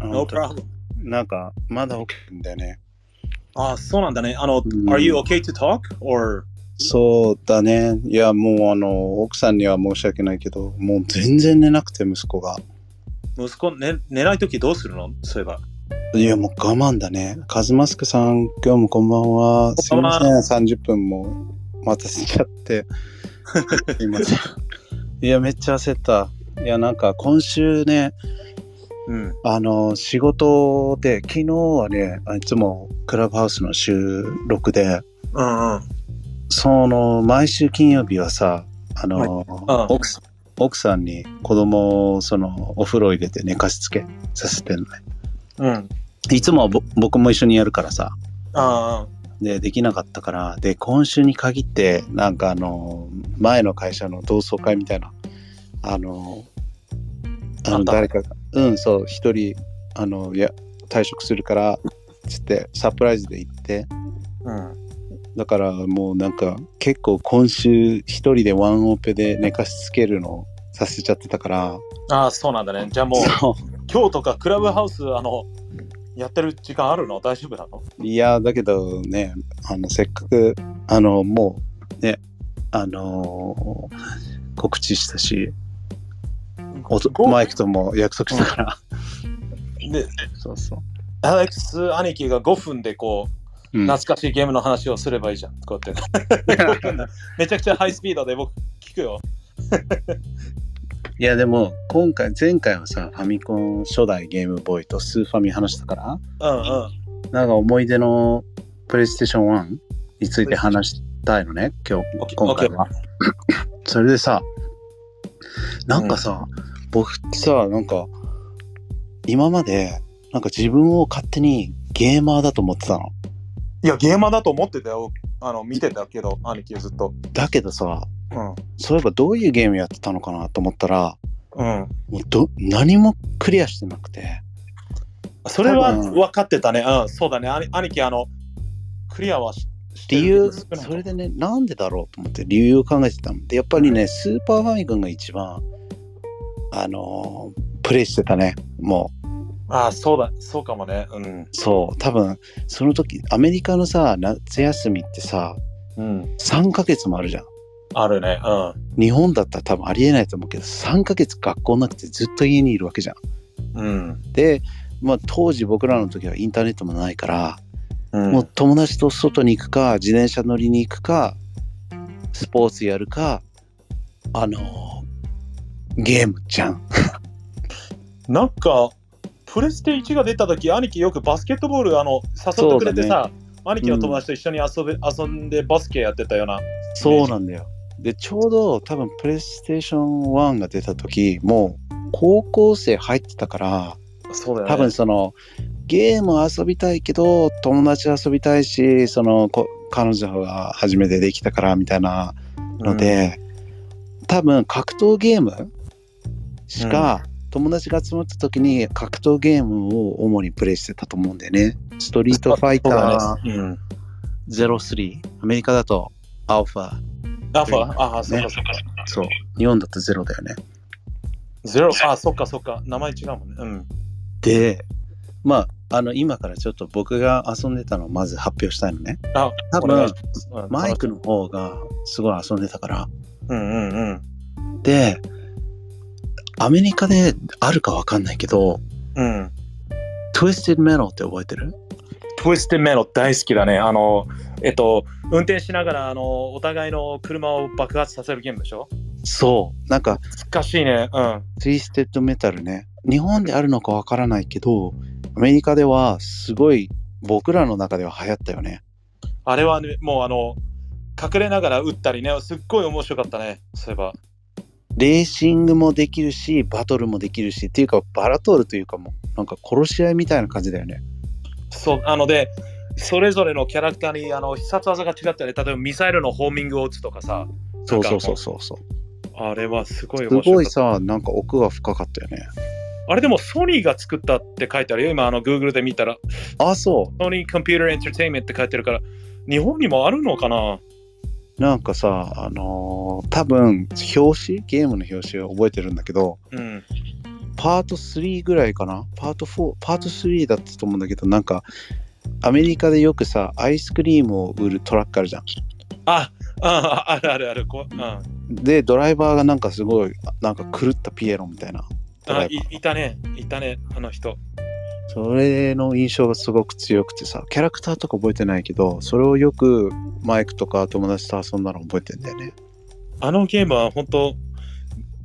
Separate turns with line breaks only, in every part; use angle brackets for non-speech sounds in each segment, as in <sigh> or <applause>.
No problem.
なんか、まだ OK んだよね。
あ、そうなんだね。あ
ん
の、Are you okay to talk? Or
そうだね。いや、もうあの、奥さんには申し訳ないけど、もう全然寝なくて、息子が。
息子、ね、寝ないときどうするのそういえば。
いや、もう我慢だね。カズマスクさん、今日もこんばんは。す
こ
い
んばん
ま
は
せん、30分も待たせちゃ <laughs> って。すいません。いや、めっちゃ焦った。いや、なんか今週ね、
うん。
あの、仕事で、昨日はね、あいつもクラブハウスの収録で、
うんうん。
その、毎週金曜日はさ、あの、
あ
奥さん奥さんに子供をそのお風呂入れて寝かしつけさせてんのね。
うん。
いつもはぼ僕も一緒にやるからさ。
あ
でできなかったからで今週に限ってなんかあの前の会社の同窓会みたいなあのあ
あ
の
った
誰かがうんそう一人あのいや退職するからつってサプライズで行って
あ。うん。
だからもうなんか結構今週一人でワンオペで寝かしつけるのをさせちゃってたから
ああ、そうなんだね。じゃあもう、
そ
今日とかクラブハウス、あの、やってる時間あるの大丈夫なの
ういやだけどねあのせっかくあのもうねあの告知したしおと
ご
マイクとも約束したから。
で、
そうそう。
アレックス兄貴が5分でこう、
うん
懐かしいゲームの話をすればいいじゃん。こうやって。
<laughs>
めちゃくちゃハイスピードで僕聞くよ。
いやでも今回前回はさファミコン初代ゲームボーイとスーファミ話したから
うんうん。
なんか思い出のプレイステーション1について話したいのね今日
OK
今回は。それでさなんかさ、僕ってさなんか今までなんか自分を勝手にゲーマーだと思ってたの。
いや、ゲーマーだと思ってたよ。あの、見てたけど、兄貴ずっと。
だけどさ
うん。
そういえばどういうゲームやってたのかなと思ったら
うん。
もうど何もクリアしてなくて。
それは
多分
分かってたね。うん、そうだね。兄兄貴、あの、クリアはしして
理
る
由
けど少ない
それでねなんでだろうと思って理由を考えてたのでやっぱりねスーパーファミコンが一番あのープレイしてたねも
ああ、そうだ、そうかもね。うん
う。そう多分その時アメリカのさ夏休みってさ
うん。
3ヶ月もあるじゃん
あるね。う
日本だったら多分ありえないと思うけど3ヶ月学校なくてずっと家にいるわけじゃん
ん。うん。
でまあ当時僕らの時はインターネットもないから
うん、
もう友達と外に行くか自転車乗りに行くかスポーツやるかあのーゲームじゃん
なんか、プレステ1が出たとき、兄貴よくバスケットボールあの誘ってくれてさ、兄貴の友達と一緒に遊べ、遊んでバスケやってたような。
そうなんだよでちょうど多分プレイステーション1が出た時もう高校生入ってたから
そうだよね。
多分そのゲーム遊びたいけど友達遊びたいしそのこ彼女が初めてできたからみたいなので、多分格闘ゲームしか、友達が集まった時に格闘ゲームを主にプレイしてたと思うんだよね。ストリートファイター
そうだねうん。
03、アメリカだとアルファ、
アファ、ああ、そっかそっか。
そう、日本だとゼロだよね。
ゼロ、ああ、そっかそっか。名前違うもんね。うん。
で、まあ、あの今からちょっと僕が遊んでたのをまず発表したいのね。
あ、
多
お願い
分
しますうん
マイクの方がすごい遊んでたから。
うんうんうん。
で、アメリカであるかわかんないけど、
うん。
トゥイスティッドメロって覚えてる
トゥイステメロ大好きだね。あの、えっと、運転しながら、あの、お互いの車を爆発させるゲームでしょ
そう。なんか
難しいね。うん。
ツイステッドメタルね日本であるのかわからないけどアメリカではすごい僕らの中では流行ったよね
あれはね、もうあの、隠れながら打ったりね、すっごい面白かったね、そういえば。
レーシングもできるしバトルもできるしっていうかバラトルというかもうなんか殺し合いみたいな感じだよね
そう、あので、それぞれのキャラクターにあの必殺技が違ったり、例えばミサイルのホーミングを打つとかさ、
そうそうそうそうそう
あれはすごい
す
面白
ご
か
い
った。
さなんか奥が深かったよね
あれでもソニーが作ったって書いてあるよ、今あの Google で見たら、
あそ
ソニーコンピューターエンターテインメントって書いてるから、日本にもあるのかな
うなんかさあのー多分表紙ゲームの表紙を覚えてるんだけど
うん。
パート3ぐらいかなパート4パート3だったと思うんだけどなんかアメリカでよくさアイスクリームを売るトラックあるじゃん
あああるあるあるこう、うん、あ
でドライバーがなんかすごいなんか狂ったピエロみたいなドライバー
いいたねいたねあの人
それの印象がすごく強くてさキャラクターとか覚えてないけどそれをよくマイクとか友達と遊んだの覚えてんだよね
あのゲームは本当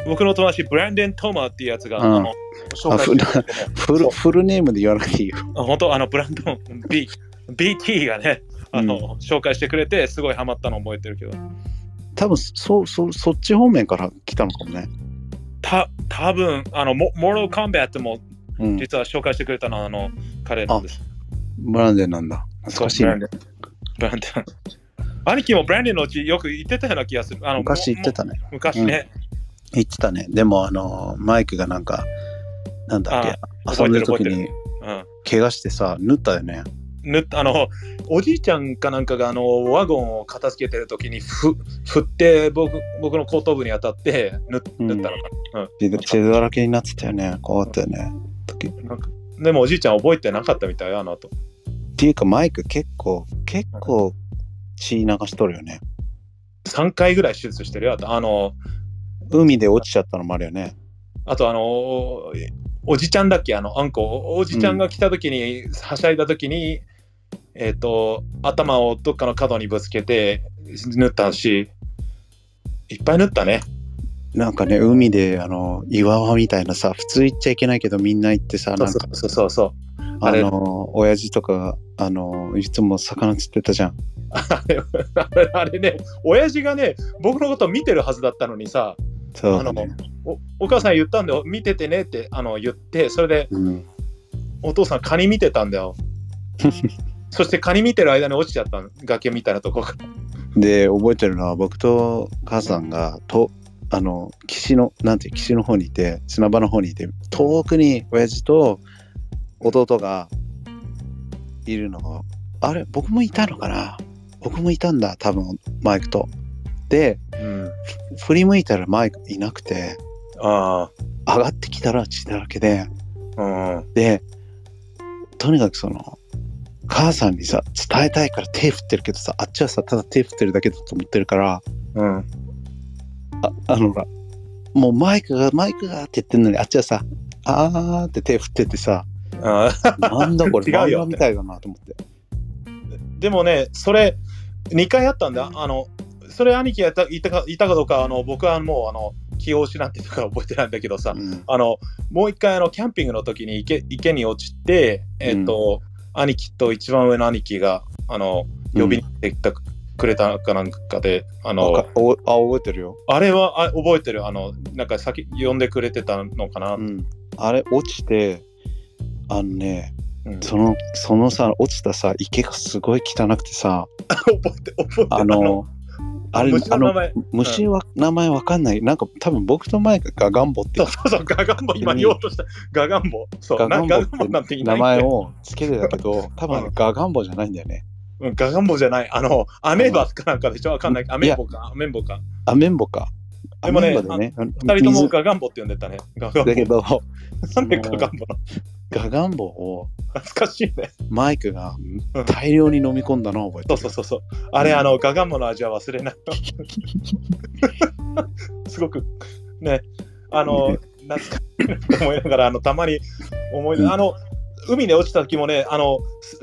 僕の友達ブランデン・トーマーっていうやつが、
うん
あの紹介してくれてね
フルフルネームで言わなくていいよ
<laughs> あ本当あのブランドン B BT がねあの、紹介してくれてすごいハマったの覚えてるけど
多分そそそっち方面から来たのかもね、
た多分あのモモーローコンバットも
うん、
実は紹介してくれたのはあの彼なんです
ブランデンなんだ懐かしいね
そうブランデン <laughs> 兄貴もブランデンのうちよく行ってたような気がするあの
昔言ってたね
も昔ね、
言ってたねでもあのマイクがなんかなんだっけ遊んでる時
覚えて
に
うん
怪我してさ縫ったよね
ぬあのおじいちゃんかなんかがあのワゴンを片付けてる時にふ振って僕僕の後頭部に当たってぬ塗ったのかな、うん
血血だらけになってたよね怖かったよね時っ
なんかでもおじいちゃん覚えてなかったみたいよあの後
ていうかマイク結構結構血流しとるよね
3回ぐらい手術してるよあとあの
海で落ちちゃったのもあるよね
あとあのおおじちゃんだっけあのあんこおおじちゃんが来た時に、はしゃいだ時にえっ、と頭をどっかの角にぶつけて縫ったしいっぱい縫ったね
なんかね海であの岩場みたいなさ普通行っちゃいけないけどみんな行ってさ
そ
な
うん
か
そうそうそうあ
あ
れ
の親父とかあのいつも魚釣ってたじゃん
あれあれ <laughs> あれね親父がね僕のこと見てるはずだったのにさ
そうだね、
おお母さん言ったんだよ見ててねってあの言ってそれで
うん、
お父さんカニ見てたんだよそしてカニ見てる間に落ちちゃったの崖みたいなとこから
で覚えてるのは僕と母さんがとあの岸のなんていう岸の方にいて砂場の方にいて遠くに親父と弟がいるのがあれ僕もいたのかな僕もいたんだ多分マイクと。で振り向いたらマイクいなくて
あ
上がってきたら血だらけで
あうん
でとにかくその母さんにさ伝えたいから手振ってるけどさあっちはさただ手振ってるだけだと思ってるから
うん
ああのほらもうマイクがマイクがって言ってんのにあっちはさあーって手振っててさ
あー
なんだこれ
<laughs> 違う
漫
よ
画みたいだなと思って
でもねそれ2回あったんだあのそれ兄貴がいたいたかいたかどうかあの僕はもうあの気を失ってとか覚えてないんだけどさ
うん
あのもう一回あのキャンピングの時に池池に落ちて、えっと兄貴と一番上の兄貴があの呼びに来てきたくれたかなんかで、あの
わかおあ覚えてるよ、
あれはあ覚えてるあのなんか先呼んでくれてたのかな、
うん、あれ落ちてあのね
うん
そのそのさ落ちたさ池がすごい汚くてさ
<laughs> 覚えて覚えて
あのあれ
虫
あ
の名
の
前
虫は名前わかんないなんか多分僕とマイクがガンボって
そうそうそうガガンボ今言おうとしたガガンボそう
ガガ
な
ンボっ
ガガンボなんて
て
いな
名
い
前をつけてたけど多分あれ
う
ガガンボじゃないんだよね
うんガガンボじゃないあのアメーバかなんかでしょわかんないアメーボかアメーボか
アメンボか
でもね
アメンボだよね
二人とも
水
ガガンボって呼んでたねガガン
<laughs>
ボ
だけど
なんでガガンボなの
ガガンボを
懐かしいね
マイクが大量に飲み込んだのを覚えて
そ
る
うそうそうそう。あれ、
うん
あの、ガガンモの味は忘れない。 <laughs> すごく、ね、あの、懐かしいなと思いながら、あの、たまに思い出、
うん
あの、海に落ちた時もね、あの、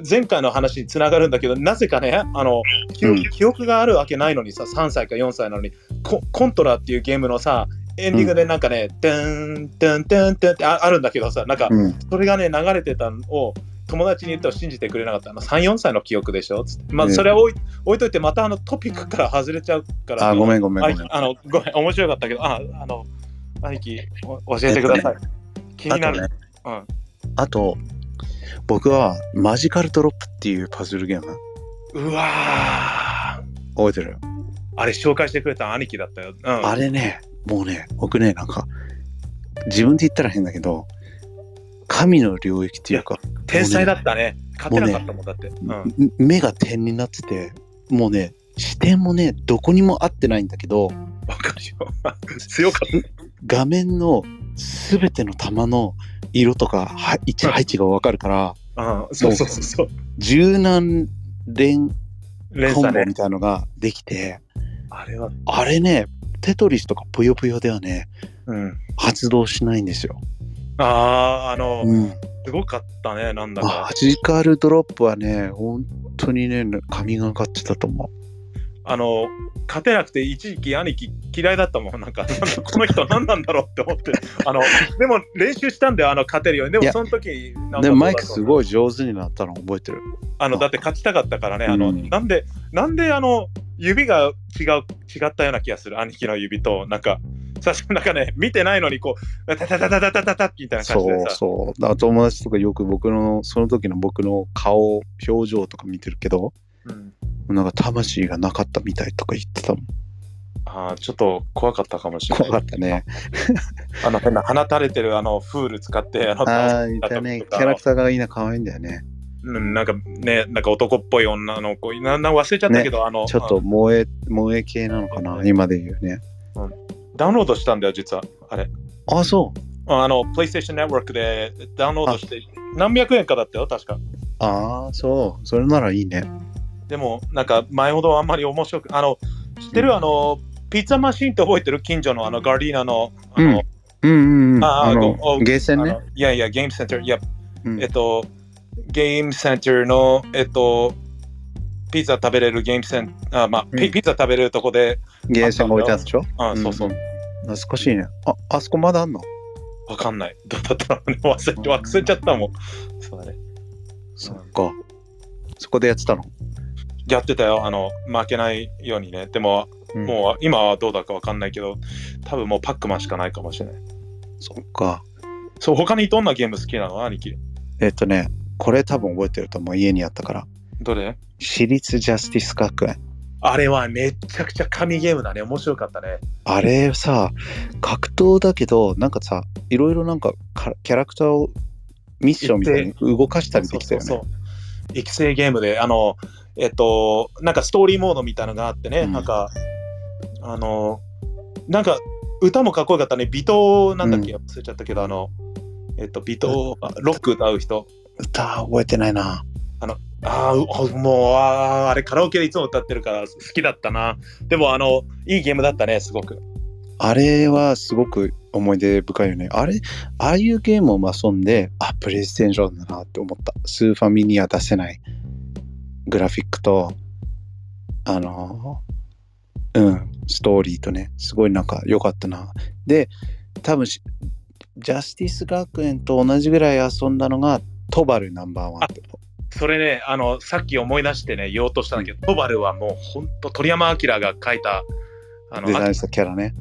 前回の話につながるんだけど、なぜかね、あの、記憶,、
うん
記憶があるわけないのにさ、3歳か4歳なのに、ココントラっていうゲームのさ、エンディングでなんかね、て、ん、てんてんてんってああるんだけどさ、なんか、
うん
それがね、流れてたのを友達に言っても信じてくれなかった。あの3、4歳の記憶でしょつって。まあ、
ね
それは置い,、置いといて、またあのトピックから外れちゃうから。
あごめんごめんごめ
兄
ん
貴あの、ごめん、面白かったけど、あ、あの、兄貴、お教えてください。気になる。
あと,、
う
ね
ん
あと僕はマジカルドロップっていうパズルゲーム
うわー。
覚えてる、
あれ、紹介してくれた兄貴だったよ。うん、
あれねもうね僕ねなんか自分で言ったら変だけど神の領域っていうか
天才だったね。勝てなかったもんだって。うん。
ん目が点になっててもうね視点もねどこにも合ってないんだけど
<laughs> わかるよ。強かっ
画面の全ての弾の色とかは位置配置が分かるから
ああそうそうそうそう。
柔軟連
連
コンボ
鎖
みた
ね
い。なのができて
あれは、
あれねテトリスとかぷよぷよではね
うん。
発動しないんですよ。
ああ、あの、
うん、
すごかったね、なんだ
あ
か
マ。ジカルドロップはね本当にね神がかってたと思う。
あの、勝てなくて、一時期兄貴嫌いだったもん。なんか、なんだこの人何なんだろうって思って。あの、でも練習したんだよ、あの、勝てるように。で
い
も
や
その時、なんか
でもマイク
どうだろう
すごい上手になったの覚えてる。
あの、だって勝ちたかったからね。あの、
うん
なんで、なんであの、指が違う、違ったような気がする。兄貴の指と、なんか、さなんかね、見てないのに、こう、タタタタタタタタみたいな感じ
そ
で
う
さ。
そう。だから友達とかよく僕のその時の僕の顔表情とか見てるけど
うん
なんか魂がなかったみたいとか言って
<laughs>
たもん。
ああ、ちょっと怖かったかもしれない
怖か。った
<laughs>
ね。
あの変な放たれてるあのフール使ってあの
ああいたねキャラクターがいいな可愛いんだよね。
うんなんかねなんか男っぽい女の子なな忘れちゃったけど、あの
ちょっと萌え萌え系なのかな今で言うね。
うんダウンロードしたんだよ実はあれ
あそう。
あの PlayStation Network でダウンロードして何百円かだったよ確か
ああそう。それならいいね。
でもなんか前ほどあんまり面白くあの知ってるあのピッツァマシーンって覚えてる近所のあのガーディーナのあの、
うんうんうん。
あー
あの
ごお
ゲーセン
あ
ね。
のいやいやゲームセンターいや
うん
えっと、ゲームセンターの、えっと、ピザ食べれるゲームセンあ、まあ、ピ
うん
ピザ食べれるとこで、
ゲーセンが置いてあるでしょ
あそうそう、
んん懐かしいね。あ、あそこまだあんの
わかんない。 <laughs> どうだったのね、忘れ忘れちゃったもん。そうだね。
そっか。そこでやってたの。
やってたよ、あの、負けないようにね。でも、
うん
もう今はどうだかわかんないけど、多分もうパックマンしかないかもしれない。
そっか。
そう、他にどんなゲーム好きなの兄貴。
えっとね、これ多分覚えてると思う。家にあったから。
どれ
私立ジャスティス学園。
あれはめちゃくちゃ神ゲームだね。面白かったね。
あれさ、格闘だけど、なんかさ、いろいろなんかかキャラクターをミッションみたいに動かしたりできたよ
そう
ね
そ。うそう育成ゲームで、あの、えっと、なんかストーリーモードみたいなのがあってね、
うん
なんか、あの、なんか歌もかっこよかったね、微糖なんだっけ、忘れちゃったけど、あの、えっと、微糖、あロック歌う人、
歌覚えてないな。
ああ、もう、あーあれ、カラオケでいつも歌ってるから好きだったな。でも、あの、いいゲームだったね、すごく。
あれはすごく思い出深いよね。あれ、ああいうゲームを遊んで、あ、プレイステーションだなって思った。スーファミには出せないグラフィックと、あの、うん、ストーリーとね、すごいなんか良かったな。で、多分し、ジャスティス学園と同じぐらい遊んだのが、トバルナンバーワンって。
それね、あの、さっき思い出してね、言おうとしたんだけど、トバルはもう、本当鳥山明が書いた、あの
デ、ザインしたキャラね。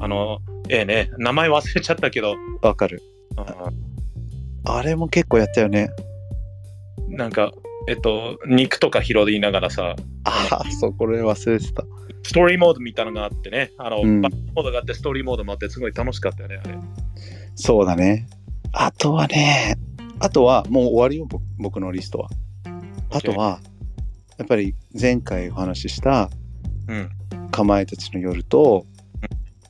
あの、ええね、名前忘れちゃったけど、
わかる。あれも結構やったよね。
なんか、えっと、肉とか拾いながらさ、
ああ、そう、これ忘れてた。
ストーリーモードみたいなのがあってね、あの、
うん
バックモードがあって、ストーリーモードもあって、すごい楽しかったよね、あれ。
そうだね。あとはね、あとはもう終わりよ、ぼ僕のリストは。あとは、やっぱり前回お話しした、
うん。
かまいたちの夜と、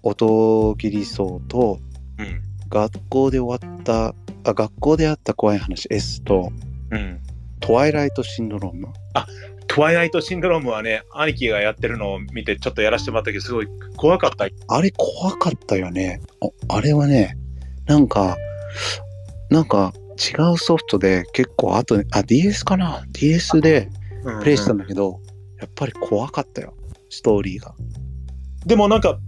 音切りそうと、
うん。
学校で終わった、あ、学校であった怖い話 S と、
うん。
トワイライトシンドローム。
トワイライトシンドロームはね、兄貴がやってるのを見て、ちょっとやらせてもらったけど、すごい怖かった。
あれ怖かったよね。ああれはね、なんか、なんか違うソフトで結構後に、あ、DS かな ?DS で、プレイしたんだけど、やっぱり怖かったよストーリーが
でもなんか、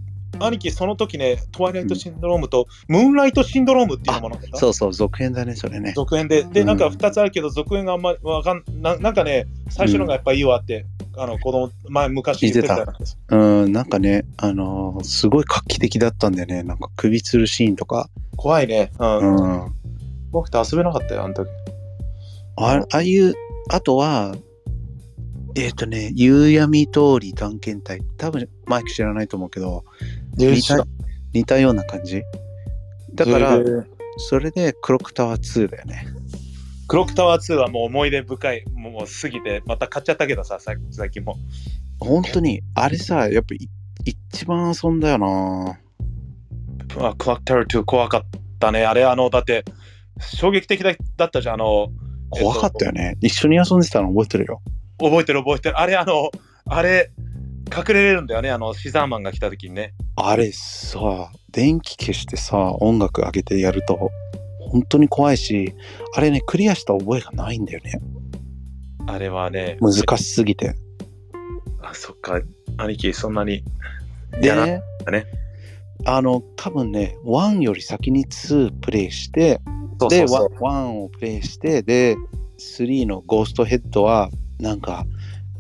兄貴、その時ね、トワイライトシンドロームと、ムーンライトシンドロームっていうものが
そうそう続編だねそれね
続編で、で、
うん
なんか2つあるけど、続編があんまりわかんな、なんかね、最初のがやっぱいいわって、あの、子供、前、昔言ってた
言ってうんなんかねあのーすごい画期的だったんだよねなんか首吊るシーンとか
怖いね。うん。
うんあ
僕と遊べなかったよ、あの時。
ああいうあとはえっ、とね夕闇通り探検隊多分マイク知らないと思うけど似た似たような感じだからそれでクロックタワー2だよね
クロックタワー2はもう思い出深い、もう過ぎて、また買っちゃったけどさ、さ最近も。
本当にあれさやっぱい一番遊んだよな
あクワクタル2怖かったね。あれ、あの、だって、衝撃的だだったじゃん。あの、
怖かったよね。一緒に遊んでたの覚えてるよ。
覚えてる覚えてる。あれ、あの、あれ、隠れれるんだよね。あの、シザーマンが来た時にね。
あれさ、電気消してさ、音楽上げてやると、本当に怖いし、あれね、クリアした覚えがないんだよね。
あれはね、
難しすぎて。
あ、そっか、兄貴、そんなに。
で
やら
ね
たね、
あの、多分ね、1より先に2プレイして、で、ワン1をプレイして、で、3のゴーストヘッドは、なんか、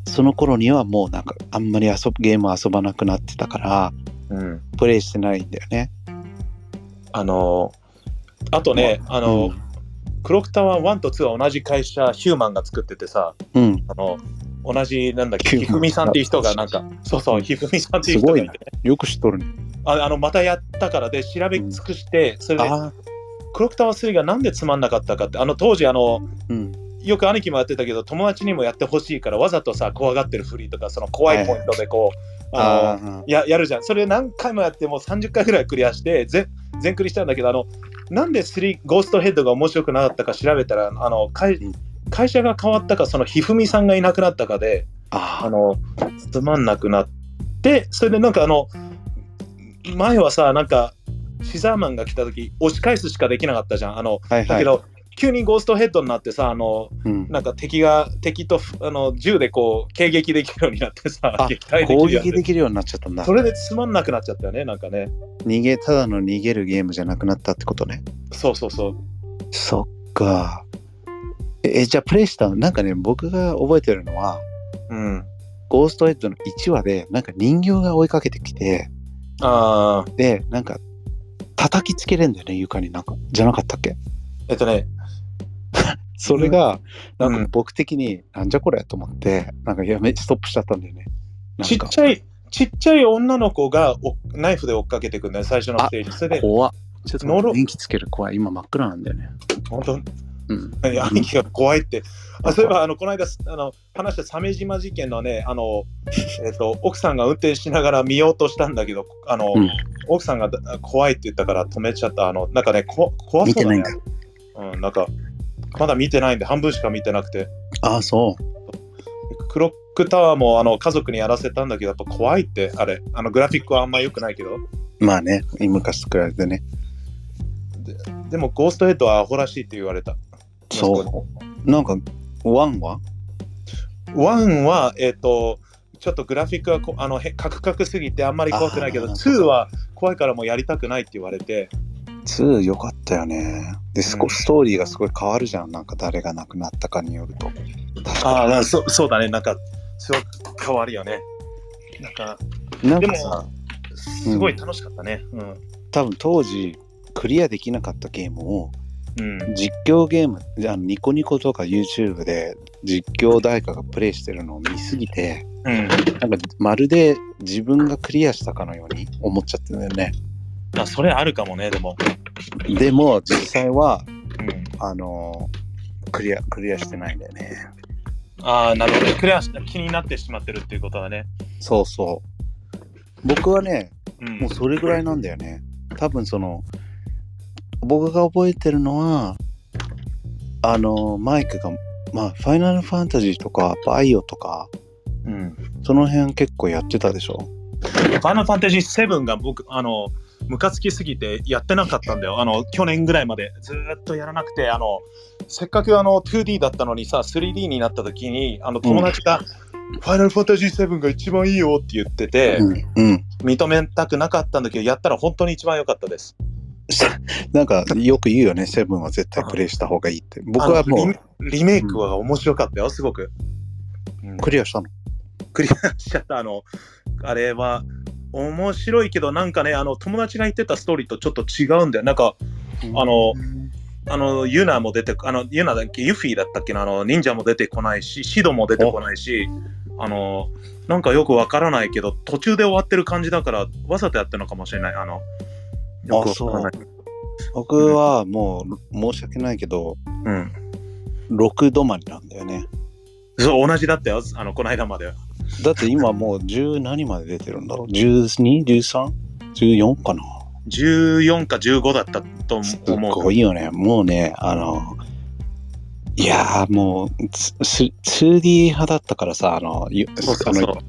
その頃にはもうなんか、あんまり遊ぶゲーム遊ばなくなってたから、
うん。
プレイしてないんだよね。
あの、あとね、あの、
うん
クロクタワー1と2は同じ会社、ヒューマンが作っててさ、
うん、
あの、同じ、なんだっけ、
ヒューマ
ひ
ン
ふみさんっていう人が、なんか、そうそう、ひふみさんっていう
す
人
ご
が
い
い
ね
て、。
よく知っとるね。
ああの、またやったからで、調べ尽くして、それで、
ああ、
クロクタワー3がなんでつまんなかったかって、あの、当時、あの、
うん。
よく兄貴もやってたけど、友達にもやってほしいから、わざとさ、怖がってるふりとか、その怖いポイントでこう、あの
ああ。
ややるじゃん。それ何回もやって、もう30回ぐらいクリアして、全全クリしたんだけど、あの、なんで3ゴーストヘッドが面白くなかったか調べたら、あの、会
うん
会社が変わったか、そのひふみさんがいなくなったかで、
あ
あ
あ
の、つまんなくなって、それでなんかあの、前はさ、なんか、シザーマンが来た時、押し返すしかできなかったじゃん。あの、
はい
だ
は
け
い。
ど、急にゴーストヘッドになってさ、あの、
うん
なんか敵が、敵とあの銃でこう、迎撃できるようになってさ、
あ
撃退で
攻
きるよ
撃
うにな
で
って
きるようになっちゃったんだ
そ。れでつまんなくなっちゃったよね、なんかね。
逃げ、ただの逃げるゲームじゃなくなったってことね。
そうそうそう。
そっか。え、えじゃあプレイしたのなんかね、僕が覚えてるのは、
うん。
ゴーストヘッドの1話で、なんか人形が追いかけてきて、
ああ、
で、なんか、叩きつけれんだよね、床になんか。じゃなかったっけ
えっとね、
それが、
う
なんんか僕的に、なんじゃこれと思って、なんかやめ、ストップしちゃったんだよね。な
ち
ん
っ
か、
ちゃい、ちっちゃい女の子がおナイフで追っかけてくるんだよ、最初のステージ。それで、
怖っ。ちょっと待って
呪
電気つける怖い。今真っ暗なんだよね。
本
うん。
当に兄貴が怖いって。あそういえば、あの、この間、あの、話した鮫島事件のね、あの、えっと、奥さんが運転しながら見ようとしたんだけど、あの、
うん
奥さんがだ怖いって言ったから止めちゃった。あの、なんかね、こ怖そうだね。
見てない
うん、なんか、まだ見てないんで、半分しか見てなくて。
ああ、そう。
クロックタワーもあの家族にやらせたんだけど、やっぱ怖いって、あれ、あのグラフィックはあんま良くないけど、
まあね、昔と比べてね。
でもゴーストヘッドはアホらしいって言われた。
そう。なんか、ワンは
ワンは、えっ、と、ちょっとグラフィックがこあのへカクカクすぎてあんまり怖くないけ
あ
ど、
ーなんか
2は怖いからもうやりたくないって言われて、
2良かったよね。で、すご
うん
ストーリーがすごい変わるじゃん。なんか誰が亡くなったかによると。確
あ
か
あ、そそうだね、なんか、すごく変わるよね。なんか、
に。なん
で
か
も
さ、、
すごい楽しかったね。うん。
多分当時、クリアできなかったゲームを
うん。
実況ゲームあのニコニコとか YouTube で実況誰かがプレイしてるのを見すぎて
う
な
ん、
んかまるで自分がクリアしたかのように思っちゃってんだよね
あそれあるかもね、でも。
でも実際は
うん、
あのークリアクリアしてないんだよね
ああ、なるほど。クリアした気になってしまってるっていうことはね。
そうそう僕はね
うん
もうそれぐらいなんだよね。多分その、僕が覚えてるのは、あの、マイクが、まあ、ファイナルファンタジーとか、バイオとか、
うん
その辺結構やってたでしょ。
ファイナルファンタジー7が僕、あの、ムカつきすぎてやってなかったんだよ。あの、去年ぐらいまでずーっとやらなくて、あの、せっかくあの 2D だったのにさ、3D になった時に、あの、友達が、ファイナルファンタジー7が一番いいよって言ってて、
うん。うん。
認めたくなかったんだけど、やったら本当に一番良かったです。
なんか、よく言うよね、セブンは絶対プレイした方がいいって。僕は
あ
も
の
う
リ、リメイクは面白かったよ、すごく。うん <laughs>
クリアしたの。
クリアしちゃったあのあれは面白いけどなんかねあの友達が言ってたストーリーとちょっと違うんだよなんかあのあのユナも出てあのユナだっけユフィだったっけなあの忍者も出てこないしシドも出てこないしあのなんかよくわからないけど途中で終わってる感じだからわざとやってるのかもしれないあのよくわからない
僕はもう、申し訳ないけど、
うん
6止まりなんだよね。
そう同じだったよあのこの間までは
だって今もう10何まで出てるんだろう ?12?13?14 かな
14か15だったと
す
思う。
ごいよね。もうね、あの、いやーもう、つす 2D 派だったからさ、あの、ゆ
そうそうそう
あの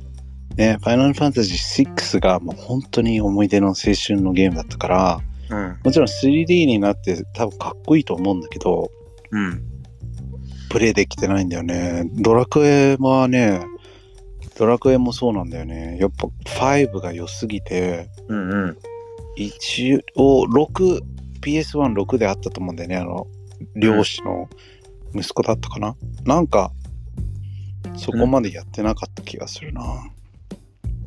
ね、ファイナルファンタジー6がもう本当に思い出の青春のゲームだったから、
うん。
もちろん 3D になって多分かっこいいと思うんだけど、
うん。
プレイできてないんだよね。ドラクエはね、ドラクエもそうなんだよね。やっぱ5が良すぎて、
うんうん。
一応6 PS16 であったと思うんだよねあの漁師の息子だったかな、なんかそこまでやってなかった気がするな、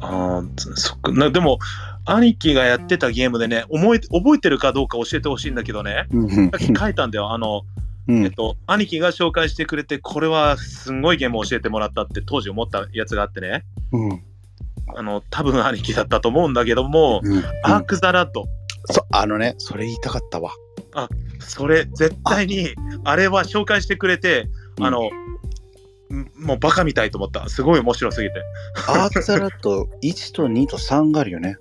あーそそっかなでも、兄貴がやってたゲームでね、思い覚えてるかどうか教えてほしいんだけどね、
うんうん
さっき書いたんだよ。あの、
うん
えっと、兄貴が紹介してくれて、これはすんごいゲームを教えてもらったって当時思ったやつがあってね、
うん
あの、多分兄貴だったと思うんだけども、
うん
アーク・ザ・ラッド、
そうあのねそれ言いたかったわ
それ絶対にあれは紹介してくれて、
うん
あのんもうバカみたいと思ったすごい面白すぎて
アークザラット1と2と3があるよね、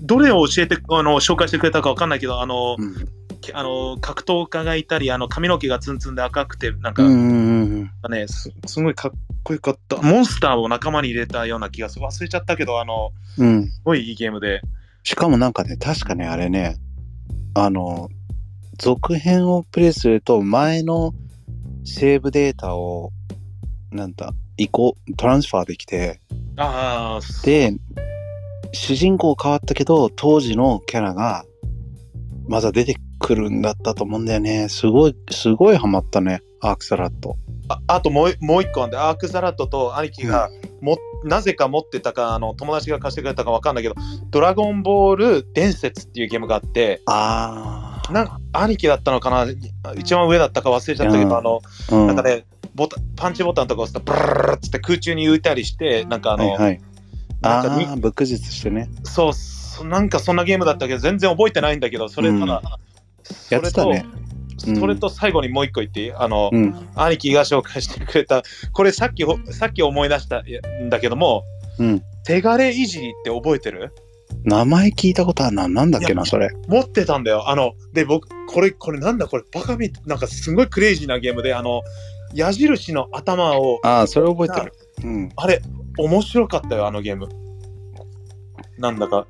どれを教えてあの紹介してくれたかわかんないけどあの、
うん、
きあの格闘家がいたりあの髪の毛がツンツンで赤くてなん
う
か
ん
ね、
うんうん
すすごいかっこよかったモンスターを仲間に入れたような気がする忘れちゃったけどあの
うんうん
すごいいいゲームで
しかもなんかね確かねあれねあの続編をプレイすると前のセーブデータをなんだ移行トランスファーできて
ああ
で主人公変わったけど当時のキャラがまだ出てくるんだったと思うんだよねすごいすごいハマったねアークサラット
ああともうもう一個あんでアークザラットと兄貴がも、なぜか持ってたかあの友達が貸してくれたかわかんないけど「ドラゴンボール伝説」っていうゲームがあって
ああ
なん兄貴だったのかな一番上だったか忘れちゃったけど、
うん
あの
うん
なんかねボタンパンチボタンとか押すとブルルルルっつって空中に浮いたりしてなんかあ
は
の、
いはい
なん
あ
かに
あ仏術してね
そうそなんかそんなゲームだったけど全然覚えてないんだけどそれただ、そ
や
れ
ってた
と
ねうん
それと最後にもう一個言っていいあの、
うん
兄貴が紹介してくれたこれさっきほさっき思い出したいやんだけども
うん
手がれいじりって覚えてる
名前聞いたことあるななんだっけ
い
な
や
それ
持ってたんだよあので僕これこれなんだこれバカみなんかすごいクレイジーなゲームであの矢印の頭を
ああ、それ覚えてる。うん。
あれ面白かったよあのゲームなんだか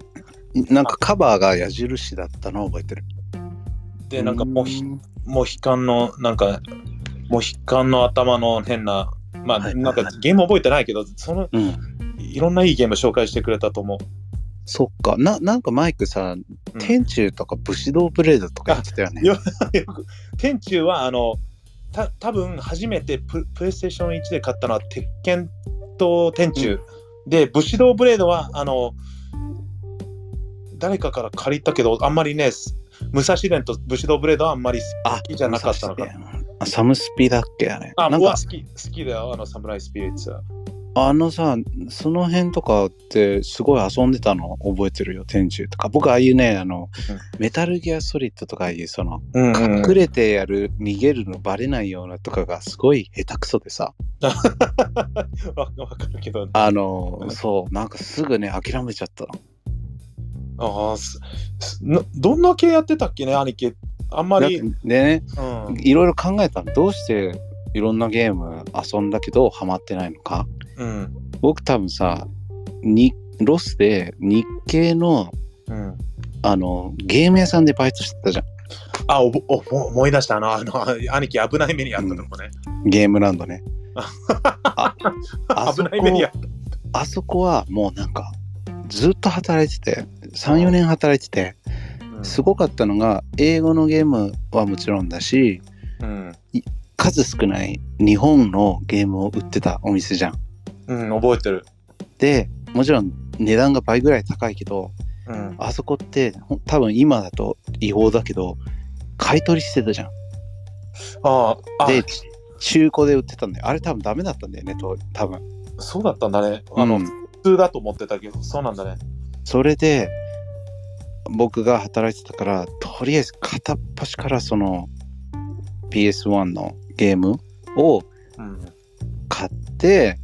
なんかカバーが矢印だったのを覚えてる。
でなんかもうひ
うん
モヒカンのなんかモヒカンの頭の変なまあ、
はいはい
なんかゲーム覚えてないけどその
うん。
いろんないいゲーム紹介してくれたと思う
そっか。な、なんかマイクさ、
うん
天柱とか武士道ブレードとか言ってたよね。
よよく天柱はあのた多分初めてププレイステーション1で買ったのは鉄拳と天柱、で武士道ブレードはあの誰かから借りたけどあんまりねす武蔵伝と武士道ブレードはあんまり好きじゃなかったのかな
あサムスピだっけあれ。
あ
なん
うわ
か
好き好きだよあのサムライスピリッツは
あのさ、その辺とかってすごい遊んでたの覚えてるよ、天柱とか。僕、ああいうね、あの、メタルギアソリッドとかああいう、その、
うんうん <laughs>
隠れてやる、逃げるのバレないようなとかがすごい下手くそでさ。
わわかるけどね
あの、そう、なんかすぐね、諦めちゃったの。
ああすすなどんな系やってたっけね兄貴あんま
だっ
り、
て
うん、
ね、
あ
いろいろ考えたのどうしていろんなゲーム遊んだけどハマってないのか
うん
僕多分さにロスで日系の
うん
あのゲーム屋さんでバイトしてたじゃ
あおぼおぼ思い出したあのあの兄貴危ない目にあったとこね、
んゲームランド
<laughs>
ねああ
危
そ
ない目に
こ
あった
あそこはもうなんかずっと働いてて34年働いてて
うん
すごかったのが英語のゲームはもちろんだし
うん、
数少ない日本のゲームを売ってたお店じゃん
うん、覚えてる、
でもちろん値段が倍ぐらい高いけど
うん、
あそこってほん多分今だと違法だけど買い取りしてたじゃん
あああ
でち中古で売ってたんだよあれ多分ダメだったんだよねと多分
そうだったんだねあの、
うん
普通だと思ってたけどそうなんだね
それで僕が働いてたからとりあえず片っ端からその PS1 のゲームを
うん
買って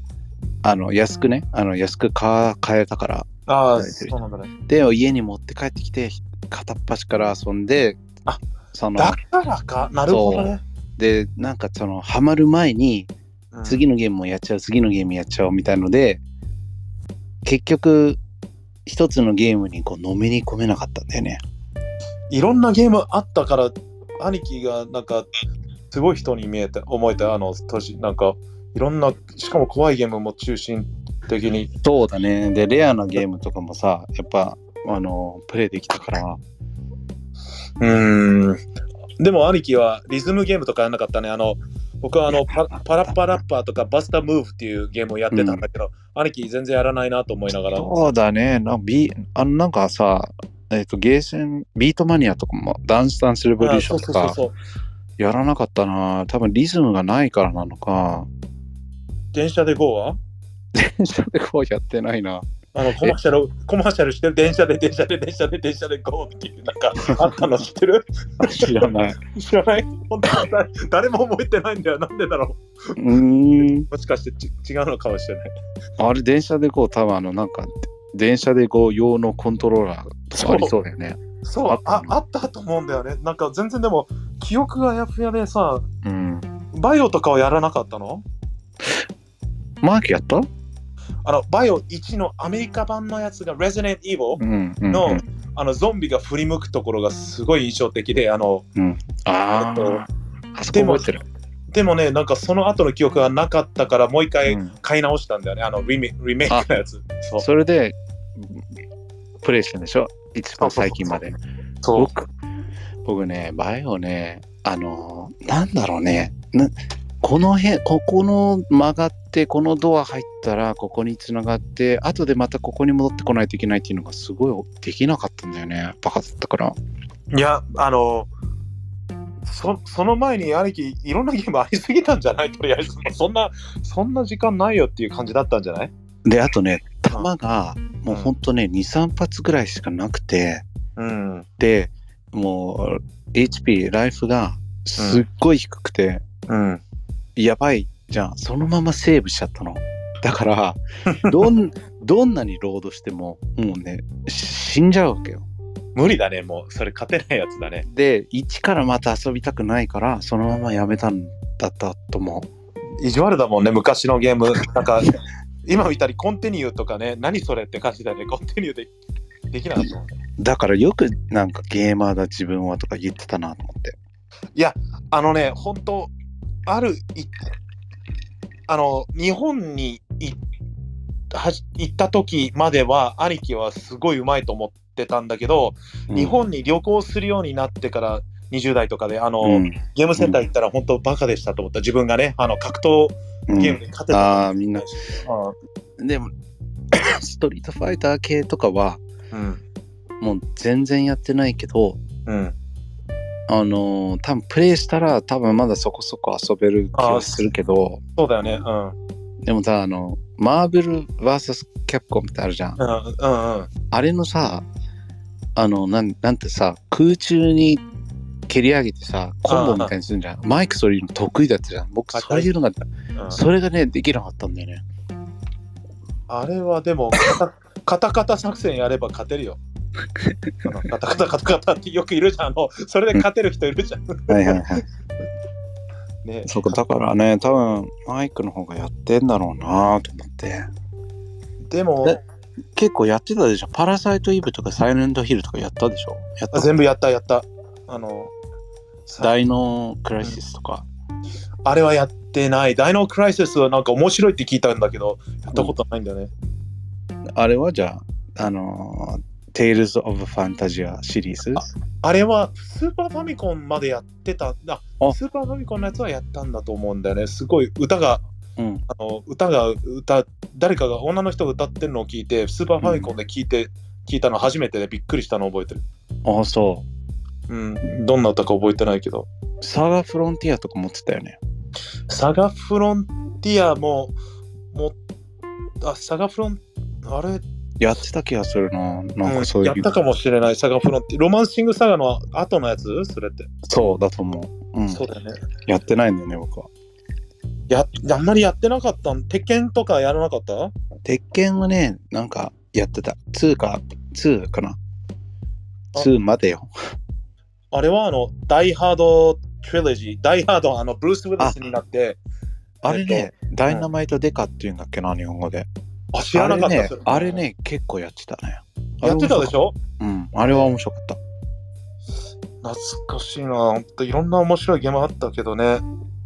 あの安くねあの安く買買えたから
ああ
覚えてる
そうなんだね
で家に持って帰ってきて片っ端から遊んで
あ
その
だからか、なるほどね。
でなんかそのハマる前に
うん
次のゲームもやっちゃう次のゲームやっちゃおうみたいので結局一つのゲームにこうのめり込めなかったんだよね。
いろんなゲームあったから、兄貴がなんか、すごい人に見えて、思えた、あの、年、なんか、いろんな、しかも怖いゲームも中心的に。
そうだねでレアなゲームとかもさやっぱあのプレイできたから
うーん。でも、兄貴はリズムゲームとかやんなかったね。あの、僕はあのパパラッパラッパーとかバスタムーブっていうゲームをやってたんだけど、兄貴全然やらないなと思いながら。
そうだねなビあのなんかさえっ、とゲーセンビートマニアとかもダンスダンスレボリュー
あ
ショ
そ
ン
う
と
そうそう
か
そう。
やらなかったな多分リズムがないからなの
<laughs>
か
電車で GO は
電車でこうやってないな
あのコマーシャル、コマーシャルしてる電車で電車で電車で電車で GO っていうなんかあったの知ってる
<laughs> 知ら
<laughs>
ない
知らない本当に誰誰も覚えてないんだよ。なんでだろ
うーん
うもしかしてち違うのかもしれない。
あれ電車でこう多分あのなんか電車でこう用のコントローラーとかありそうだよね
そう、
あ
ああったと思うんだよね。なんか全然でも、記憶がやふやでさ、
うん
バイオとかはやらなかったの
マークやった
あの、バイオ1のアメリカ版のやつが Resident Evil
うんうん、
の、
うん、
あのゾンビが振り向くところがすごい印象的で、あの、
あ
えっ
ー
と
あそこ覚えてる
でもね、なんかその後の記憶がなかったから、もう一回
うん
買い直したんだよね、あのリメリメイクのやつ。そう
それでプレイしてんでしょ一番最近まで。
そう
僕僕ねバイオねあのーなんだろうねなこの辺ここの曲がってこのドア入ったらここに繋がって後でまたここに戻ってこないといけないっていうのがすごいできなかったんだよねバカだったから
いや、あの、そその前に兄貴、いろんなゲームありすぎたんじゃないとりあえず、そんな、そんな時間ないよっていう感じだったんじゃない
であとね弾がもうほんとね23発ぐらいしかなくて
うん。
でもう HP ライフがすっごい低くて、
うん。
やばいじゃんそのままセーブしちゃったのだから
<laughs>
どんどんなにロードしてももうねし死んじゃうわけよ
無理だね、もう。それ勝てないやつだね。
で一からまた遊びたくないからそのままやめたんだったと思
意地悪だもんね、昔のゲーム。なんか、今見たり、コンティニューとかね、何それって感じだよね、コンティニューでできなかったもんね。
うだからよくなんかゲーマーだ自分はとか言ってたなと思って
あのね、本当あるい、あの、日本にいはじ行った時までは、兄貴はすごいうまいと思ってたんだけど、
うん
日本に旅行するようになってから、20代とかであの、
うん
ゲームセンター行ったら本当バカでしたと思った自分がねあの格闘
うん
ゲームで勝てた、
ああみんなでも <coughs> ストリートファイター系とかは
うん
もう全然やってないけど
うん
あのー多分プレイしたら多分まだそこそこ遊べる気はするけど
そうだよねうんうん
でもさ、あの、マーベル VS キャプコンってあるじゃん。
うんうん
あれのさ、あの、なんなんてさ、空中に蹴り上げてさ、コンボみたいにするんじゃん。マイクそういうの得意だったじゃん。僕、
あ
そういうのが、
うん
それがね、できなかったんだよね。
あれはでも、カタ <laughs> カタカタ作戦やれば勝て <laughs> るよ。あのカタカタカタカタってよくいるじゃん。あのそれで勝てる人いるじゃん。
はいはいはい。
ね、
そうか、だからね、多分、マイクの方がやってんだろうなと思って。
でも、
え結構やってたでしょ。パラサイトイブとかサイレントヒルとかやったでしょ。やっ
あ
た。
全部やったやった。あの、さ
大脳クライシスとか。
あれはやってない。ダイノクライシスはなんか面白いって聞いたんだけど、やったことないんだよね。
あれはじゃあ、あのー、テイルズ・オブ・ファンタジアシリーズ
あれはスーパーファミコンまでやってた。あ
あ
スーパーファミコンのやつはやったんだと思うんだよね。すごい歌が、
うん。
あの歌が歌、誰かが女の人が歌ってるのを聞いて、スーパーファミコンで聞いて、聞いたの初めてでびっくりしたのを覚えてる。
ああ、そ
うん、どんな歌か覚えてないけど。
う。サガフロンティアとか持ってたよね。
サガフロンティアも、もあ、サガフロン、あれ、
やってた気がするな。なん
うん
かそういう、
やったかもしれない、サガフロンティア。ロマンシングサガの後のやつそれって。
そうだと思う。うん。
そうだよね。
やってないんだよね、僕は。
や、あんまりやってなかったん鉄拳とかやらなかった
鉄拳はね、なんかやってた。2か、2かな。 2までよ。
あれはあの、ダイハード・トリロジー、ダイハード、あの、ブルース・ウィルスになって、
あれね、ダイナマイトデカっていうんだっけな、日本語で。
あ、知らなかっ
あ
た
れね
それ
あれね、結構やってたね。
やってた
ょ
でしょ
うん、あれは面白かった。
懐かしいな。ほんといろんな面白いゲームあったけどね。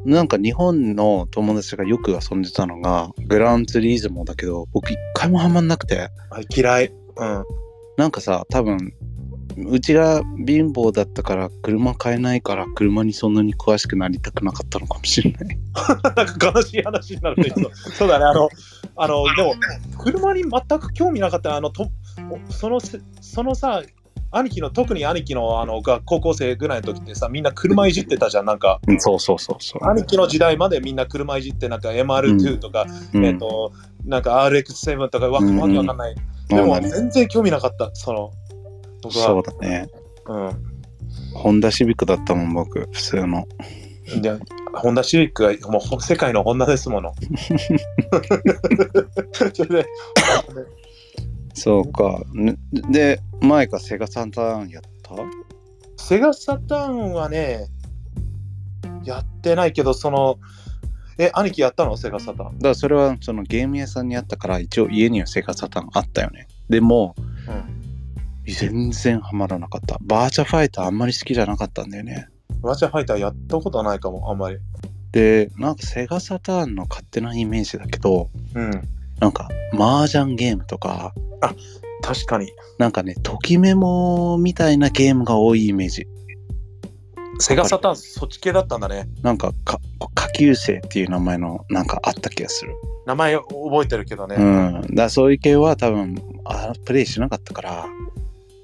なんか日本の友達がよく遊んでたのが、グランツリーズモだけど、僕一回もハマんなくて、
あ嫌い。うん。
なんかさ、多分、うちが貧乏だったから車買えないから車にそんなに詳しくなりたくなかったのかもしれ
<laughs>
ない。
なんか悲しい話になるね。ちょっと <laughs> そうだね。あの、あの、でも、車に全く興味なかった。あの、とそのせ、そのさ、兄貴の、特に兄貴の、あの、が高校生ぐらいの時ってさ、みんな車いじってたじゃん。なんか、
うんそうそうそうそう。
兄貴の時代までみんな車いじって、なんか MR2 とか、
うん
えっ、と、なんか RX7 とか、わわけわかんない。で
そう
も
だね
全然興味なかった、その、僕は。
そうだね。
う
ホンダシビックだったもん、僕、普通の。
ん。で、ホンダシビックがもうほ世界のホンダですも <laughs> の。それで、
そうか。ねで、前かセガサンターンやった
セガサターンはね、やってないけど、その、え、兄貴やったのセガサターン。
だからそれはそのゲーム屋さんにあったから一応家にはセガサターンあったよねでも、全然ハマらなかったバーチャファイターあんまり好きじゃなかったんだよね
バーチャファイターやったことないかも、あんまり。
でなんかセガサターンの勝手なイメージだけど
うん。
なんか麻雀ゲームとか
確かに。
なんかねときメモみたいなゲームが多いイメージ
セガサターン、そっち系だったんだね。
なんかか下級生っていう名前のなんかあった気がする
名前覚えてるけどね。
うんだからそういう系は多分あプレイしなかったから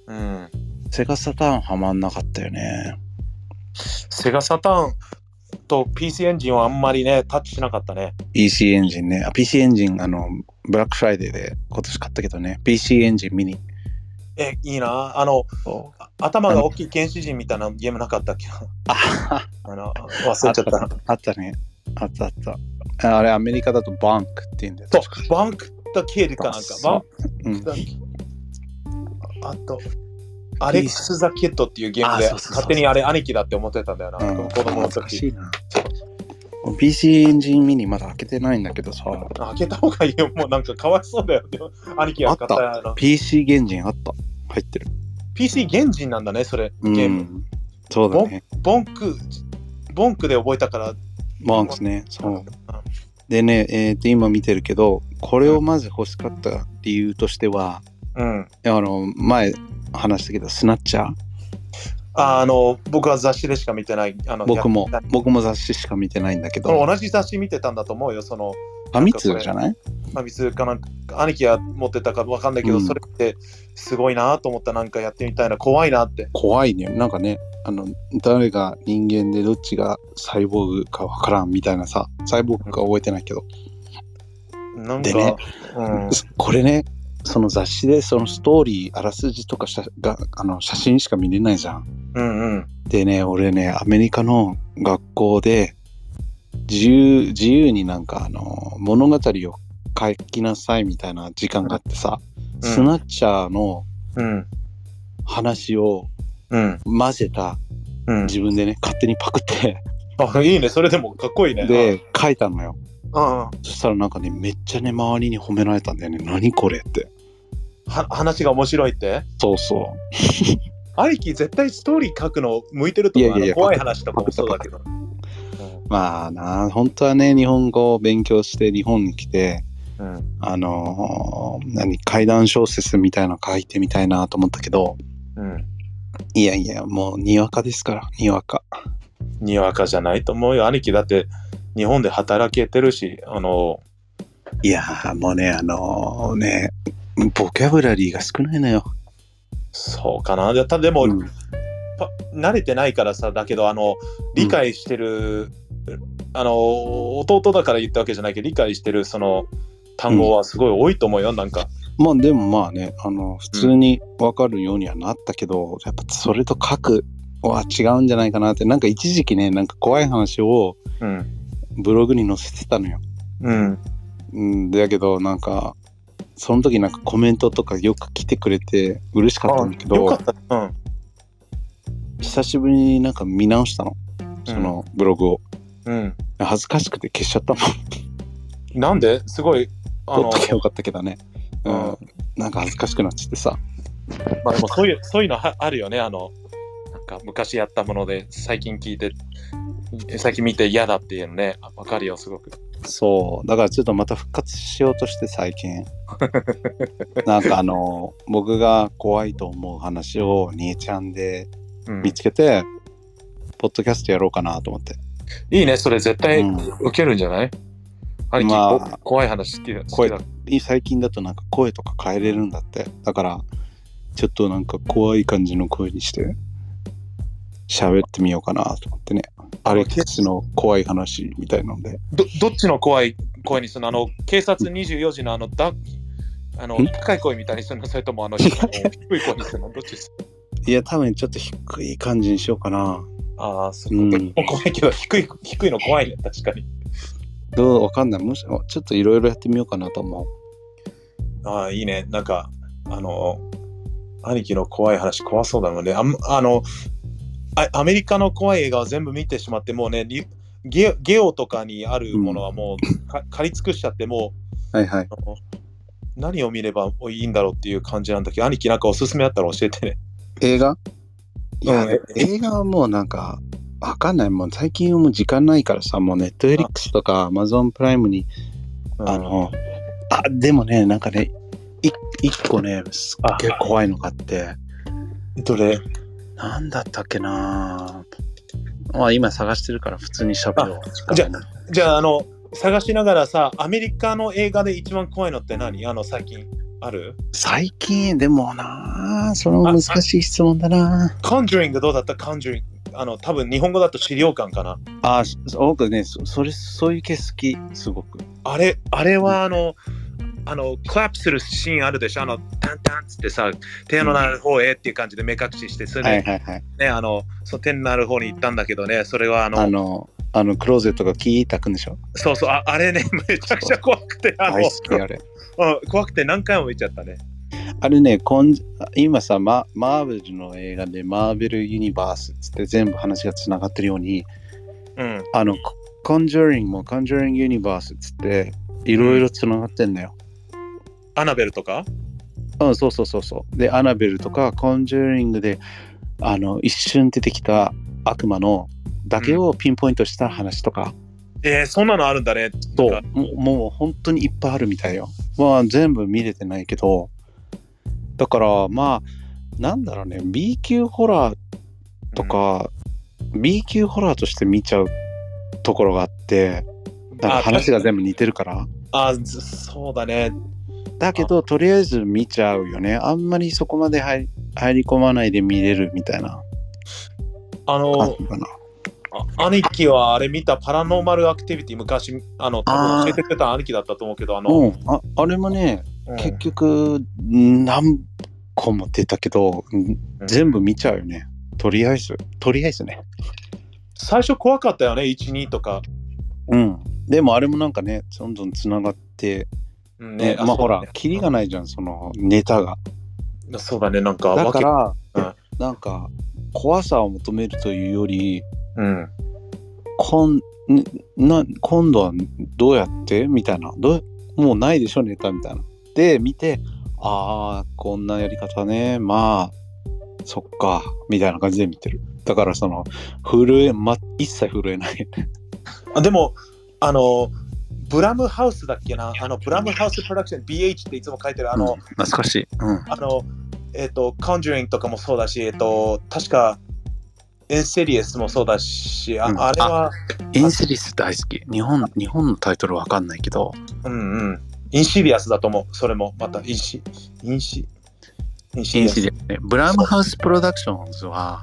うん
セガサターンハマんなかったよね
セガサターンと PC エンジンはあんまりね、タッチしなかったね。
PC エンジンね。あ、PC エンジン、あの、ブラックフライデーで今年買ったけどね。PC エンジンミニ。
え、いいな。あの、あ頭が大きい原始人みたいなゲームなかったっけ
あ
あの、忘れちゃった。
あったね。あったあった。ああれ、アメリカだとバンクって言うんだよ。
そう、バンクとケールかなんか
あ。
バン
う
ク
ん。
とああと、アレックス・ザ・キッドっていうゲーム
あ
で、
そうそうそう
勝手にあれ、兄貴だって思ってたんだよな。
うん、
子供の
懐か
時。
しいな。PC エンジンミニまだ開けてないんだけどさ。
開けた方がいいよ。もうなんかかわいそうだよ。でも兄貴が買ったあの
PC エンジンあった。入ってる。
PC 原人なんだね、それ、ゲーム。
うん。そうだね。
ボンク、ボンクで覚えたから、
バンクね。そう。でね、えっ、と、今見てるけど、これをまず欲しかった理由としては、
うん。
あの、前話したけど、スナッチャー。
ああの僕は雑誌でしか見てない。あの
僕も
やっ
僕も雑誌しか見てないんだけ
その
ど
同じ雑誌見てたんだと思うよ。その、
ファミ通じゃない
まあ、水かなんか、兄貴が持ってたかわかんないけど、
うん
それってすごいなと思った。なんかやってみたいな、怖いなって。
怖いねなんかねあの誰が人間でどっちがサイボーグかわからんみたいなさサイボーグか覚えてないけど、
なんか、
でね
うん、
これねその雑誌でそのストーリーあらすじとか写があの写真しか見れないじゃん
うんうん。
でね俺ねアメリカの学校で自由自由になんかあの物語を書きなさいみたいな時間があってさ、
ん
スナッチャーの
うん
話を
うん
混ぜた
うん、
自分でね勝手にパクって
あいいね、それでもかっこいいね。
で書いたのよ
うん、うん
そしたらなんかねめっちゃね周りに褒められたんだよね何これって
は話が面白いって。
そうそ
兄貴、絶対ストーリー書くの向いてると思う。
いやいやいや
あの怖い話とかもそうだけど。
うまあな本当はね日本語を勉強して日本に来て
うんうん
あのー何怪談小説みたいなの書いてみたいなと思ったけど
うん
いやいやもうにわかですからにわか
にわかじゃないと思うよ兄貴だって日本で働けてるしあの
いやーもうねあのーねボキャブラリーが少ないのよ、
そうかなでたでも、
うん
パ慣れてないからさだけどあの理解してる、あの弟だから言ったわけじゃないけど理解してるその単語はすごい多いと思うよ、なんか
まあでもまあね、あの、普通にわかるようにはなったけど、やっぱそれと書くは違うんじゃないかなって、なんか一時期ね、なんか怖い話を
うん
ブログに載せてたのよ。
うん
うん、だけどなんか、その時なんかコメントとかよく来てくれて嬉しかったんだけ
よ
ど、
かったうん
久しぶりになんか見直したのそのブログを、
うん。
恥ずかしくて消しちゃったもん
なんですごい、あ
撮
の
<laughs> っと、きゃよかったけどねう
うん
んなんか恥ずかしくなっちゃってさ
まあでもそういう、 <laughs> そういうのはあるよね、あの、なんか昔やったもので、最近聞いて、最近見て嫌だっていうのね、わかるよ、すごく。
そうだからちょっとまた復活しようとして最
<laughs>
近なんかあの僕が怖いと思う話を兄ちゃんで
うん、
見
い
つけて、ポッドキャストやろうかなと思って
いね、それ絶対
うん
受けるんじゃない、兄貴、
まあ
こ怖い話好きだ。好
声
きだ
最近だとなんか声とか変えれるんだってだからちょっとなんか怖い感じの声にして喋ってみようかなと思ってねアレックスの怖い話みたいなので
どどっちの怖い声にするのあの警察24時のあのだあの
ん
高い声みたいにするのそれともあの低い声にするのどっちです
いや多分ちょっと低い感じにしようかな
ああ、そううか。
ん
怖いけど低い、低いの怖いね、確かに。
どうわかんないもしちょっといろいろやってみようかなと思う
ああ、いいね。なんか、あの、兄貴の怖い話怖そうだもんね。あんあのあ、アメリカの怖い映画は全部見てしまって、もうね、リゲゲオとかにあるものはもう、か借り尽くしちゃって、も
はいはいう
あの、何を見ればいいんだろうっていう感じなんだけど、兄貴なんかおすすめあったら教えてね。
映画いや、
うん
映画はもうなんかわかんないもう最近はもう時間ないからさもうネットフリックスとかアマゾンプライムにあの、あ、でもね、なんかね、い一個ね、すっげえ怖いのがあって、
どれ
なんだったっけなぁまあ今探してるから普通に喋ろう。
じゃじゃあ、あの、探しながらさ、アメリカの映画で一番怖いのって何あの、最近ある
最近、でもなぁ、その難しい質問だなぁ。
コンジュリングどうだったコンジュリング。あの、多分日本語だと資料館かな。
あ、すごくね、そそれ、そういう景色、すごく。
あれ、あれはあの、あの、クラップするシーンあるでしょあの、タンタンっつってさ、手のなる方へっていう感じで目隠しして、それで、
はいはいはい。
ね、あの、その手のなる方に行ったんだけどね、それはあの、
あの、あの、クローゼットがキーたくんでしょ
そうそう、ああれね、 <laughs> めちゃくちゃ怖くて、あの、
大好きあれ。
うん怖くて何回も見ちゃったね。
あれね、こん今さマ、マーベルの映画でマーベルユニバースっつって全部話がつながってるように、
うん。
あの、ココンジュリングもコンジュリングユニバースっつって、いろいろつながってんだよ。
アナベルとか
うん、そうそうそうそう。で、アナベルとか、コンジュリングで、あの、一瞬出てきた悪魔のだけをピンポイントした話とか、
えー、そんなのあるんだね。
と
なんか
もう、もう本当にいっぱいあるみたいよ。まあ、全部見れてないけど、だから、まあ、なんだろうね、B 級ホラーと、か、B 級ホラーとして見ちゃうところがあって、なんか
あ
話が全部似てるから。
あずそうだね。
だけど、とりあえず見ちゃうよね。あんまりそこまで入り入り込まないで見れるみたいな
あ
感
の、
じかな。
あ兄貴はあれ見たパラノーマルアクティビティ、昔、あの、多
あ
分
ー
教えてくれた兄貴だったと思うけど、あの、
うん。ああれもね、
うん
結局、何個も出たけど、
うん
全部見ちゃうよね。とりあえず、とりあえずね。
最初怖かったよね、1、2とか。
うん。でもあれもなんかね、どんどん繋がって、
うん
ね、
そ
まあ
うだ
ほら
ね、
キリがないじゃん、そのネタが。
うんそうだね、なんか、
だか
わ
ら、
うん
なんか怖さを求めるというより
けうん、
こんんな今度はどうやってみたいなどうもうないでしょネタみたいな。で見てああこんなやり方ねまあそっかみたいな感じで見てる。だからその震え、ま、一切震えない。
あでも、あの、ブラムハウスだっけな、あの、ブラムハウスプロダクション、BH っていつも書いてる、あの、
うん懐かしい。うん、
あの、えっ、と、カンジュリングとかもそうだし、えっ、と、確か、エンセリエスもそうだし、あ,、
うん
あれは、
インセリス大好き。日本日本のタイトルわかんないけど
うんうん、インシリアスだと思う、それも、また、インシ、インシ、インシリアス。
リス、ね、ブラムハウスプロダクションズは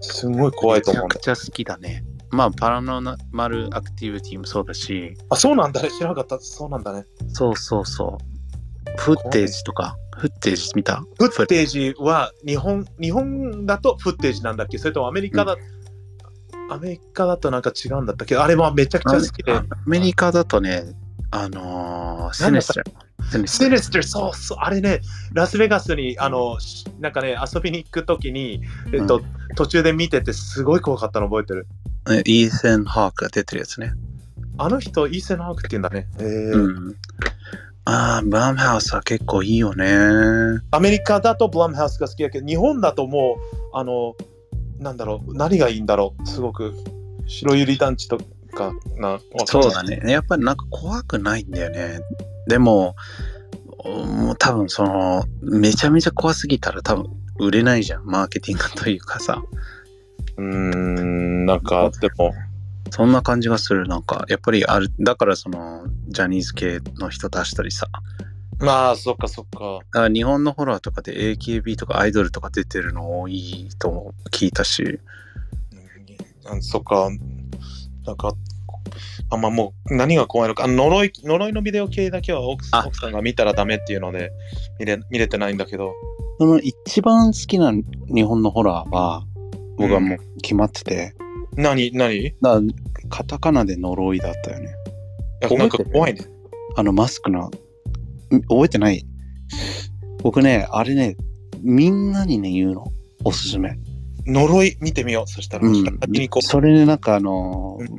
すごい怖いと思うん
めち
だ
ゃく。ちゃ好きだね。まあ、パラノマルアクティビティもそうだし、
あ、そうなんだね、知らなかった、そうなんだね。
そうそうそう。フッテージとか、フッテージ見た
フッテージは日本日本だとフッテージなんだっけそれともアメリカだ、アメリカだとなんか違うんだったっけあれはめちゃくちゃ好きで
あアメリカだとね、あのー、セネスチャー。
シニスター、そうそう、あれね、ラスベガスに、あの、しなんかね、遊びに行くときに、えっと、
う
途中で見てて、すごい怖かったの覚えてる。
えイーセン・ハークが出てるやつね。
あの人、イーセン・ハークって言うんだね。え
うん。ああ、バームハウスは結構いいよね。
アメリカだとブラムハウスが好きだけど、日本だともう、あの、なんだろう、何がいいんだろう、すごく。白百合団地とかな、わかん
そ
ないう
だ。ね。やっぱりなんか怖くないんだよね。でも、もう多分その、めちゃめちゃ怖すぎたら多分売れないじゃん。マーケティングというかさ。
うーん、なんか、でも、
そんな感じがする。なんか、やっぱりある、だからその、ジャニーズ系の人出したりさ。
まあ、そっかそっか。
だから日本のホラーとかで AKB とかアイドルとか出てるの多いと聞いたし。
うんうんそっか、なんか、あんまもう何が怖いのか、あ呪い呪いのビデオ系だけは奥
あ
奥さんが見たらダメっていうので見れ見れてないんだけど、
その一番好きな日本のホラーは、僕はもう決まってて、
何、何
だからカタカナで呪いだったよね。
あなんか怖いね。
あのマスクの、ん覚えてない僕ね、あれね、みんなにね、言うの。おすすめ。
呪い見てみよう、そしたら。
うん
先にこ。う
それね、なんかあのー、
う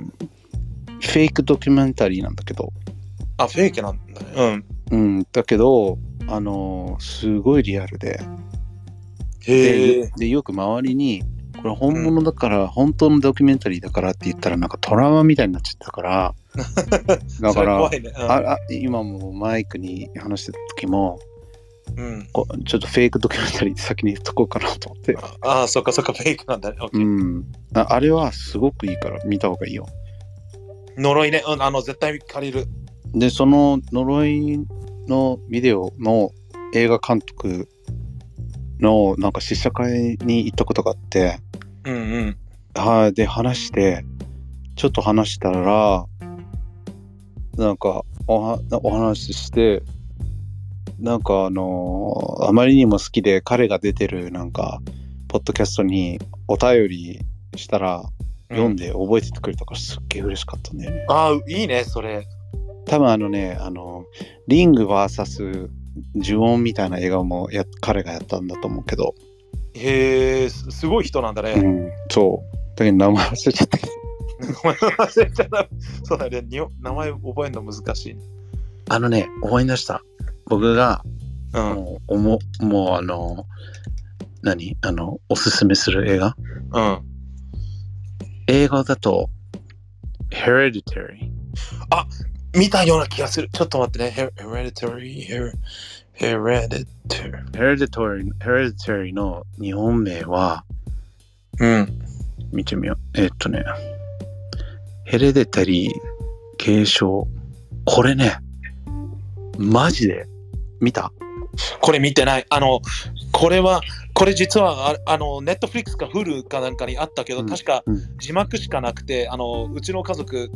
フェイクドキュメンタリーなんだけど、
あ、フェイクなんだね。うん。
うん、だけど、あのー、すごいリアルで、
へえ
で。でよく周りにこれ本物だから、本当のドキュメンタリーだからって言ったらなんかトラウマみたいになっちゃったから
<laughs>
だ
そ
か
れ
ら
怖いね。うん
ああ今もマイクに話してた時も
うん。
こちょっとフェイクドキュメンタリーって先に言っとこうかなと思って、
ああ、そっかそっか、フェイクなんだね。オッケ
う
ー
ん、ああれはすごくいいから見た方がいいよ
呪いね。うん、あの、絶対借りる。
でその呪いのビデオの映画監督のなんか試写会に行ったことがあって、
うんうん。
はい、で話してちょっと話したらなんかおはお話ししてなんかあのーあまりにも好きで彼が出てるなんかポッドキャストにお便りしたら読ん
で。
で覚えててくれたからすっげえ嬉しかったんだよね。
ああ、いいね、それ。
多分あのねあのリング VS 呪音みたいな映画もや彼がやったんだと思うけど、
へえ、すすごい人なんだね。
うん、そうだけど名前忘れちゃったけど
<laughs> ごめん忘れちゃった。そうだね。にお名前覚えるの難しい。
あのね思い出した僕が
うん。
もう、おも、もうあの、何あの、おすすめする映画
うん。
映画だと、Hereditary。
見たような気がする。ちょっと待ってね。ヘヘレディタリー、ヘレヘレディタリー。
Hereditary, Hereditary の日本名は、
うん。
見てみよう。えっとね、Hereditary 継承。これね、マジで、見た
これ見てない。あの、これは、これ実は、ああの、ネットフリックスかフルかなんかにあったけど、
うん
確か
うん
字幕しかなくて、あの、うちの家族、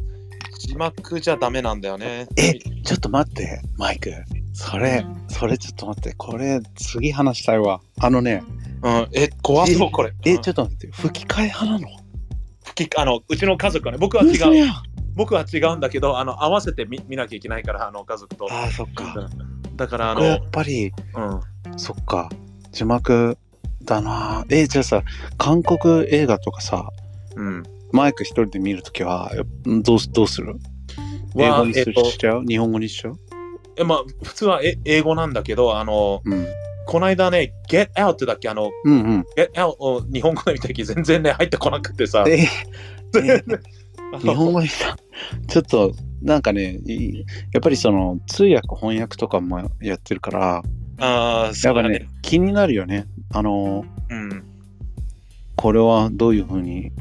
字幕じゃダメなんだよね。
え、ちょっと待って、マイク。それ、それちょっと待って、これ、次話したいわ。あのね、
うん。え、怖そう、これ。
え、
うん
ちょっと待って、吹き替え派なの
吹きあの、うちの家族はね、僕は違
嘘
う。
やん
僕は違うんだけど、あの、合わせて見見なきゃいけないから、あの、家族と。
ああ、そっか。
だから、あ
これや
の
っ、ぱり
うん、
そっか字幕だなえじゃあさ韓国映画とかさ
うん。
マイク一人で見るときはんどうすどうする英語にす
え
る
っと
しちゃう日本語にしちゃう
えまあ、普通はえ英語なんだけど、あの、
うん
この間ね、Get Out だっけ、あの、
うんうん
Get Out を日本語で見た時全然ね、入ってこなくてさ。
え
<laughs>
え
あの
日本語にしたちょっとなんかねいやっぱりその通訳翻訳とかもやってるから
ああ、
や
そ
っ
うだ
ぱ
ね
ね。気になるよねあの
うん。
これはどういうふうに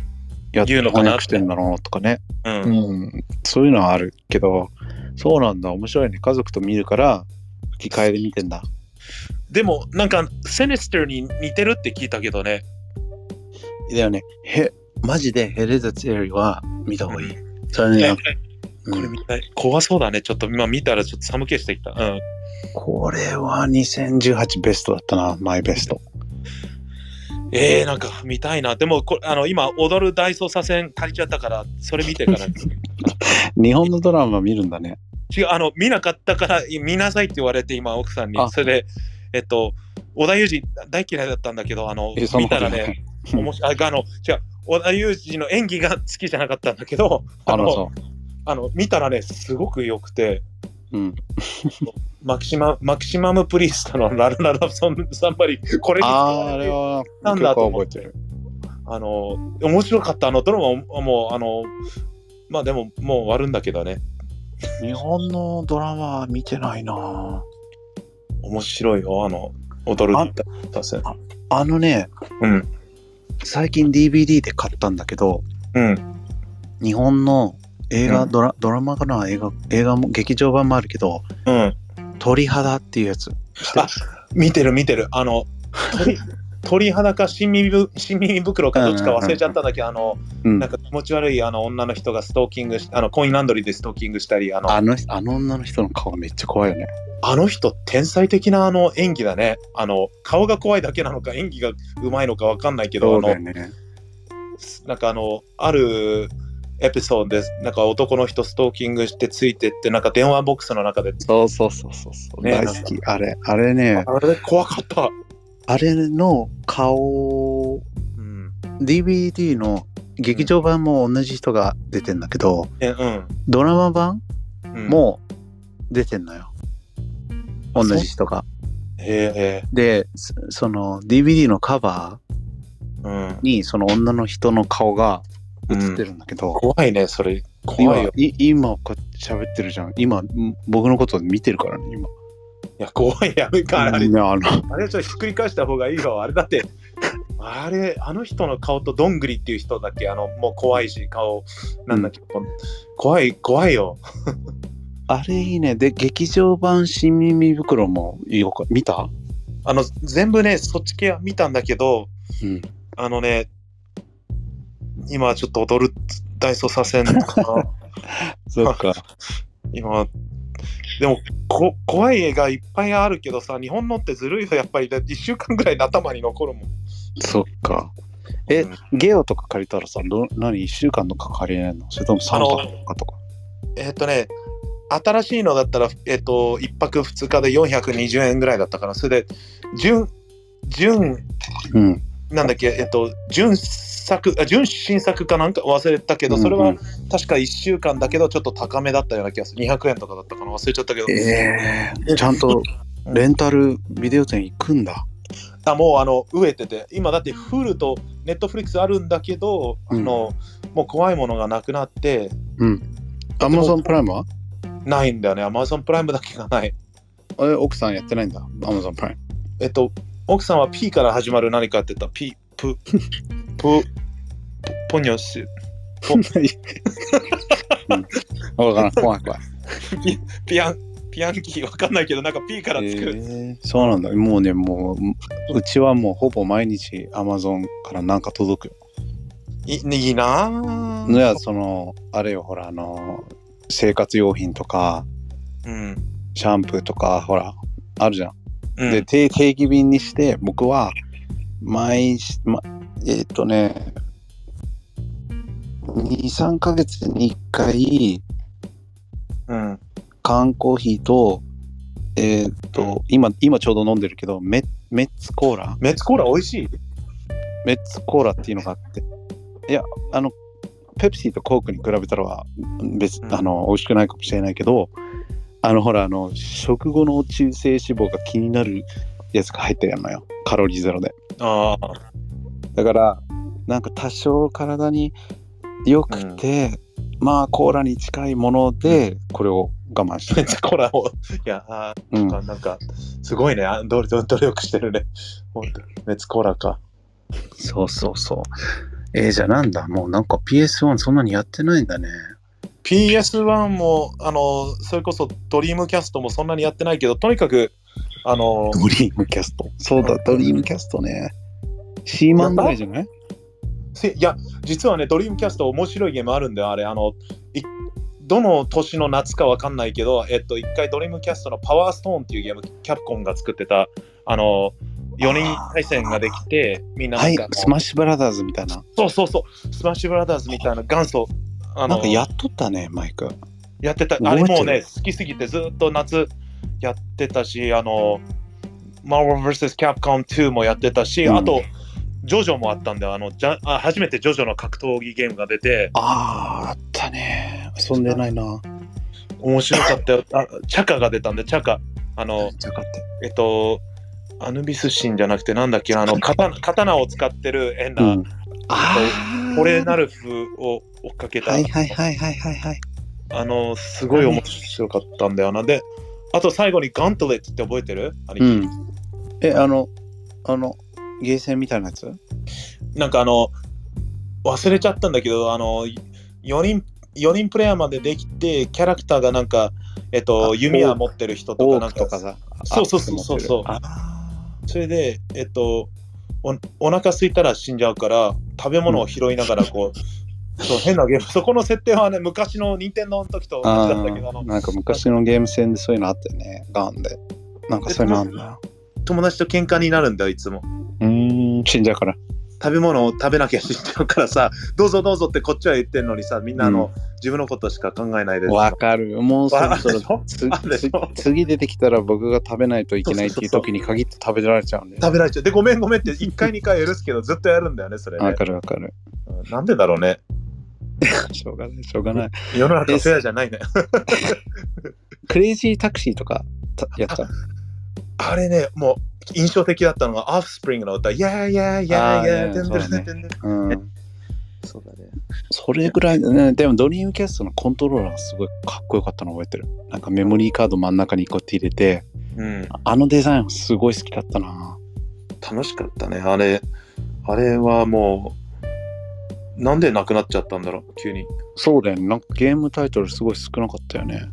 やって
言うのかな
翻訳してんだろうとかね
うん。
うん、そういうのはあるけど、そうなんだ、面白いね。家族と見るから、吹き替えで見てんだ。
でも、なんか、セネスターに似てるって聞いたけどね。
だよね、へ、マジでヘレザツエリは見た方がいい。それ
いや
ね
こ、
う
れ
ん
見たい。怖そうだね。ちょっと今見たらちょっと寒気してきた。うん。
これは2018ベストだったな、マイベスト。
えー、なんか見たいな。でもこ、あの、今、踊
<laughs>
る大捜査線借りちゃったから、それ見てから。
日本のドラマ見るんだね。
違う、あの、見なかったから見なさいって言われて、今、奥さんに
あ。
それで、えっと、織田裕二、大嫌いだったんだけど、あの、
えそんな
見
こ
た
とな
ら
い
ね、面白い。ああの、違う、織田裕二の演技が好きじゃなかったんだけど、
あ
あ
ら
の、
そ
あの見たらね、すごく良くて、
う。うん。
マキシママキシマム・プリーストの <laughs> ララララソン、サンバリ、これに使
あーあ
われ
れ
て
は
なん
曲
だ
は
と思
覚
っ
え
て
てる。
あの、面白かった、あの、ドラマ、もう、あの、まあでも、もう終わるんだけどね、
日本のドラマは見てないな
面白いよ、あの、踊る
あ
歌手
あのね、
うん、
最近 DVD で買ったんだけど、
うん、
日本の映画、
うん
ドラドラマかな映画映画も劇場版もあるけど
うん。
鳥肌っていうやつ
あ、見てる見てる。あの、
<laughs>
鳥鳥肌か新耳ぶ新耳袋かどっちか忘れちゃったんだけど、あの、
うん
なんか気持ち悪いあの女の人がストーキングし、あの、コインランドリーでストーキングしたり、あの、
あ
あ
の人あの女の人の顔めっちゃ怖いよね
の人、天才的なあの演技だね。あの、顔が怖いだけなのか、演技がうまいのかわかんないけど、
そ
あ
うだよ
の、
ね
なんかあの、ある、エピソードでなんか男の人ストーキングしてついてってなんか電話ボックスの中で
そうそうそうそうそう、
ね
大好きあれあれね
あれ怖かった、
あれの顔
うん、
DVD の劇場版も同じ人が出てんだけど、
えうん
ドラマ版
うん
も出てんのよ、
あ
同じ人が
へえ
でそその DVD のカバ
うん
ーにその女の人の顔が映ってるんだけど、
怖いねそれ怖
今
いよ
い今こう喋ってるじゃん今ん僕のこと見てるからね今
いや怖いやめかあれ
ねあの <laughs>
あれちょっとひっくり返した方がいいよあれだってあれあの人の顔とどんぐりっていう人だっけあのもう怖いし顔なんだっけ、怖い怖いよ
あれいいねで劇場版「新耳袋」もよく見
<laughs>
た
あの全部ねそっち系は見たんだけど
うん
あのね今ちょっと踊る大捜査線か
<laughs>
な
そっか
今でもこ怖い映画いっぱいあるけどさ日本のってずるいよやっぱりだって1週間ぐらい頭に残るもん
そっかえ
うん
ゲオとか借りたらさど何1週間とか借りれないのそれとも3泊とか
えっ、とね、新しいのだったら、えっ、と、1泊2日で420円ぐらいだったかな。それで、純、純、
うん
なんだっけ、えっ、と、純作、あ純新作かなんか忘れたけど、それ
うんう
は
ん
確か1週間だけど、ちょっと高めだったような気がする。200円とかだったかな。忘れちゃったけど。
えー、ちゃんとレンタルビデオ店行くんだ
あもう、あの、飢えてて、今だって、フルとネットフリックスあるんだけど、あの、もう怖いものがなくなって、
アマゾンプライムは
ないんだよね。アマゾンプライムだけがない。
え奥さんやってないんだアマゾンプライム
えっと、奥さんは P から始まる何かって言ったら P、プ、プ、ポニョス、
分からん怖い怖い
ピアン、ピアンキーわかんないけど、なんか P からつく。
えーそうなんだもうねもううちはもうほぼ毎日アマゾンからなんか届くよ
いいいなぁ。
いやそのあれよほらあの生活用品とか
うん。
シャンプーとかほらあるじゃん、
うん、
で定定期便にして僕は毎日、ま、えーっとね23ヶ月に1回
うん。
缶コーヒーとえーっと今今ちょうど飲んでるけどメッメッツコーラ
メッツコーラ美味しい
メッツコーラっていうのがあっていやあのペプシーとコークに比べたらは別
うん
あの美味しくないかもしれないけどあのほらあの食後の中性脂肪が気になるやつが入ってるのよカロリーゼロで
あ
<laughs>
あ。
だからなんか多少体に良くて、まあコーラに近いものでこれを我慢して
メッ
る、
ツコーラを、いや、あ
うん、
ーなんか、すごいね。あ努力努力してるね。ほんとメッツコーラか。
<laughs> そうそうそうえー、じゃあなんだもうなんか PS1 そんなにやってないんだね
PS1 も、あの、それこそドリームキャストもそんなにやってないけど、とにかく、あの、
ドリームキャスト。そうだ、ドリームキャストね。シーマンぐらいじゃない
せいや実はねドリームキャスト面白いゲームあるんだよあれあのいどの年の夏かわかんないけどえっと一回ドリームキャストのパワーストーンっていうゲームキャプコンが作ってたあの4人対戦ができてみんな
は
なん
い
か、、
スマッシュブラザーズみたいな。
そうそうそうスマッシュブラザーズみたいな元祖あ
な
の
んかやっとったね、マイク。
やってた、
覚
あ
えてる
れもうね、好きすぎてずっと夏やってたし、あの、Marvel vs. Capcom 2もやってたし、
うん
あと、ジョジョもあったんで、あのじゃあ初めてジョジョの格闘技ゲームが出て、
あーあったね遊んでないな
面白かったよ。あチャカが出たんで、チャカ。あの、
じゃあ買って
えっと、アヌビス神じゃなくて、なんだっけな、あの、刀刀を使ってる変な、
うんああ
これなる風を追っかけた、
はいはいはいはいはいはい
あの、すごい面白かったんだよな。で、あと最後にガントレットって覚えてる兄貴
うんえあのあのゲーセンみたいなやつ
なんかあの、忘れちゃったんだけど、あの、4人、四人プレイヤーまでできて、キャラクターがなんか、えっと、
あ
弓矢持ってる人と
オ
か、な
ー
ん
クと
か
か、さ
そうそうそうそうそう
ああ
それで、えっと、おお腹空いたら死んじゃうから、食べ物を拾いながら、こう、そう変なゲーム、そ <laughs> この設定はね、昔の任天堂の時と同じだったけど、あ
あ
の
ーなんか昔のゲーム戦でそういうのあったよねガンでなんかそういうのあんだ
友達と喧嘩になるんだよ、いつも。
うーん死んじゃうから
食べ物を食べなきゃ死んじゃうからさ、どうぞどうぞってこっちは言ってんのにさ、みんなあの、自分のことしか考えないで。
わかるもうそろそろ
わ
つ
あるでしょ
つ次出てきたら僕が食べないといけないっていう時に限って食べられちゃうんで
<laughs> 食べられちゃう。で、ごめんごめんって1回2回許すけど、ずっとやるんだよね、それね、
わかるわかる
うんなんでだろうね。
しょうがないしょうがない
世の中フェアじゃないね。
クレイジータクシーとかたやった
あれね、もう印象的だったのが、オフスプリングの歌、いやいやいやいや、
あーね
てんてんてんてん
うん
そうだね。
それぐらいだねでもドリームキャストのコントローラーがすごいかっこよかったの覚えてるなんかメモリーカード真ん中にこうやって入れて
うん、
あのデザインすごい好きだったな
楽しかったね、あれ。あれはもう、なんでなくなっちゃったんだろう、急に。
そうだよねなんかゲームタイトルすごい少なかったよね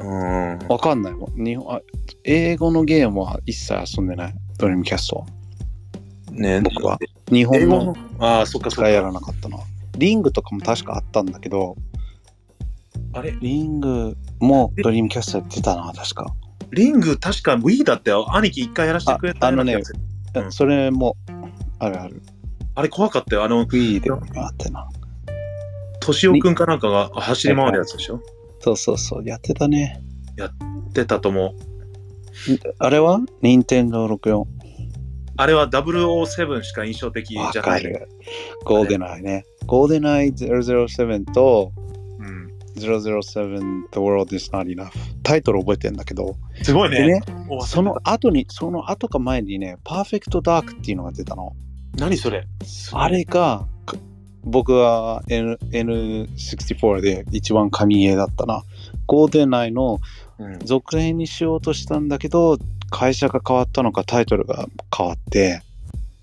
うん。
わかんないもん日本あ英語のゲームは一切遊んでないドリームキャストは
ね、
僕は日
英
本
語
の
の。ああ、そっか
し
そっ
かやら
か。
なかったなリングとかも確かあったんだけど
あれ、
リングもドリームキャストやってたな確か
リング、確か Wii だったよ。兄貴一回やらせてくれたような
ああのね
やつうん
それもあるある
あれ怖かったよ。あの、
Wii であってな
敏夫くんかなんかが走り回るやつでしょ
そうそうそうやってたね
出たと思う。
あれは任天堂64
あれは007しか印象的じ
わ
ゃ
か
ない。
るゴーデナイねゴーデナイ007と
うん、
007 The World is Not Enough タイトル覚えてんだけど
すごい
で
ね。
ね
お
その後にその後か前にね Perfect Dark っていうのが出たの
何それ
あれがか僕は N N64 で一番神ゲーだったなゴーデンナイの
うん
続編にしようとしたんだけど会社が変わったのかタイトルが変わって、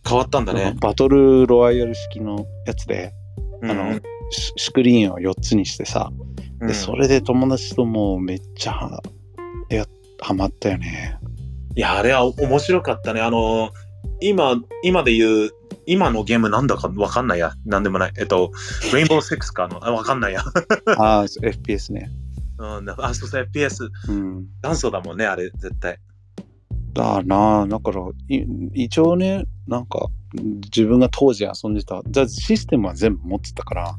変わったんだね。
バトルロワイヤル式のやつで、
うん
あのシスクリーンを4つにしてさ、
うん
でそれで友達ともうめっちゃはやハマったよ
<laughs>
ね
いや、あれは面白かったね。あの、今、今で言う、今のゲームなんだかわかんないや。なんでもない。えっと、レインボーセックスかの、あわかんないや。
ああ FPS ね
うん、あ、そうそう、FPS、
うん
元祖だもんね、あれ、絶対。
だなあだからい一応ねなんか自分が当時遊んでただシステムは全部持ってたから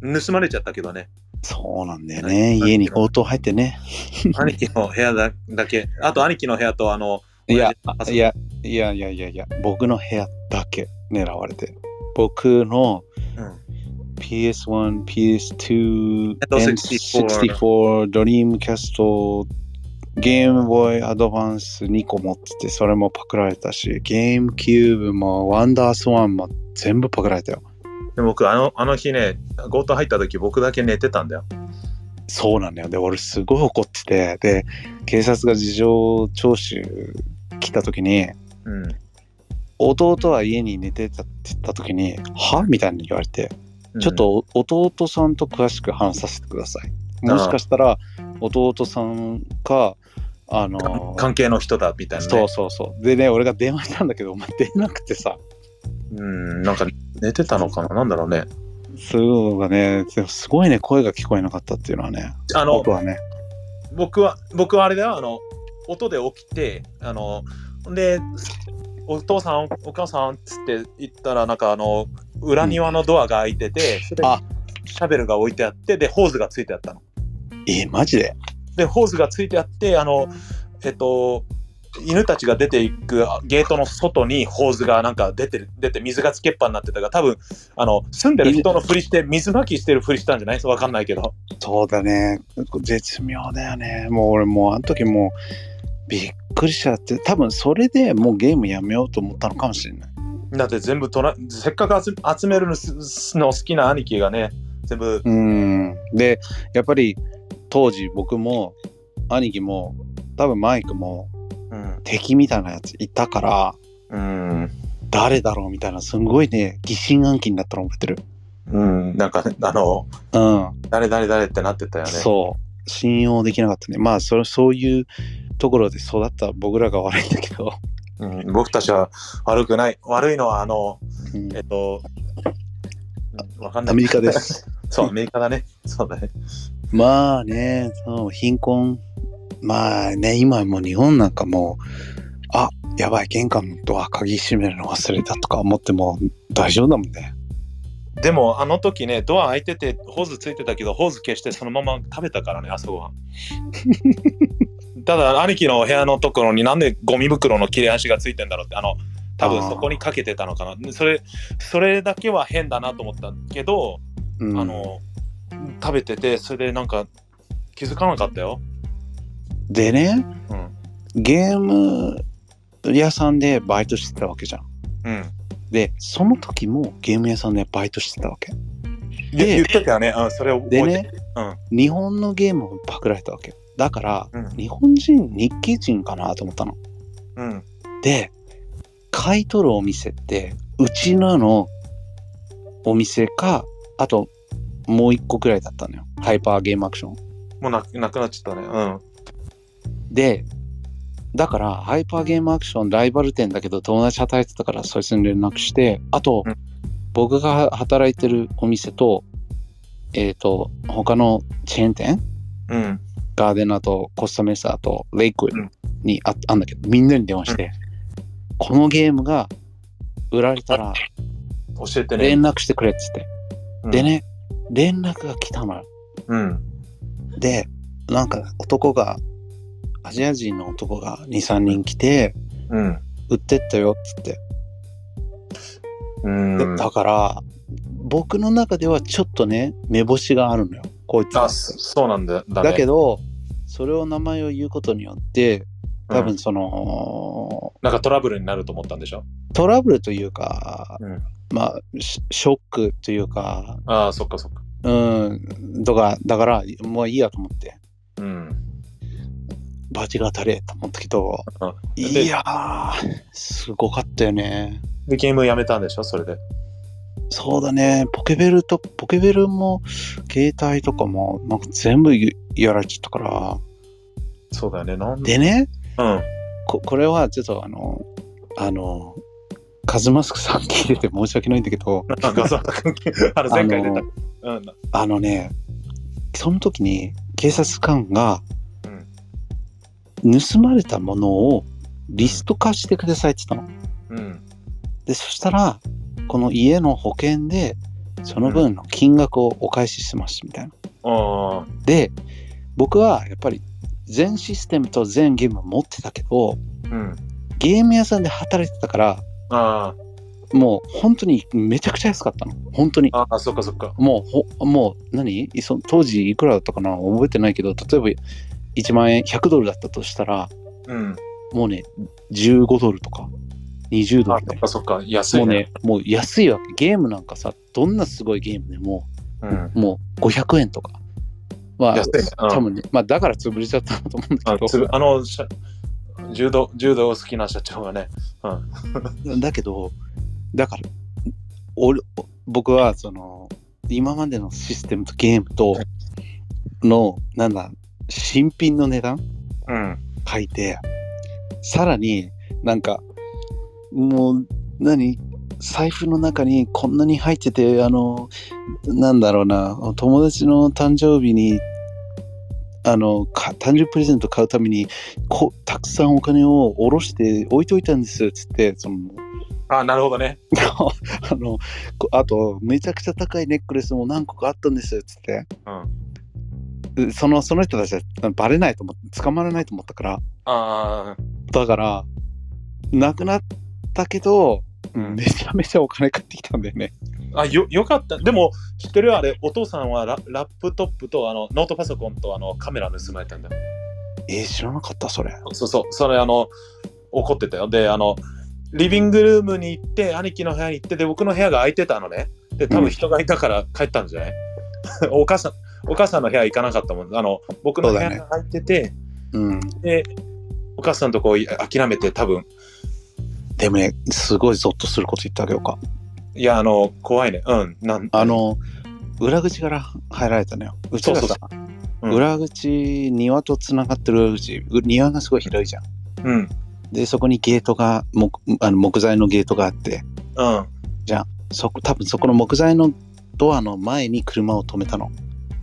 盗まれちゃったけ
<laughs>
どね。
そうなんだよ
は
ね
い
家に強盗入ってね
兄貴の部屋だだけ。あと、兄貴の部屋と、あの、
いや
あそう
いやいやいやいやいや僕の部屋だけ狙われて僕の
うん、
PS1、PS2、
N64
N64、ドリームキャスト、ゲームボーイアドバンス2個持ってて、それもパクられたし、ゲームキューブもワンダースワンも全部パクられたよ。
で僕あの、あの日ね、強盗入った時、僕だけ寝てたんだよ。
そうなんだよ。で、俺すごい怒ってて、で、警察が事情聴取来た時に、
うん。
弟は家に寝てたって言った時に、はみたいに言われて、ちょっとお弟さんと詳しく話させてください。
ああ
もしかしたら弟さんか、あの
うん、か関係の人だ、みたいな、ね。
そうそうそう。でね、俺が電話したんだけど、お前出なくてさ、
うん、なんか寝てたのかななんだろうね。
そういうのがね、でもすごいね、声が聞こえなかったっていうのはね、
あの
僕、はね、
僕は、僕はあれだよ、あの、音で起きて、あの、で、お父さん、お母さんっつって言ったら、なんかあの、裏庭のドアが開いてて、それで
あ
シャベルが置いてあって、で、ホーズがついてあったの。
えマジで
でホースがついてあってあの、えっと、犬たちが出ていくゲートの外にホースがなんか出てる出て水がつけっぱになってたが多分あの住んでる人のふりして水まきしてるふりしたんじゃないそうわかんないけど
そうだね絶妙だよねもう俺もうあの時もうびっくりしちゃって多分それでもうゲームやめようと思ったのかもしれない
だって全部とらせっかく集集めるのすの好きな兄貴がね全部
うんでやっぱり当時僕も兄貴も多分マイクも
うん、
敵みたいなやついたから
うん
誰だろうみたいなすんごいね疑心暗鬼になったの覚えてる
うん、なんかあの
うん
誰誰誰ってなってたよね
そう信用できなかったねまあそれそういうところで育った僕らが悪いんだけど、
うん、僕たちは悪くない悪いのはあの
うん
えっとうんわかんない
アメリカです
<laughs> そうアメリカだねそうだね
まあねそう貧困まあね今もう日本なんかもうあやばい玄関のドア鍵閉めるの忘れたとか思っても大丈夫だもんね
でもあの時ねドア開いててホーズついてたけどホーズ消してそのまま食べたからね朝ご
<laughs>
はんただ兄貴の部屋のところになんでゴミ袋の切れ端がついてんだろうってあの多分そこにかけてたのかなそれそれだけは変だなと思ったけど、
うん
あの食べててそれでなんか気づかなかったよ、
でね
うん
ゲーム屋さんでバイトしてたわけじゃん
うん、
でその時もゲーム屋さんでバイトしてたわけ
で
で
言ってたよね、うん、それを覚え
で
て
ね、
う
日本のゲームをパクられたわけだから、
うん
日本人日系人かなと思ったの
うん
で買い取るお店ってうちののお店かあともう一個くらいだったのよハイパーゲームアクション
もうななくなっちゃったねうん
でだからハイパーゲームアクションライバル店だけど友達働いてたからそいつに連絡してあと、
うん
僕が働いてるお店とえっ、と他のチェーン店
うん
ガーデナーとコスタメサーとレイク
うん
にああんだけどみんなに電話して、このゲームが売られたら
教えてね
連絡してくれっつって、
うん
でね連絡が来たのよ
うん
でなんか男がアジア人の男が23人来て
うん
売ってったよっつって、
うん
でだから僕の中ではちょっとね目星があるのよこいつ
あそそうなんだだ,、ね、
だけどそれを名前を言うことによって多
うん
分その、
なんかトラブルになると思ったんでしょ
トラブルというか、
うん
まあシショックというか
ああそっかそっか
うんとかだからもういいやと思って
うん
バチが当たれと思ったけど
うんで
いやーすごかったよね
でゲームやめたんでしょそれで
そうだねポケベルとポケベルも携帯とかもなんか全部ゆやられちゃったから
そうだよねなん
でね
うん
ここれはちょっとあのあのカズマスクさん聞いてて申し訳ないんだけど
なんかそうあの前回出た、うん
あのね、その時に警察官が、盗まれたものをリスト化してくださいって言ったの。
うん
で、そしたら、この家の保険で、その分の金額をお返ししますみたいな。
あ
で、僕はやっぱり全システムと全ゲーム持ってたけど、
ーうん
ゲーム屋さんで働いてたから、
あ
もう本当にめちゃくちゃ安かったの。本当に。
あああそっかそっか
もうほ、もう何、その当時いくらだったかな覚えてないけど、例えば1万円、100ドルだったとしたら、
うん
もうね、15ドルとか、20ド
あ
ル
そ
で
っ、かそっか安
も
いうね
ね、もう安いわけ。ゲームなんかさ、どんなすごいゲームでも、
うん
もう500円とか。まあ
安い、ねうん
多分ね、まあだから潰れちゃったと思うんだ
あ
け
つあのしゃ柔道柔道好きな社長がね
ど、だけど、だから、俺、僕はその、今までのシステムとゲームと、の、なんだ、新品の値段
うん
書いてさらになんかもう何財布の中にこんなに入っててあのなんだろうな友達の誕生日にあのか誕生日プレゼント買うためにこたくさんお金を下ろして置いといたんですっつってその
あなるほどね
あのこあとめちゃくちゃ高いネックレスも何個かあったんですっつって、
うん
うそのその人たちはバレないと思って捕まらないと思ったから
ああ、
だから亡くなったけど
うん
めちゃめちゃお金買ってきたんだよね
あよよかったでも知ってるあれお父さんはララップトップとあのノートパソコンとあのカメラ盗まれたんだよ
えー、知らなかったそれ
そうそうそれあの怒ってたよであのリビングルームに行って兄貴の部屋に行ってで僕の部屋が空いてたのねで多分人がいたから帰ったんじゃない、 <laughs> お母さんお母さんの部屋行かなかったもんあの僕の部屋が空いてて、
うん
でお母さんとこうい諦めて多分
でもねすごいゾッとすること言ってあげようか
いやあの怖いねうんなん
あの裏口から入られたのようちら
そうそ
さ
ううん
裏口庭とつながってる裏口う庭がすごい広いじゃん
うん
でそこにゲートが木あの木材のゲートがあって
うん
そこ多分そこの木材のドアの前に車を止めたの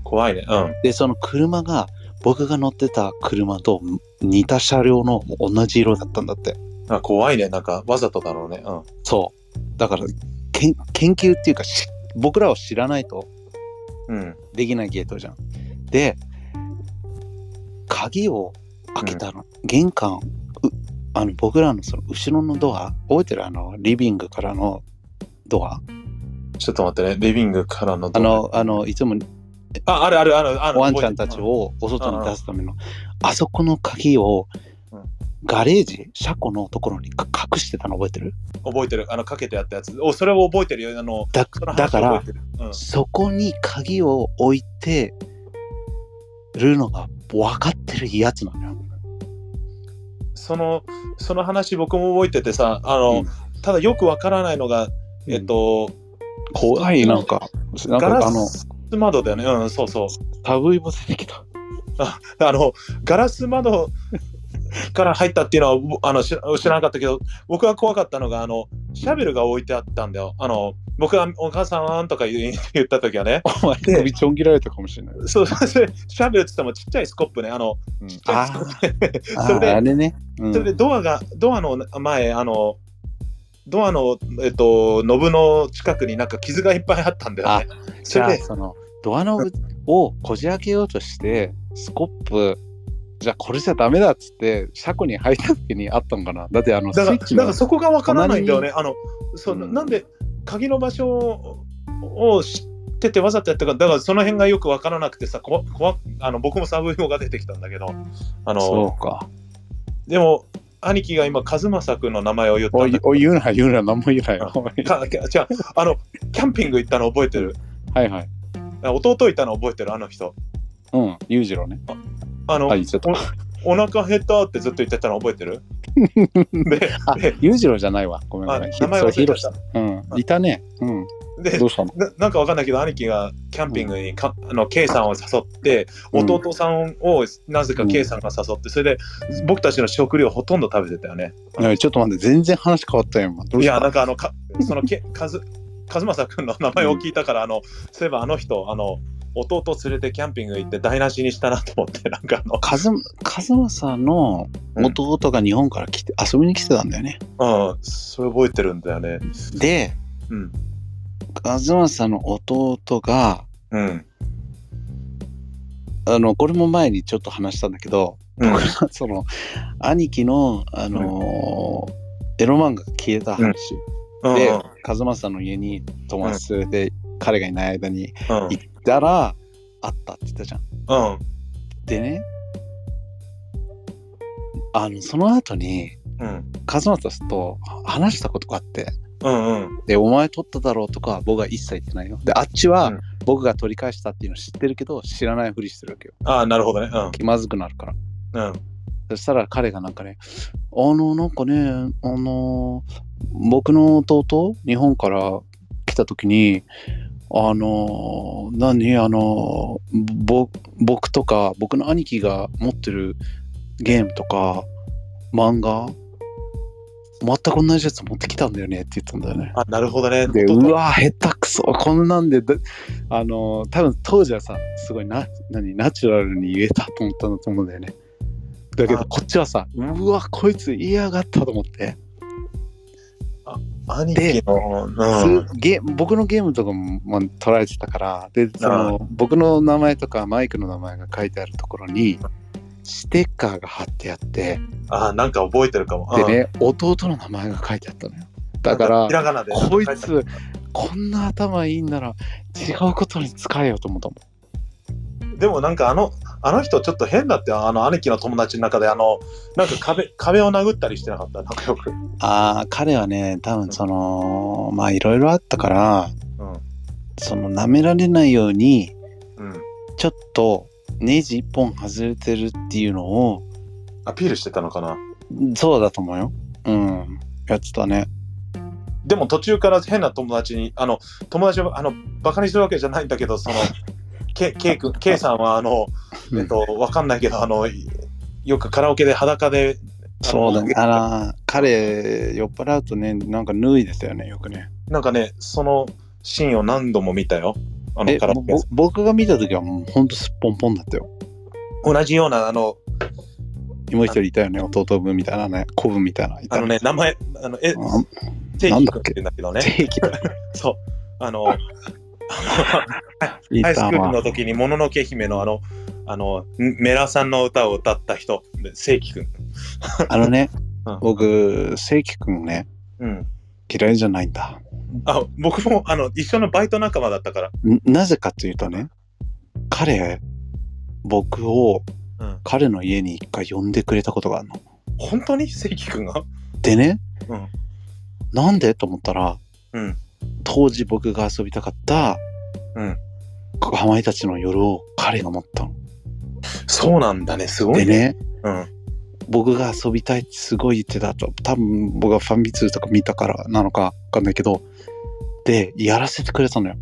怖いねうん
でその車が僕が乗ってた車と似た車両の同じ色だったんだって
あ怖いねなんかわざとだろうねうん
そうだからけん研究っていうかし僕らは知らないと
うん
できないゲートじゃんで鍵を開けたの、玄関うあの僕らのその後ろのドア覚えてるあのリビングからのドア
ちょっと待ってねリビングからの
あ
ドア
のあのいつも
ああるあるあるある
ワンちゃんたちをお外に出すためのあそこの鍵を
うん
ガレージ車庫のところにか隠してたの覚えてる
覚えてるあのかけてあったやつおそれを覚えてるよあの
だ
その話
だか
覚
ら
えてるうん
そこに鍵を置いてるのが分かってるやつなのよ。
そのその話僕も覚えててさあの、
うん
ただよくわからないのがえっと、
怖いなんかなん
ガ
か
ラ
あの
ス窓だよねうんそうそう
タブイも出てきた。
あのガラス窓から入ったっていうのはぼあの知知らなかったけど僕が怖かったのがあのシャベルが置いてあったんだよあの僕が「お母さん」とか言う言った時はね
お前首ちょん切られたかもしれない。
そうそれシャベルっつってもちっちゃいスコップねあのちっちゃいスコップね
あ
<laughs> それで
ーあれね。うん
それでドアがドアの前あのドアのえっとノブの近くになんか傷がいっぱいあったんだよね
じ
それ
ゃあ
で
そのドアノブをこじ開けようとしてスコップじゃあこれじゃダメだっつって車庫に入った時にあったんかなだってあのスイ
だから
ッチ
だか
の
らそこがわからないんだよね。あのそう
うん
なんで鍵の場所をを知っててわざとやったかだからその辺がよくわからなくてさここあの僕もサブイボが出てきたんだけどあ
そ
の
うか
でも兄貴が今和正君の名前を言った
お
んだけ
い
ど
おい言うな言うな何も言うなよ
か違うあのキャンピング行ったの覚えてる
<laughs> はいはい
弟いたの覚えてるあの人
うん裕次郎ね
あの、
あ言っちゃった
お腹減ったってずっと言ってたの覚え
<laughs>
てるで
あ
で
裕次郎じゃないわごめんご
あ
めん
名前忘れちゃった
それヒロシうんいたねうん
で
どうしたの
ななんかわかんないけど兄貴がキャンピングにか、あの K さんを誘って
うん
弟さんをなぜか
うん
K さんが誘ってそれで僕たちの食料ほとんど食べてたよね。
いやちょっと待って全然話変わったよ今どう
い
した
やなんかあのかそのけかず和正君の名前を聞いたから、あのそういえばあの人あの弟連れてキャンピング行って台無しにしたなと思ってなんか
カズカズマさんの弟が日本から来て遊びに来てたんだよね
あのうんそれ覚えてるんだよね。
で
うん
カズマさんの弟が
うん
あのこれも前にちょっと話したんだけど、
うん
僕は <laughs> その兄貴の、あのーエロ漫画が消えた話、
うん
で和正さんの家に友達連れて、彼がいない間に
うん
行ったらあったって言ったじゃん。
うん
でねあのその後に
うん
和正と話したことがあって
うんうん
でお前取っただろうとかは僕は一切言ってないよ。であっち
う
は
ん
僕が取り返したっていうの知ってるけど知らないふりしてるわけよ。
ああなるほどね
気まずくなるから。
うんうん
そしたら彼がなんかね、あの、なんかね、あの、僕の弟、日本から来た時に、あの、何、あの、ぼ僕とか、僕の兄貴が持ってるゲームとか、漫画、全く同じやつ持ってきたんだよねって言ったんだよね。
あなるほどね。
で、
弟
うわ、下手くそ、こんなんで、だあの、多分当時はさ、すごいな、何、ナチュラルに言えたと思ったんだと思うんだよね。だけど、
あ
こっちはさ、うわ、こいつ嫌がったと思って。
兄貴の、うん
すゲ僕のゲームとかもまあ取られてたからでその僕の名前とかマイクの名前が書いてあるところにステッカーが貼ってあって
あなんか覚えてるかも。
で
うん、
ね弟の名前が書いてあったのよだから
ひらがなで
こいつこんな頭いいんなら違うことに使えよと思ったもん
でもなんかあの、あの人ちょっと変だって、あの兄貴の友達の中で、あの、なんか壁、壁を殴ったりしてなかった、仲良く。
ああ彼はね多分そのまあいろいろあったから
うん。
その舐められないように
うん。
ちょっとネジ一本外れてるっていうのを
アピールしてたのかな。
そうだと思うようんやってたね
でも途中から変な友達に、あの、友達を、あの、バカにするわけじゃないんだけど、そ
<laughs>
の、ケイ君、ケイさんは、あの、えっと、わかんないけど、あの、よくカラオケで裸で、あ
そ
の
うだね。あら、彼、酔っ払うとね、なんか脱いでたよね、よくね。
なんかね、そのシーンを何度も見たよ。あの
え
カラオケ
ぼ僕が見た時はもうほんとすっぽんぽんだったよ。
同じような、あの、
もう一人いたよね、弟分みたいなね、子分みたいな。い
あ
た
のね、名前、あの、え、
あ
正
なん
義
だっ
君っ
け
て言うんだけど
あ
ね。
正義だ。
<laughs> そう。あの、あの
い
ハイス
た
クール
わ
の。時に、もののけ姫のあの、あの、メラさんの歌を歌った人、正規君。
あのね
うん、
僕、正義くんね、
うん。
嫌いじゃないんだ。
あ、僕も、あの、一緒のバイト仲間だったから。
んなぜかというとね、彼、僕を
うん。
彼の家に一回呼んでくれたことがあるの。
本当に正規君が
でね、
うん
なんでと思ったら、
うん
当時僕が遊びたかった、
うん
かまいたちの夜を彼が持ったの。
そうなんだね、すご
で
いね。
ね、
うん。
僕が遊びたいってすごい言ってたと、多分僕がファンビツーとか見たからなのかわかんないけど、で、やらせてくれた
<laughs>
のよ。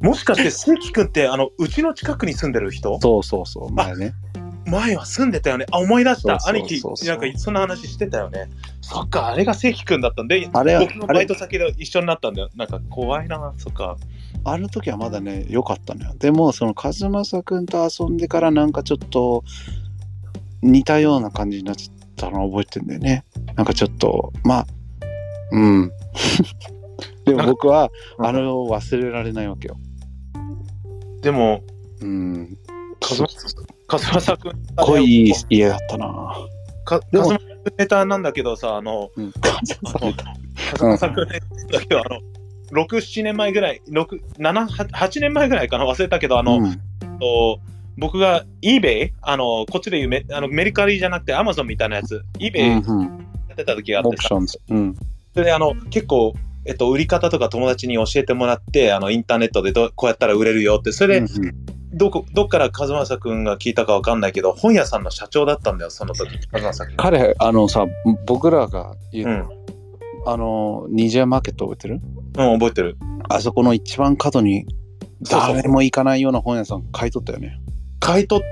もしかして正規君って、あの、うちの近くに住んでる人
そうそうそう、前ね。
前は住んでたよね。あ、思い出した。
そうそう
兄貴
そう、そう
なんかそんな話してたよね。そっか、あれが正規君だったんで、
あれ
僕の
あ
バイ
れ
ト、先で一緒になったんだよ。なんか怖いな、そっか。
あの時はまだね、良かったのよ。でも、その、和正くんと遊んでからなんかちょっと、似たような感じになっちゃったのを覚えてんだよね。なんかちょっと、まあ、うん。 <laughs> でも僕は、
なんか
あれを忘れられないわけよ。
でも、
うん。
カズマカズマサ君、
濃い家だったな。
か
でも
カズマ君ネタなんだけどさ、あの、
うん。
あのカズマサ君ネタだけど、あの、6、7年前ぐらい、6、7、8年前ぐらいかな、忘れたけど、あの、
うん
と僕が eBay、あの、こっちで言うメあのメリカリじゃなくて Amazon みたいなやつ、
う
eBay
ん
や
うん。
ってた時があっ
オ
て
プ
さ
シ、ョンズ。うん。
それであの結構、えっと、売り方とか友達に教えてもらってあのインターネットでどうこうやったら売れるよってそれ
うん
でどこ、どっから和正君が聞いたかわかんないけど本屋さんの社長だったんだよその時和正君
彼、あのさ、僕らが言う、
うん、
あの、ニジアマーケット覚えてる
うん、覚えてる
あそこの一番角に
そうそう
誰も行かないような本屋さん買い取ったよね。
買い取っ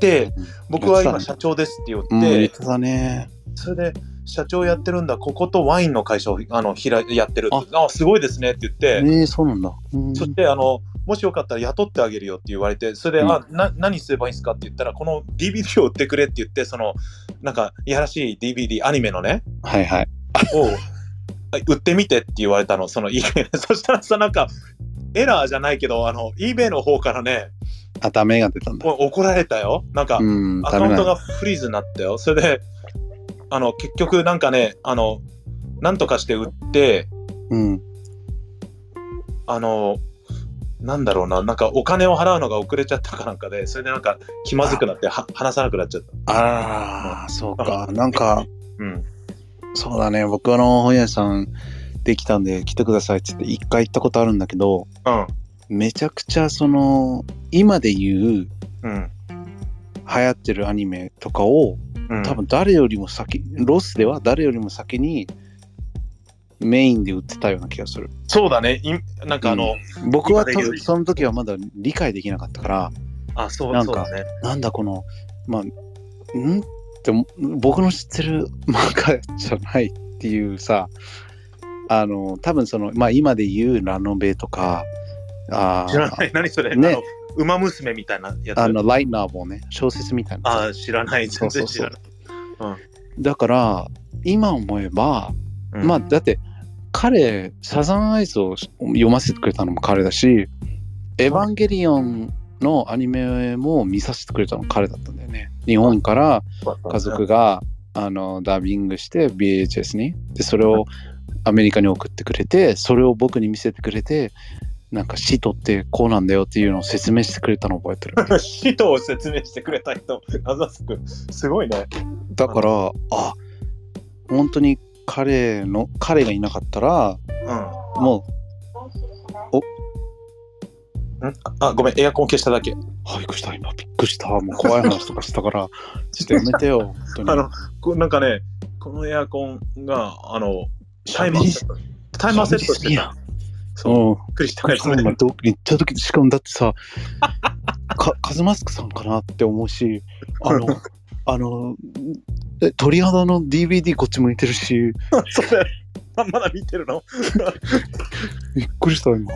て僕は今社長ですって言って、
うん、言ってたね。
それで社長やってるんだこことワインの会社をあのひらやってるってあすごいですねって言って、
ねえ、そうなんだ。うん
そしてあのもしよかったら雇ってあげるよって言われてそれで、
うん
あな何すればいいんですかって言ったらこの DVD を売ってくれって言ってそのなんかいやらしい DVD アニメ
<laughs>
のね
はいはい。
をあ売ってみてって言われたのその eBay <laughs> そしたらさなんかエラーじゃないけどあの eBay の方からね
あ、ダメが出たんだ。
お怒られたよなんか、
うん、
ア
ダ
カ
メ
ウ
な
ント
んだ。
がフリーズになったよそれであの結局なんかねあのなんとかして売って
うん。
あの、なんだろうな、なんかお金を払うのが遅れちゃったかなんかで、それでなんか気まずくなっては話さなくなっちゃった。
ああ、そうか。なんか、
うん。
そうだね。僕あの本屋さんできたんで来てくださいって言って一回行ったことあるんだけど、
うん。
めちゃくちゃその、今で言う
うん。
流行ってるアニメとかを
うん、
多分誰よりも先、ロスでは誰よりも先にメインで売ってたような気がする。
そうだね。いなんかあの、
僕はと
今で言う
その時はまだ理解できなかったから
あ、そう
なん
そ
か
うだね。
なんだこのまあんって僕の知ってる漫画じゃないっていうさあの多分そのまあ今で言うラノベとかあー
知らない。 <laughs> 何それ、
ね
あの、馬娘みたいなやつ。
あのライトナーボね小説みたいな
あ知らない。全然知らない。
だから今思えば、
うん
まあだって彼サザンアイズを読ませてくれたのも彼だし「エヴァンゲリオン」のアニメも見させてくれたのも彼だったんだよね日本から家
<laughs>
族があのダビングして VHS にでそれをアメリカに送ってくれてそれを僕に見せてくれてなんか死とってこうなんだよっていうのを説明してくれたのを覚えてる
<laughs> 使徒を説明してくれた人、アザスくすごいね。
だからあ本当に彼の彼がいなかったら
うん。
も
あ、ごめん、エアコン消しただけ。
う「あびっくりした今びっくりしたもう怖い話とかしたからちょっとやめてよ」本当
あ
に
の、こなんかね、このエアコンが、あの、タイマーセット。タイマーセットしてた。そう、
うん
びっくりした。
今
<laughs>
どこ行った時しかもだってさかカズマスクさんかなって思うしあのあのえ鳥肌の DVD こっち向いてるし
それ、ままだ見てるの
びっくりした今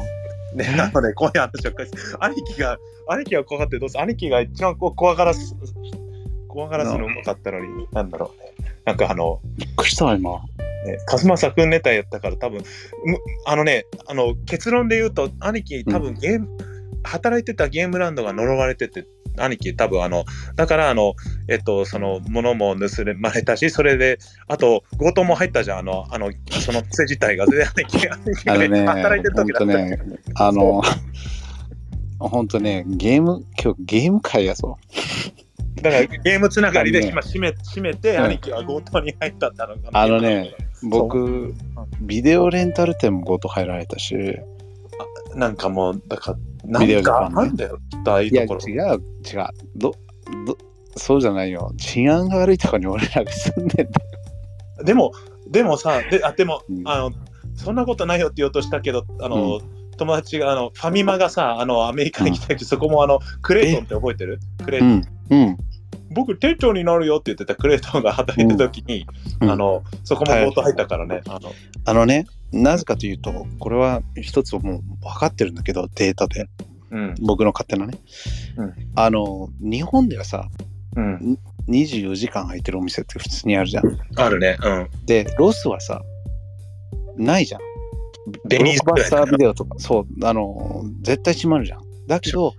ね、なので、怖い話を返す。兄貴が、兄貴が怖がってどうす兄貴が一番こう怖がらす、怖がらすのうまかったのに、なんだろうね。なんかあの、
びっくりした今
ね、カスマサ君ネタやったから多分むあのねあの結論で言うと兄貴多分ゲーム、働いてたゲームランドが呪われてて兄貴多分あのだからあのえっとその物も盗まれたしそれであと強盗も入ったじゃんあのあのその癖自体がで兄貴兄貴
あ
が
のね
働いてる時だ
ほ
った
んとねあの本当ねゲーム今日ゲーム会やぞ
だからゲームつながりで
あのね
今閉め閉めて
うん
兄貴は強盗に入ったったのが
あのね僕ビデオレンタル店もごと入られたしい
なんかもうだからな
ビデオ
ん
時間
か
ね
あるんだよ大
や違
ところ
う違うどどそうじゃないよ治安が悪いとこに俺らが住んでんだ
でも、でもさ、であでも、
うん
あの、そんなことないよって言おうとしたけど、あの、
う
友達があのファミマがさ、あのアメリカに来た時、そこもあのクレイトンって覚えてるクレイトン、
んうん
僕、店長になるよって言ってたクレイトンが働いてた時に、
うん
あのそこもボート入ったからね、あの
あのね、なぜかというと、これは一つもう分かってるんだけど、データで、
うん、
僕の勝手なね。
うん
あの、日本ではさ、
うん、
24時間空いてるお店って普通にあるじゃん。
あるね、うん。
で、ロスはさ、ないじゃん。
デニーズ
ブロックバスタービデオとか、そう、あの、絶対閉まるじゃん。だけど、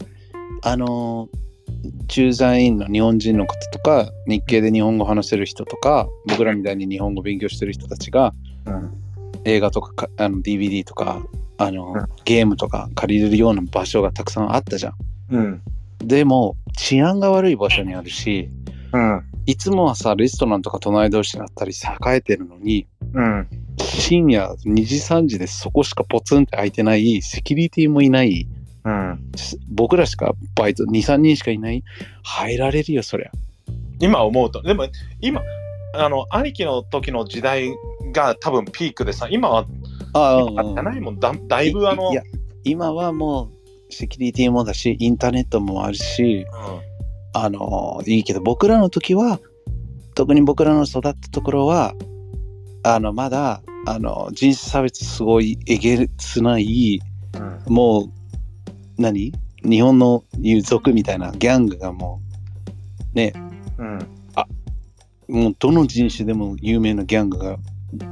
あの、駐在員の日本人の方とか、日系で日本語話せる人とか、僕らみたいに日本語勉強してる人たちが、
うん
映画とかかあの DVD とかあの、
うん
ゲームとか借りれるような場所がたくさんあったじゃん。
うん
でも治安が悪い場所にあるし
うん
いつもはさレストランとか隣同士だったり栄えてるのに
うん
深夜2時3時でそこしかポツンって空いてないセキュリティもいない
うん
し僕らしかバイト23人しかいない入られるよそりゃ。
今思うと、でも今、あの兄貴の時の時代が多分ピークでさ、今は
ああ
今じゃないもん、だだいぶあの
い、や今はもうセキュリティもだしインターネットもあるし
うん
あのいいけど僕らの時は特に僕らの育ったところはあのまだあの人種差別すごいえげつない
うん
もう何日本の友族みたいなギャングがも
うん
うもうどの人種でも有名なギャングが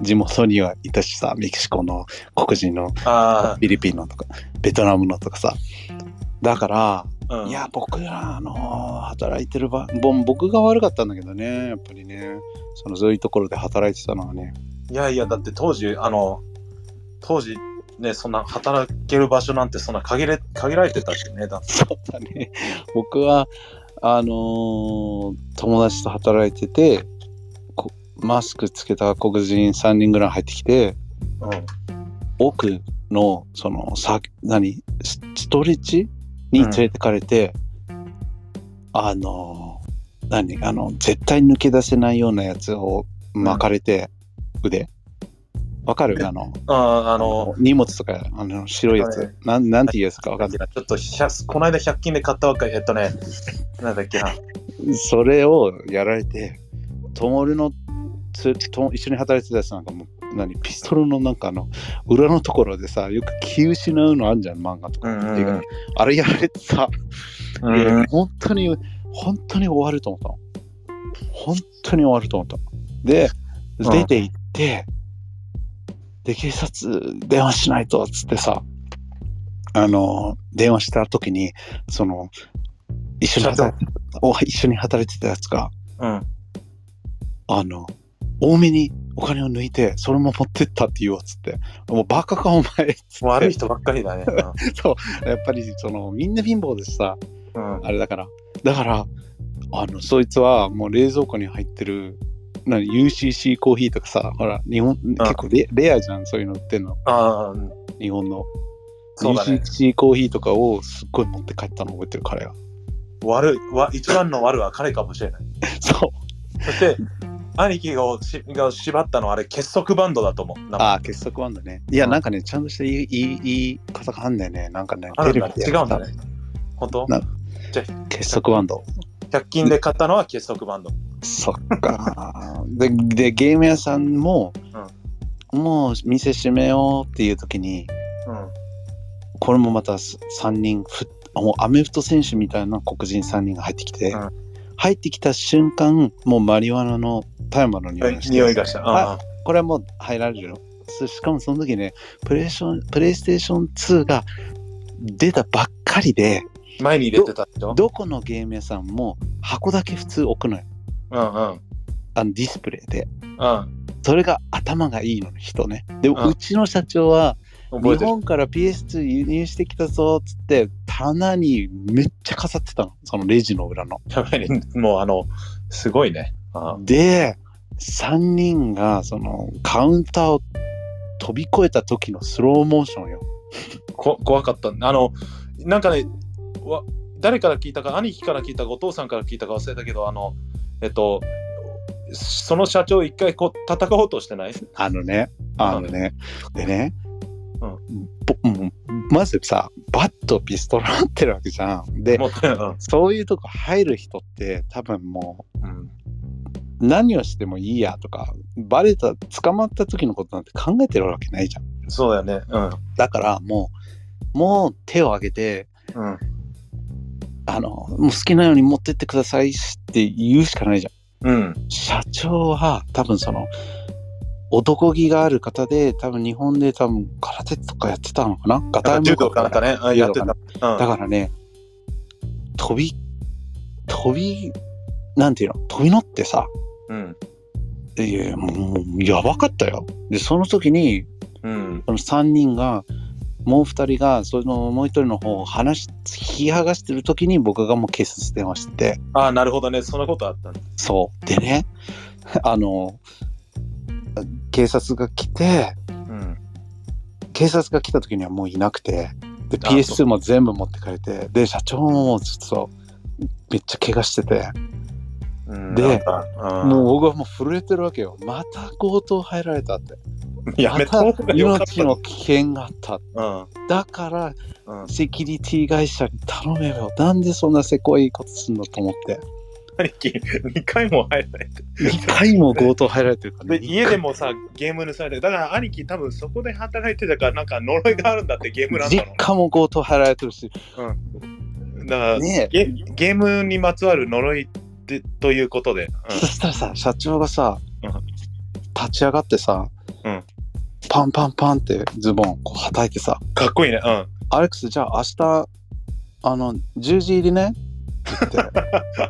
地元にはいたしさメキシコの黒人の
あ
フィリピンのとかベトナムのとかさだから
あ、うん
いや、僕ら、あの働いてる場、ぼん僕が悪かったんだけどね、やっぱりね、そのそういうところで働いてたのはね、
いやいや、だって当時、あの、当時、ね、そんな働ける場所なんてそんな限れ限られてたしね、だって
そうだね、僕は、あのー友達と働いてて、こマスクつけた黒人3人ぐらい入ってきて、奥の、その、さ、何、スストレッチに連れてかれて、あのー何、あの、絶対抜け出せないようなやつを巻かれて、腕。わか
え
るあの、
うん。ああ
あ
の、
荷物とか、あの、白いや
は
つ。なん、なんていうやつかわかん
い
な
やちょっと100、この間100均で買ったわけ、えっとね、なんだっけな。
い。それをやられて、トモルの、つと一緒に働いてたやつなんかもう、何、ピストルのなんかあの、裏のところでさ、よく気失うのあんじゃん、漫画とか。
うんうん
映画ねあれやられてさ、
うん
いや本当に、本当に終わると思ったの。本当に終わると思った。で、
うん
出て行って、で、警察電話しないと、つってさ、あの、電話した時に、その、一緒に働いてお一緒に働いてたやつが、
うん。
あの、多めにお金を抜いて、それも持ってったって言おうっつって、もうバカかお前っ <laughs> つって、
悪い人ばっかりだね。
やっぱりその、みんな貧乏でさ、
うん。うん
あれだから。だから、あの、そいつはもう冷蔵庫に入ってる、な UCC コーヒーとかさ、ほら、日本、結構レレアじゃん、そういうの売ってんの。
ああ、うん
日本の。
そうだね。
UCC コーヒーとかをすっごい持って帰ったの覚えてる彼が。
悪い、わ一番の悪は彼かもしれない。
<laughs> そう。
そ <laughs> して、兄貴がしが縛ったのはあれ、結束バンドだと思う。なんか
ああ、結束バンドね。いや、
うん
なんかね、ちゃんとしたいい、いい、いい方があんだよね。なんかね、
あるんだね
で
違
や
う
っ
ん
た
だね。本当
な結束バンド。
?100 均で買ったのは結束バンド。
そっ
<laughs>
か。で、で、ゲーム屋さんも、もう店閉めようっていう時に、
うん。
これもまた3人ふもうアメフト選手みたいな黒人3人が入ってきて、
うん
入ってきた瞬間もうマリワナの大麻の匂いがして
匂いがした。ああ
これはもう入られるよそしかもその時ねプレイションプレイステーション2が出たばっかりで
前に入れてたでしょ
どこのゲーム屋さんも箱だけ普通置くのよ
うんうん。
あのディスプレイで
うん。
それが頭がいいの人ねでも、
うん
うちの社長は
覚え
日
てる。
本から PS2 輸入してきたぞっつって棚にめっちゃ飾ってたのそのレジの裏の。
やばいね。もうあの、すごいね。あ
で3人がそのカウンターを飛び越えた時のスローモーションよ。
こ怖かった。あの、なんかね、わ誰から聞いたか、兄貴から聞いたか、お父さんから聞いたか忘れたけど、あの、えっと、その社長一回こう戦おうとしてない
あのねあのね。でね、
う
ぼもうまずさバットピストル持ってるわけじゃん。で
もう、うん
そういうとこ入る人って多分もう
うん
何をしてもいいやとかバレた捕まった時のことなんて考えてるわけないじゃん。
そうだよね。うん。
だからもうもう手を挙げて
うん。
あの、もう好きなように持ってってくださいって言うしかないじゃ
うん。
ん。社長は多分その、男気がある方で、多分日本で多分空手とかやってたのかなガ
なんか柔道
か
かなんかね、うんやってた。
柔
うん
だからね、飛び、飛び、なんていうの飛び乗ってさ、
うん。
いやいやもう、もうやばかったよ。で、その時に、
うん。
その3人が、もう2人が、そのもう1人の方を話し、引き剥がしてる時に僕がもう警察電話してて、
ああ、なるほどね。そんなことあったね。
そう。でね、 <laughs> あの、警察が来て、
うん。
警察が来た時にはもういなくて、で、
あそう
PS2 も全部持ってかれて、で、社長ももうちょっと、めっちゃ怪我してて、
うん
で
なんかうん
もう僕はもう震えてるわけよ。また強盗入られたって。
やめた方
ま
が
た
よかっ
命
た。
の危険があった。
うん。
だから、
うん
セキュリティ会社に頼めよ。なんでそんなせこいことすんのと思って。
兄貴、2回も入らないって。
2回も強盗入られてるから
で、
ね。
家でもさ、ゲーム盗まれて、だから兄貴、多分そこで働いてたから、なんか呪いがあるんだって、ゲームなんだ
実
ろ
家も強盗入られてるし、
う。だから、
ね
ゲゲームにまつわる呪いでということで。
そしたらさ社長がさ、
うん
立ち上がってさ、
うん
パンパンパンってズボンこうはたいてさ
うんかっこいいね。うん。
「アレックスじゃあ明日あの10時入りね」って言って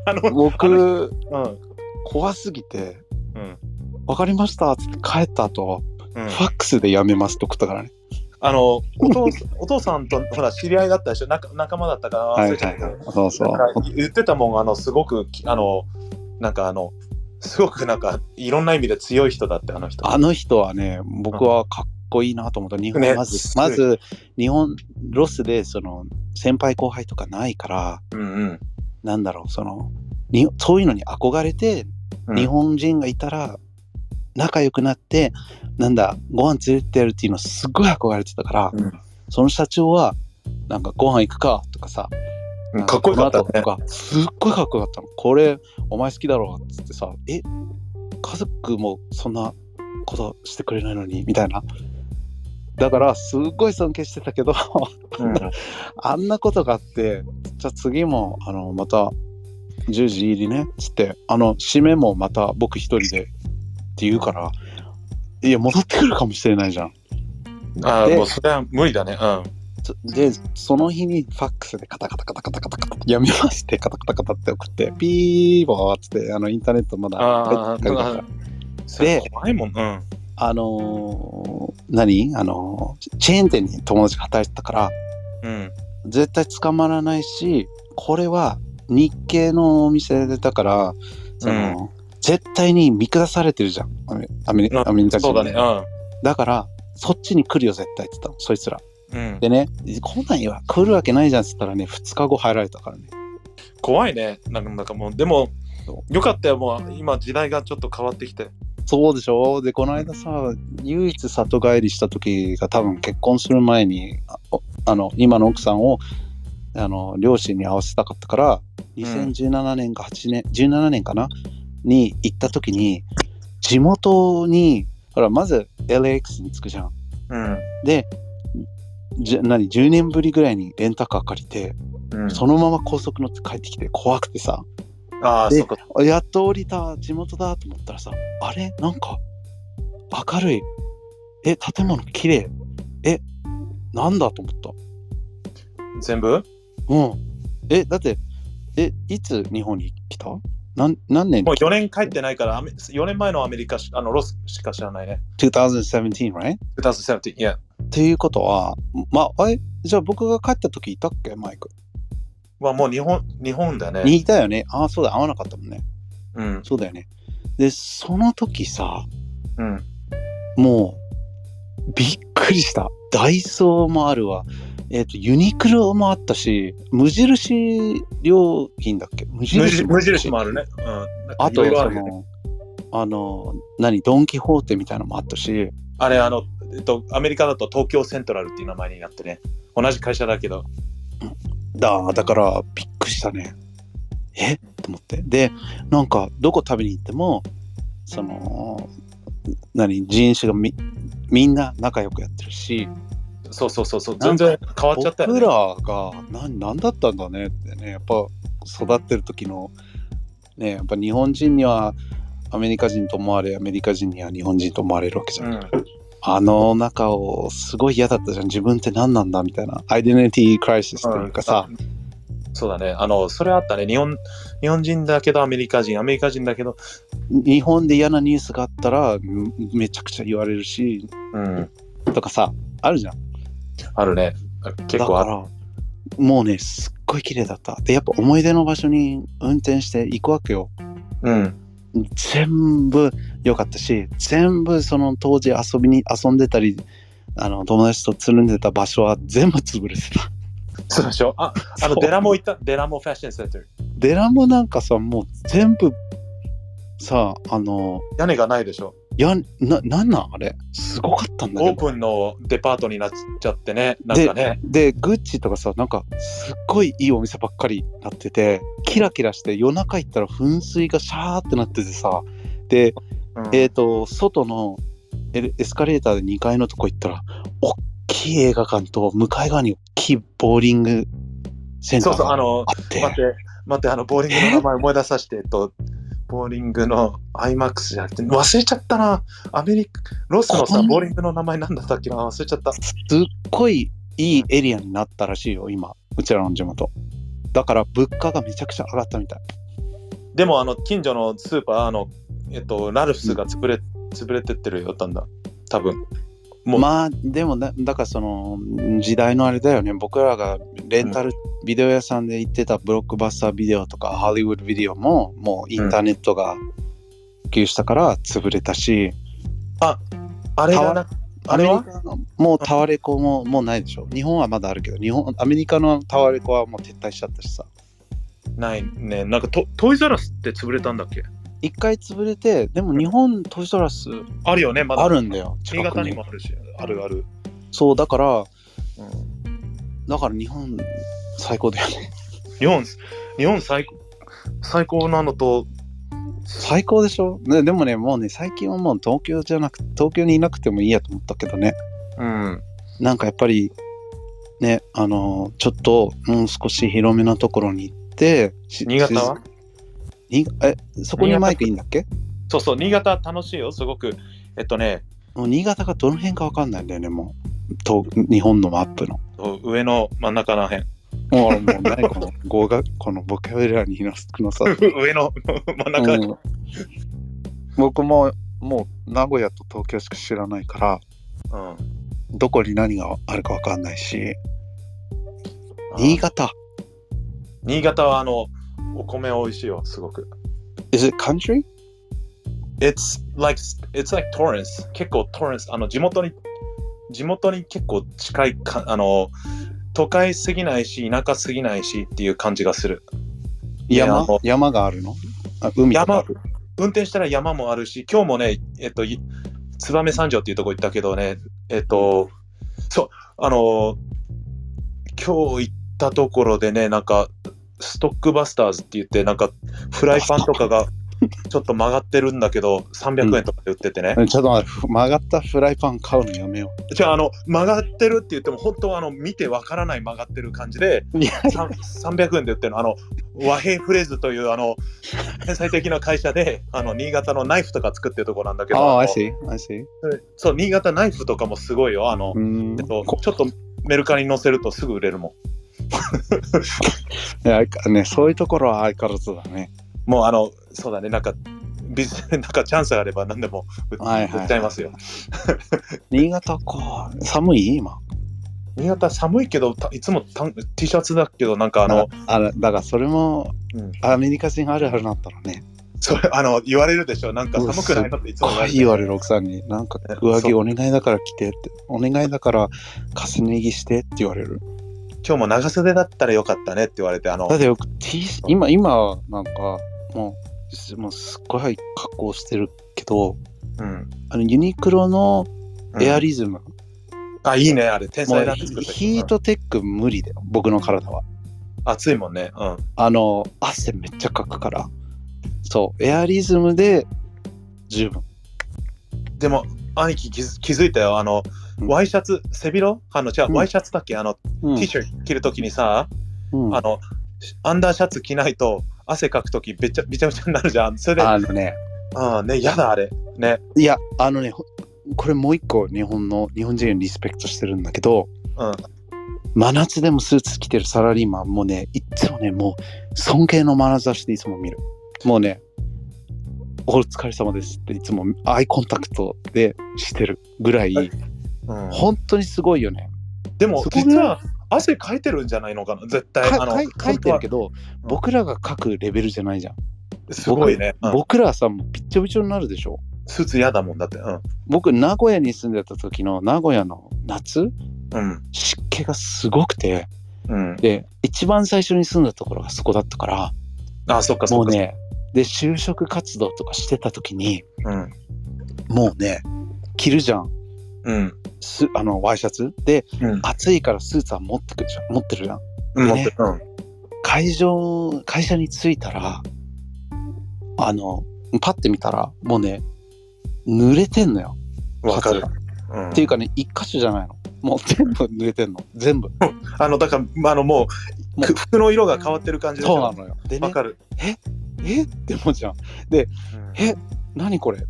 あの、
僕
うん。
怖すぎて
うん。
「分かりました」っつって帰った後、
うん
ファックスでやめますって送ったからね
あの、お父さんお父さんとほら知り合いだったでしょ仲仲間だったから
はい
忘れち
は
ゃった
い
けど、
はいそうそう
なんか言ってたもん、あの、すごく、あの、なんかあの、すごくなんか、いろんな意味で強い人だって、あの人。
あの人はね僕はかっこいいなと思った日本、
ね
まず
すごい
まず日本ロスでその先輩後輩とかないから、
うんうん
なんだろうそのにそういうのに憧れて
うん。
日本人がいたら仲良くなって、なんだご飯連れてってやるっていうのすっごい憧れてたから、
うん
その社長はなんかご飯行くかとかさ
うんかっこよかったね。
この後とかすっごいかっこよかったのこれお前好きだろっつってさえ家族もそんなことしてくれないのにみたいなだからすっごい尊敬してたけど <laughs>
うん
あんなことがあって、じゃあ次も、あの、また、10時入りね、つって、あの、締めもまた僕一人でって言うから、いや、戻ってくるかもしれないじゃん。
ああ、
で
もうそれは無理だね。うん。
そで、その日にファックスでカタカタカタカタカタカタやめますってカタカタカタって送って、ピーボーっつって、あの、インターネットまだ入
あー
ってな
あ
いから
ーそれ怖いもん。うん。
あのー何あのーチェーン店に友達が働いてたから、
うん。
絶対捕まらないし、これは日系のお店でだから、その、絶対に見下されてるじゃん。アメアメリ
あ
アメリカ人
そうだね。
だから、そっちに来るよ、絶対って言ったの、そいつら。
うん。うん。
でね、来ないわ、来るわけないじゃんって言ったらね、2日後入られたからね。
怖いね。なんかもう、でも
そ、
よかったよ。もう、今、時代がちょっと変わってきて。
そうでしょで、この間さ、唯一里帰りした時が多分結婚する前に、あおあの、今の奥さんを、あの、両親に会わせたかったから、2017年か8年、17年かなに行った時に、地元に、ほら、まず LAX に着くじゃん。
うん。
で、じゃ何、10年ぶりぐらいにレンタカー借りて、
うん、
そのまま高速乗って帰ってきて怖くてさ、
ああ、
で
そっか。
あやっと降りた、地元だと思ったらさ、あれなんか、明るい。え、建物綺麗。え、なんだと思った。
全部
うん。え、だって、え、いつ日本に来たなん何年
もう4年帰ってないから、アメ4年前のアメリカし、あの、ロスしか知らないね。
?2017, right?
2017、いや。
っていうことは、まあ、え、じゃあ僕が帰った時いたっけマイク。
はもう日本、日本だね。
にいたよね。ああ、そうだ、会わなかったもんね。
うん。
そうだよね。で、その時さ、
うん。
もう、びっくりした。ダイソーもあるわ。えっ、と、ユニクロもあったし、無印良品だっけ無
無
印
印
も
無印もあるね。うん。
あと、
いろいろあ
そ
るよね
の、あの、何、ドン・キホーテみたいなのもあったし、
あれ、あの、えっと、アメリカだと東京セントラルっていう名前になってね。同じ会社だけど。
だ、だから、びっくりしたね。えと思って。で、なんか、どこ食べに行っても、その、何、人種がみ、みんな仲良くやってるし、
そうそうそうそう。全然変わっちゃったよ、ね。
僕らが何何だったんだねってねやっぱ育ってる時のねやっぱ日本人にはアメリカ人と思われアメリカ人には日本人と思われるわけじゃん、
うん。
あの中をすごい嫌だったじゃん自分って何なんだみたいなアイデンティティクライシスというかさ、
うんそうだね。あの、それあったね。日本、日本人だけどアメリカ人、アメリカ人だけど、
日本で嫌なニュースがあったらむめちゃくちゃ言われるし
うん。
とかさあるじゃん
あるね。結構あ
だ
る。
からもうねすっごい綺麗だったでやっぱ思い出の場所に運転して行くわけよ
うん。
全部良かったし全部その当時遊びに遊んでたりあの友達とつるんでた場所は全部潰れてた
そうでしょ。あ、あの、
そう
デラモ行った。デラモファッションセンター。
デラもなんかさもう全部さあの
屋根がないでしょ。
やんななんなんあれすごかったんだ
オー
けど
プンのデパートになっちゃってね。なんかね。
でグッチとかさなんかすっごいいいお店ばっかりなっててキラキラして夜中行ったら噴水がシャーってなっててさで
うん
えっ、と、外のエレエスカレーターで2階のとこ行ったら、おっきい映画館と、向かい側におっきいボーリングセンタ
そう
ー
そう、あ
が
の、
あって、
待って、待って、あの、ボーリングの名前思い出させて、えっと、ボーリングの IMAX じゃなくて、忘れちゃったな。アメリカ、ロスの
こ
さ、
ん
ボーリングの名前なんだったっけな忘れちゃった。
すっごいいいエリアになったらしいよ、今、うちらの地元。だから物価がめちゃくちゃ上がったみたい。
でも、あの、近所のスーパー、あの、えっと、ラルフスが潰れ、潰れてってるよ、たんだ。多分。もう
まあ、でもだ、だからその、時代のあれだよね、僕らがレンタルビデオ屋さんで行ってたブロックバスタービデオとか、ハリウッドビデオも、もうインターネットが普及したから潰れたし、
あれがな、あ
あ
れ
れ
は
はもうタワレコももうないでしょ。日本はまだあるけど、日本アメリカのタワレコはもう撤退しちゃったしさ。
ないね。なんかト、トイザラスって潰れたんだっけ
一回潰れて、でも日本トイザラス
あるよね、まだ。
あるんだ。よ。
新
近く
潟に
に
もあるし、あるある。
そう、だから、
うん
だから日本最高だよね。 <laughs>
日本、日本最高、最高なのと、
最高でしょ、ね、でもね、もうね、最近はもう東京じゃなく東京にいなくてもいいやと思ったけどね。
うん。
なんかやっぱり、ね、あのちょっともう少し広めなところに行って、し
新潟は
しにえ、そこにマイクいいんだっけ
そうそう、新潟楽しいよ、すごく。えっとね、
もう新潟がどの辺かわかんないんだよね、もう。と日本のマップの。
上の真ん中らへん。 <laughs>
もう、もう何この語学、このボキャブラリーののさ。
上の <laughs> 真ん中らへん。
うん僕も、もう名古屋と東京しか知らないから、
うん
どこに何があるかわかんないし、新潟。
新潟はあの、お米美味しいよ、すごく。
Is it country?
It's like, it's like Torrance. 結構 Torrance、あの、地元に、地元に結構近いか、あの、都会すぎないし、田舎すぎないしっていう感じがする。
山
いやもう
山があるのあ海とかあ
山
る、
運転したら山もあるし、今日もね、えっと、い燕三条っていうとこ行ったけどね、えっと、そう、あの、今日行ったところでね、なんか、ストックバスターズって言って、なんか、フライパンとかがちょっと曲がってるんだけど、300円とかで売っててね。
ちょっと待って、曲がったフライパン買うのやめよ
じゃあ、あの、曲がってるって言っても、本当はあの、見てわからない曲がってる感じで、
う。いや、
さん300円で売ってるのあの和平フレーズというあの天才的な会社であの新潟のナイフとか作ってるとこなんだけど
ああ、
あ
I
の
see, I see.
そう新潟ナイフとかもすごいよあの、
うーん
えっと、ちょっとメルカリに載せるとすぐ売れるも
いやね、そういうところは相変わらずだね。
んもうあのそうだねなんかビジなんかチャンスがあ <laughs> れば何でも売っ,、
はいはいはい
売っちゃいますよ
新潟か。寒い今。
新潟寒いけどたいつもた T シャツだけどなんかあ
あの
の、
あれだからそれも
うん
アメリカ人あるあるなんだろうね。
それあの言われるでしょなんか寒くないのっていつも言われる
言われる奥さんに、なんか上
そう
着お願いだから着てって、お願いだから重ね着してって言われる。
今日も長袖だったらよかったねって言われてあの
だってよく T シ今、今なんかもう、もうすっごい格好してるけど、
うん
あのユニクロの
うん
エアリズム、
あいいねあれ天
も
才
う
だね
ヒ
作った人
ヒートテック無理だよ、僕の体は。
暑いもんね。うん。
あの、汗めっちゃかくから。そう、エアリズムで十分。
でも、兄貴気づ気づいたよ。あの、
うん
ワイシャツ、背広あの、じゃあ、
うん
ワイシャツだっけあの、
うん
T シャツ着るときにさ、
うん
あの、アンダーシャツ着ないと、汗かくとき、べちゃ、びちゃびちゃになるじゃん。それで、
あのね、
うん、ね、やだ、あれ。ね。
いや、あのね、ほこれもう一個日本の、日本人をリスペクトしてるんだけど、
うん
真夏でもスーツ着てるサラリーマンもね、いっつもね、もう尊敬の眼差しでいつも見る。もうね、お疲れ様ですっていつもアイコンタクトでしてるぐらい、
はいうん、
本当にすごいよね。
でも
そ、こが
実は、汗かいてるんじゃないのかな絶対。
か
あの
かい書いてるけ
ど。
ど、僕らが書くレベルじゃないじゃん。
すごいね。うん、
僕らはさ、もうびっちょびちょになるでしょ。
スーツ嫌だもんだって。うん。
僕、名古屋に住んでた時の名古屋の夏、
うん。
湿気がすごくて、
うん。
で、一番最初に住んだところがそこだったから、
あ、そっか、そ
も
っ
う
か。
ね、で、就職活動とかしてた時に、
うん。
もうね、着るじゃん。
うん。
すあのワイシャツで
うん。
暑いからスーツは持ってくじゃん持ってるじゃん
うん。
ね
持ってうん。
会場会社に着いたらあのパッて見たらもうね濡れてんのよ、
わかる
シャ。
うん
っていうかね一箇所じゃないのもう全部濡れてんの全部
あのだから、まあ、あのもう
もう
く服の色が変わってる感じで
そうなのよで
わ
ね
かる、
えって思うじゃんえ何これ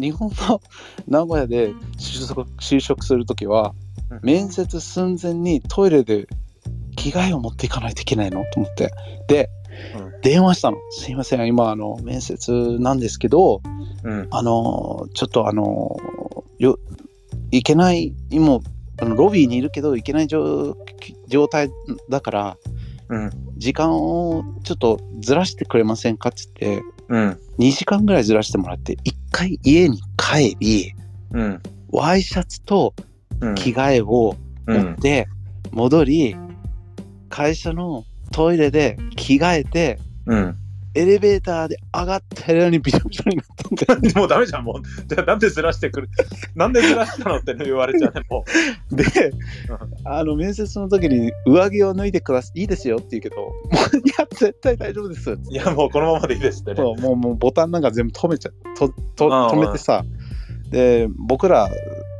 日本の名古屋で就職就職する時は
うん
面接寸前にトイレで着替えを持っていかないといけないのと思ってで、
う
電話したの「すいません今あの面接なんですけど
うん
あのちょっとあのよ行けない今あのロビーにいるけど行けない状状態だから
うん
時間をちょっとずらしてくれませんか?」っつって
うん
2時間ぐらいずらしてもらって一回家に帰り
うん
ワイシャツと
うん
着替えを
う
持っ
ん
て戻り、会社のトイレで着替えて
うん <laughs>
エレベーターで上がったようにびしょびしょになったんだよ
もうダメじゃんもうじゃあなんでずらしてくるなんでずらしたのって言われちゃうねも
であの面接の時に上着を脱いでくださいいいですよって言うけどもういや絶対大丈夫です
ういやもうこのままでいいですってね
そうもうもうボタンなんか全部止めちゃとと
ああ
止めてさで僕ら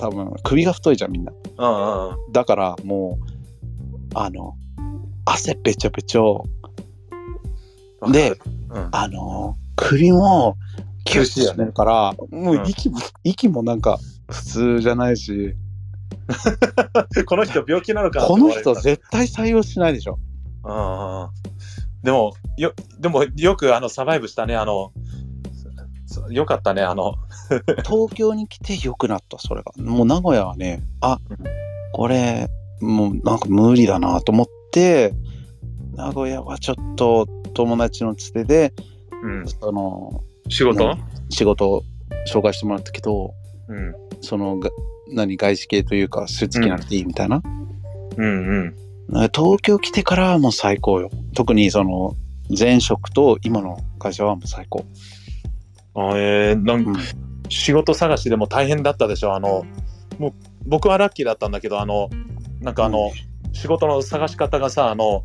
多分首が太いじゃんみんな
うんうん
だからもうあの汗べちょべちょ
うん
で
うん
あの首もキュッて
苦しいよね
してるから、も
う
うん息も、息もなんか普通じゃないし、
この人病気なのかなって
こ
思
の
われた
人絶対採用しないでしょ。
あーでもよでもよくあのサバイブしたねあのそよかったねあの
東京に来て良くなった、それが。もう名古屋はね、あ
うん、
これ、もうなんか無理だなと思って、名古屋はちょっと友達のつてで、
うん
その、
仕事
な仕事を紹介してもらったけど、
うん
その、が何、外資系というか、スーツ着なくていいみたいな。
うんうん
東京来てからはもう最高よ特にその前職と今の会社はもう最高
あえーなん
うん
仕事探しでも大変だったでしょあのもう僕はラッキーだったんだけどあのなんかあの、仕事の探し方がさあの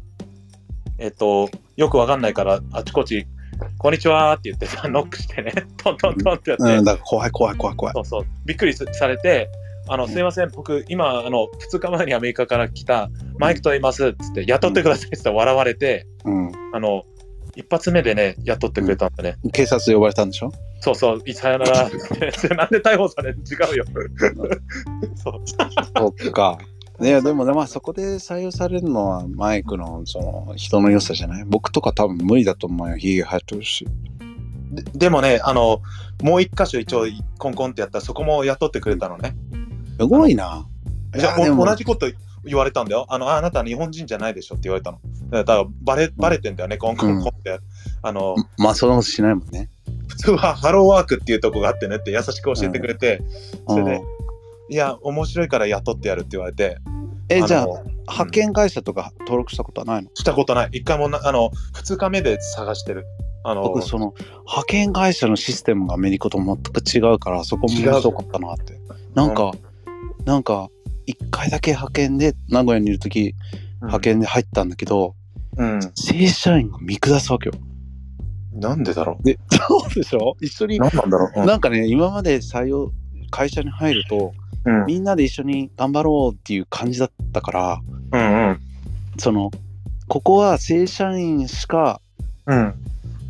えっとよくわかんないからあちこち「こんにちは」って言ってさ <laughs> ノックしてねトントントンってやって、
うんだから怖い怖い怖い怖い
そうそうびっくりされて「あの
うん
すいません僕今あの2日前にアメリカから来たマイクと言います」っつって「雇ってください」っつって笑われて
うん
あの一発目でね雇ってくれたんだね、
警察呼ばれたんでしょ
そうそう、いさよな <laughs> ら。なんで逮捕される違うよ。そう。
そっ
<laughs>
かいやでもまあそこで採用されるのはマイクのその人の良さじゃない僕とか多分無理だと思うよヒゲ生えてるし
ででもね、あの、もう一箇所一応、コンコンってやったら、そこも雇ってくれたのね。
すごいな
じゃ
いやでも
同じこと言われたんだよ。あの、ああなた日本人じゃないでしょって言われたの。だから、バレ、バレてんだよね、コンコンコンって。あの、
まあそんなことしないもんね
普通はハローワークっていうとこがあってねって優しく教えてくれて、それで
うん、
いや、面白いから雇ってやるって言われて。
えじゃあ
の
派遣会社とか登録したことはないの
したことない。一回もな、あの、二日目で探してる。あの、
僕その派遣会社のシステムがアメリカと全く違うからそこも面白かったなってなんか、なんか一回だけ派遣で名古屋にいる時
うん
派。遣で入ったんだけど、
うん。
正社員が見下すわけよ <laughs>
なんでだろ
でそうでしょ一緒
う
に
なんなんだろう、
なんかね今まで採用会社に入ると
うん、うん
みんなで一緒に頑張ろうっていう感じだったから
うん
そのここは正社員しか
うん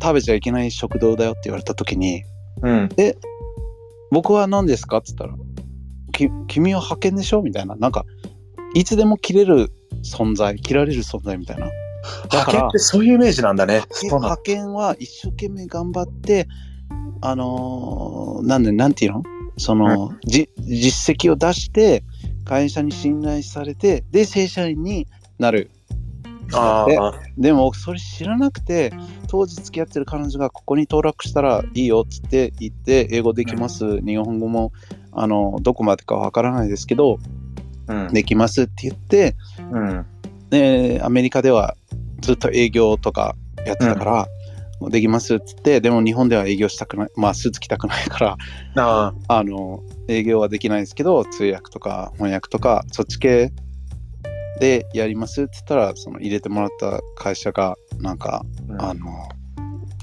食べちゃいけない食堂だよって言われた時に
うん
僕は何ですかって言ったら、き君は派遣でしょみたいな。なんか、いつでも切れる存在、切られる存在みたいな。だ
派
から
遣ってそういうイメージなんだね。そうなん
派遣は一生懸命頑張って、あのーなんで、なんていうのその、じ実績を出して、会社に信頼されて、で、正社員になる。
ああ、
でも、それ知らなくて、当時付き合ってる彼女がここに登録したらいいよっつって言って、英語できます、日本語も、あの、どこまでかわからないですけど、
うん、
できますって言って、
うん、
ね、アメリカではずっと営業とかやってたから、もうできますって言ってでも日本では営業したくないまあスーツ着たくないから
あ
あの営業はできないですけど通訳とか翻訳とかそっち系でやりますって言ったらその入れてもらった会社がなんか、
あ
あ、の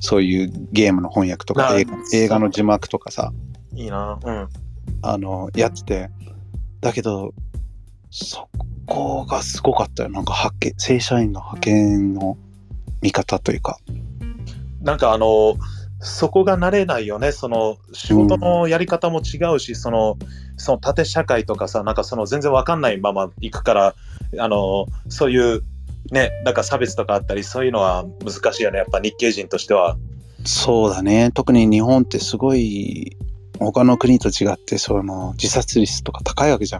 そういうゲームの翻訳とか
な
映画映画の字幕とかさ
いいな、うん、
あのやっててだけどそこがすごかったよなんか派遣正社員の派遣の見方というか
なんかあのそこが慣れないよね。その仕事のやり方も違うし、そのその縦社会とかさ、なんかその全然わかんないまま行くから、あのそういうね、なんか差別とかあったり、そういうのは難しいよね。やっぱ日系人としては。
そうだね特に日本ってすごい他の国と違ってその自殺率とか高いわけじゃ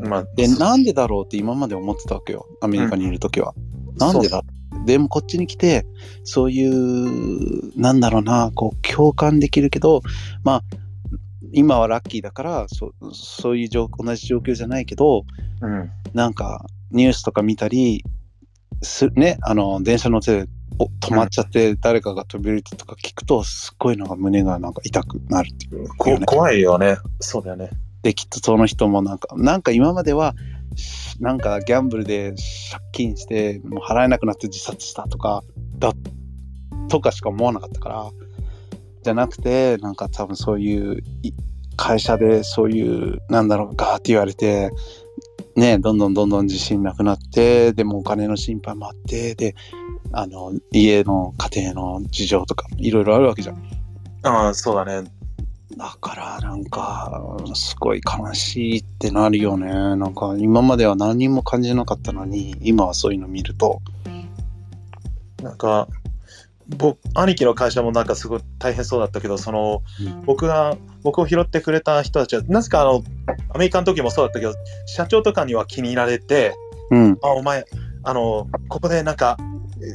ん
まあ、
でなんでだろうって今まで思ってたわけよアメリカにいる時は、なんでだでもこっちに来てそういうなんだろうなこう共感できるけどまあ今はラッキーだからそそういう状同じ状況じゃないけど
うん、
なんかニュースとか見たりすねあの電車乗っててお止まっちゃって誰かが飛び降りたとか聞くとすっごいのが胸がなんか痛くなるっていう
こ
よね
怖いよね。そうだよね。
できっとその人もなんかなんか今まではしなんかギャンブルで借金してもう払えなくなって自殺したとかだとかしか思わなかったからじゃなくてなんか多分そういうい会社でそういうなんだろうガーって言われてねどんどんどんどん自信なくなってでもお金の心配もあってであの家の家庭の事情とかいろいろあるわけじゃん。
ああ、そうだね。
だからなんかすごい悲しいってなるよねなんか今までは何にも感じなかったのに今はそういうの見ると
なんか、僕、兄貴の会社もなんかすごい大変そうだったけど、その、
うん
僕が、僕を拾ってくれた人たちは、なぜかあの、アメリカの時もそうだったけど、社長とかには気に入られて、
うん
あ、お前、あの、ここでなんか、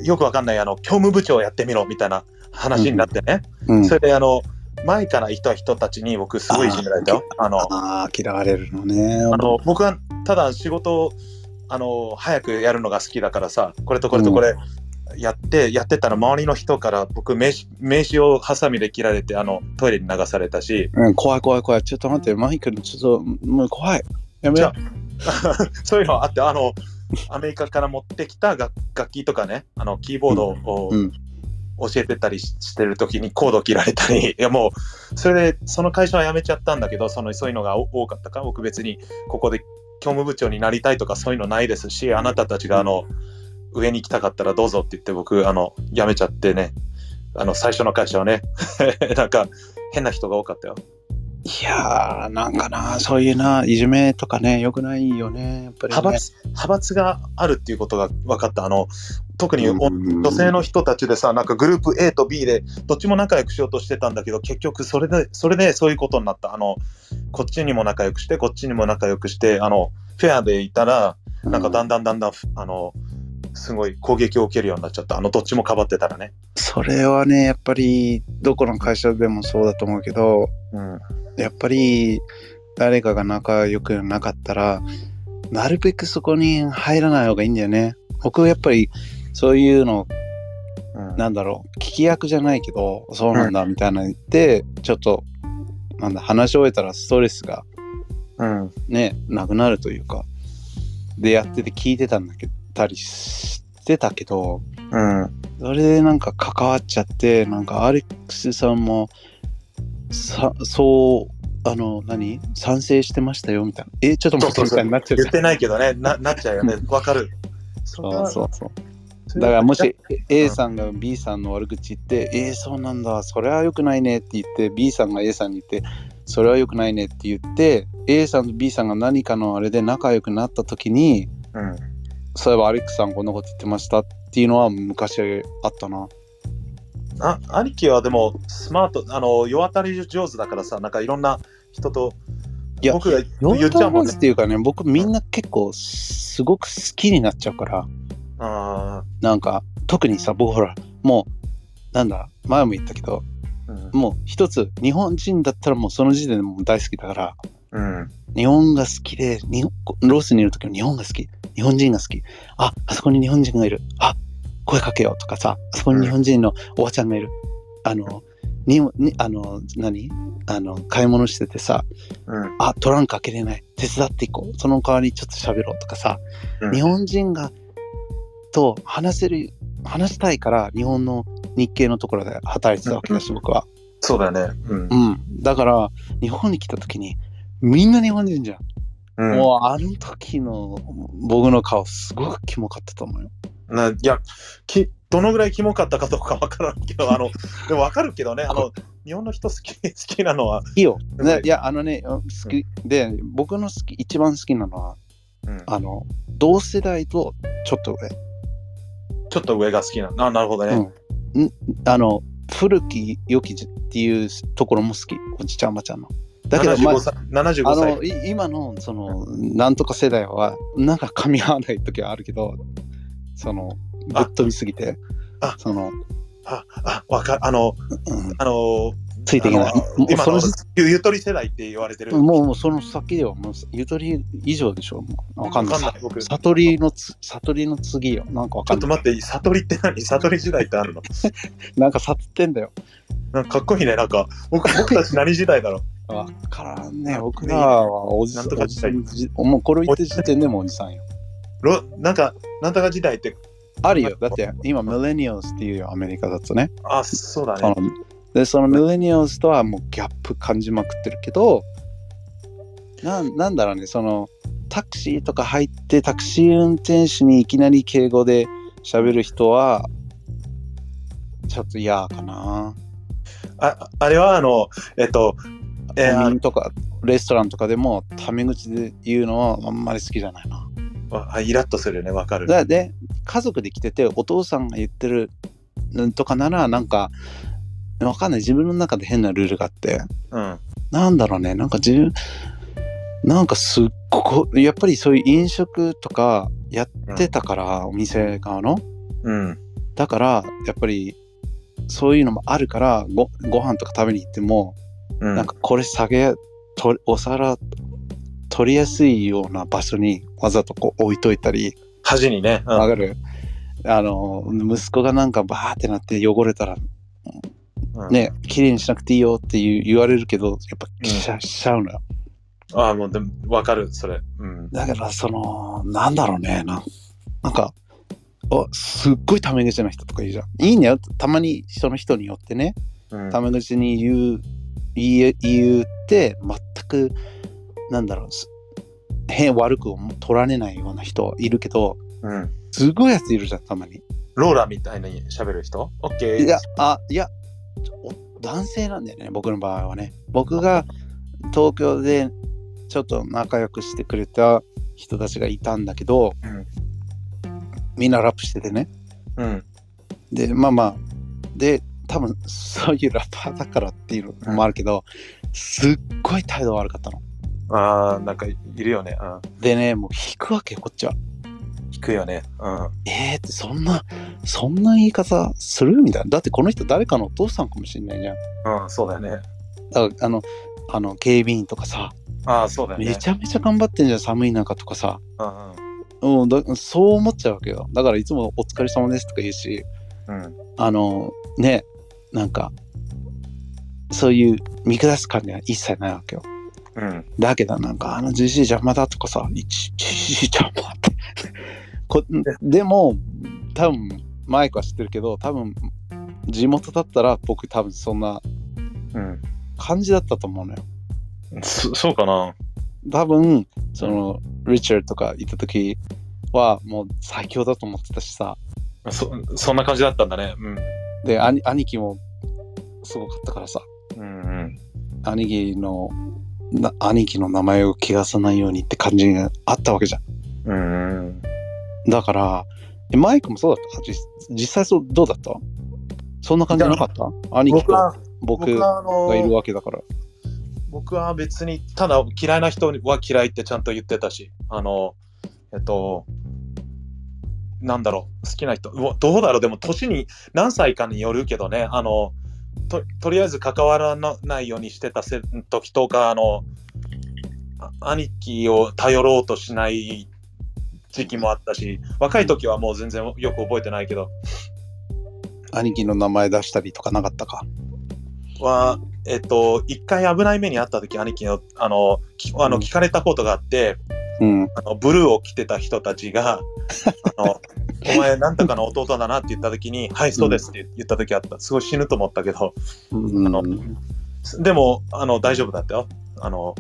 よくわかんない、あの、教務部長をやってみろ、みたいな話になってね。
うん
それで、あの、前からいた人たちに僕、すごいいじめられたよ。あの、
ああ嫌われるのね
あの僕はただ仕事をあの早くやるのが好きだからさこれとこれとこれやって、やってたら周りの人から僕名刺名刺をハサミで切られてあのトイレに流されたし
うん、怖い怖い怖いちょっと待ってマイクのちょっともう怖いやめ
じゃ
よ
あそういうのあってあのアメリカから持ってきた楽楽器とかねあのキーボードを、
うんうん
教えてたりししてる時にコード切られたりいや <laughs> もうそれでその会社は辞めちゃったんだけどそのそういうのが多多かったから僕別にここで教務部長になりたいとかそういうのないですしあなたたちがあの上に来たかったらどうぞって言って僕あの辞めちゃってねあの最初の会社はね <laughs> なんか変な人が多かったよ
いやーなんかなそういうないじめとかねよくないよねやっぱり、ね、
派閥派閥があるっていうことが分かったあの特に女
うん
女性の人たちでさなんかグループ A と B でどっちも仲良くしようとしてたんだけど結局それでそれでそういうことになったあのこっちにも仲良くしてこっちにも仲良くしてあのフェアでいたらなんかだんだんだんだんあのすごい攻撃を受けるようになっちゃったあのどっちもかばってたらね、
それはねやっぱりどこの会社でもそうだと思うけど
うん、
やっぱり誰かが仲良くなかったらなるべくそこに入らない方がいいんだよね僕はやっぱりそういうの
うん
なんだろう聞き役じゃないけどそうなんだみたいなの言って、ちょっとなんだ話し終えたらストレスが
うん
ねなくなるというかでやってて聞いてたんだけどたりしてたけど
うん
それでなんか関わっちゃってなんかアレックスさんもさそうあの何賛成してましたよみたいなえちょっと待って
そう
み
そうそう
たいになっちゃう
言ってないけどねななっちゃう
<laughs>
よねわかるそ
そうそうそう
それ
だ
は
からもし
ん
A さんが B さんの悪口言って、えーそうなんだそれは良くないねって言って B さんが A さんに言ってそれは良くないねって言って A さんと B さんが何かのあれで仲良くなった時に
うん
そういえばアレックスさんこんなこと言ってましたっていうのは昔あったな
あ兄貴はでもスマートあの世渡り上手だからさなんかいろんな人と
いや
僕が
四
言っちゃうもん
ー
ね
ズっていうかね僕みんな結構すごく好きになっちゃうから
あ
なんか特にさ僕ほらもうなんだ前も言ったけど
ーうん
もう一つ日本人だったらもうその時点でもう大好きだから
うん
日本が好きで日本ロースにいる時も日本が好き日本人が好きああそこに日本人がいるあ声かけようとかさあそこに日本人のおばちゃんがいるあのににあの何あの買い物しててさ
うん
あ、トランク開けれない。手伝っていこう。その代わりちょっと喋ろうとかさ、
うん
日本人が、と話せる、話したいから、日本の日系のところで働いてたわけだし、
うん
僕は。
そうだよねうん
うん。だから、日本に来た時に、みんな日本人じゃん。
うん
もう、あの時の僕の顔、すごくキモかったと思うよ。
ないやきどのぐらいキモかったかどうかわからんけどあ
<laughs>
のでもわかるけどねあの日本の人好き <laughs> 好きなのはい
いよ。ね
うん
いや、あのね、好き。で、僕の好き、一番好きなのは、
うん
あの、同世代とちょっと上。
ちょっと上が好きなあなるほどね
うん、んあの古き良きじっていうところも好きおじちゃんおばちゃんのだけど、ま
75
あ、
歳75
あ
歳
のい今のそのなんとか世代はなんか噛み合わない時はあるけどそのぶっ飛びすぎて
あ
その、
ああわかるあの
うん、
あの
ついていけない
あの
もう
今
そ
の
の時
ゆゆとり世代って言われてる
もうもうその先ではもうゆとり以上でしょもうわかんない
わかんない僕
悟りのつ悟りの次よなんかわか
ちょっ
ん
と
ない
待って悟りって何悟り時代ってあるの
なんか悟ってんだよ
なんかかっこいいね、なんか。僕僕たち何時代だろう。
わからんね僕らはおじ
な
さ
ん
ん
とか
お
時
じ
代
さんじもうこれ言ってる時点でもうおじさんよ
ロなんか、なんとか時代って、
あるよ。だって今、ミレニアルスっていうよ、アメリカだとね。
あ、そうだ
その
ね。
で、そのミレニアルスとはもうギャップ感じまくってるけど、なんなんだろうね、そのタクシーとか入ってタクシー運転手にいきなり敬語で喋る人は、ちょっと嫌かな。
ああれはあのえっとえー
コンビニとかレストランとかでもタメ口で言うのはあんまり好きじゃないな。
ああイラッとするよねわかる
だからで家族で来ててお父さんが言ってるうんとかならなんかわかんない自分の中で変なルールがあって
うん
なんだろうねなんか自分なんかすっごくやっぱりそういう飲食とかやってたから、お店側の
うん
だからやっぱりそういうのもあるからごご飯とか食べに行っても、
うん
なんかこれ下げとお皿取りやすいような場所にわざとこう置いといたり
恥にね、うん
わかるあの息子がなんかバーってなって汚れたら
うん
ね綺麗にしなくていいよって言う言われるけどやっぱしちゃ,、しちゃうのよ
ああもうでもわかるそれうん
だからそのなんだろうねななんかおすっごいタメ口な人とかいるじゃんいいんだよたまにその人によってね
うん
タメ口に言う言え言って全くなんだろうす変悪く取られないような人いるけど
うん
すごいやついるじゃんたまに
ローラみたいに喋る人オッケー
いや、あ、いや、ちょお男性なんだよね、僕の場合はね。僕が東京でちょっと仲良くしてくれた人たちがいたんだけど、
うん
みんなラップしててね。
うん
で、まあまあ、で、多分そういうラッパーだからっていうのもあるけど、すっごい態度悪かったの。
ああなんかいるよねうん
でね、もう引くわけよ、こっちは。
聞くよねう
えーって、そんな、そんな言い方するみたいな。だってこの人誰かのお父さんかもしれないじゃん。
んうんそうだよね
だからあの、あの警備員とかさ、
ああそうだよね
めちゃめちゃ頑張ってんじゃん寒い中とかさ、
うん
うん、だそう思っちゃうわけよだからいつも「お疲れ様です」とか言うし
うんうん
あのねなんかそういう見下す感じは一切ないわけよ
うん
だけどなんか「あのじじい邪魔だ」とかさ「いちじじい邪魔」ってこでも多分マイクは知ってるけど多分地元だったら僕多分そんな
うん
感じだったと思うのよ
そそうかな
多分そのリチャードとかいた時はもう最強だと思ってたしさ
そそんな感じだったんだねうん
で兄兄貴もすごかったからさ
うんうん
兄貴のな兄貴の名前を汚さないようにって感じがあったわけじゃ
うんうん
んだからえマイクもそうだった実実際そうどうだったそんな感じなかった兄貴
僕
と
は
僕
僕
が
はあ
いる
の
わけだから
僕は別にただ嫌いな人は嫌いってちゃんと言ってたしあのえっとなんだろう好きな人うわどうだろうでも年に何歳かによるけどねあのととりあえず関わらないようにしてたせ時とかあのあ兄貴を頼ろうとしない時期もあったし若い時はもう全然よく覚えてないけど
兄貴の名前出したりとかなかったか
は、えっと、一回危ない目に遭った時兄貴のあのきあ
う
の
ん
聞かれたことがあって、
うん
あのブルーを着てた人たち
<laughs>
が「あのお前なんとかの弟だな」って言った時に「はいそうです」って言った時あったすごい死ぬと思ったけど
うん
あのでもあの大丈夫だったよあの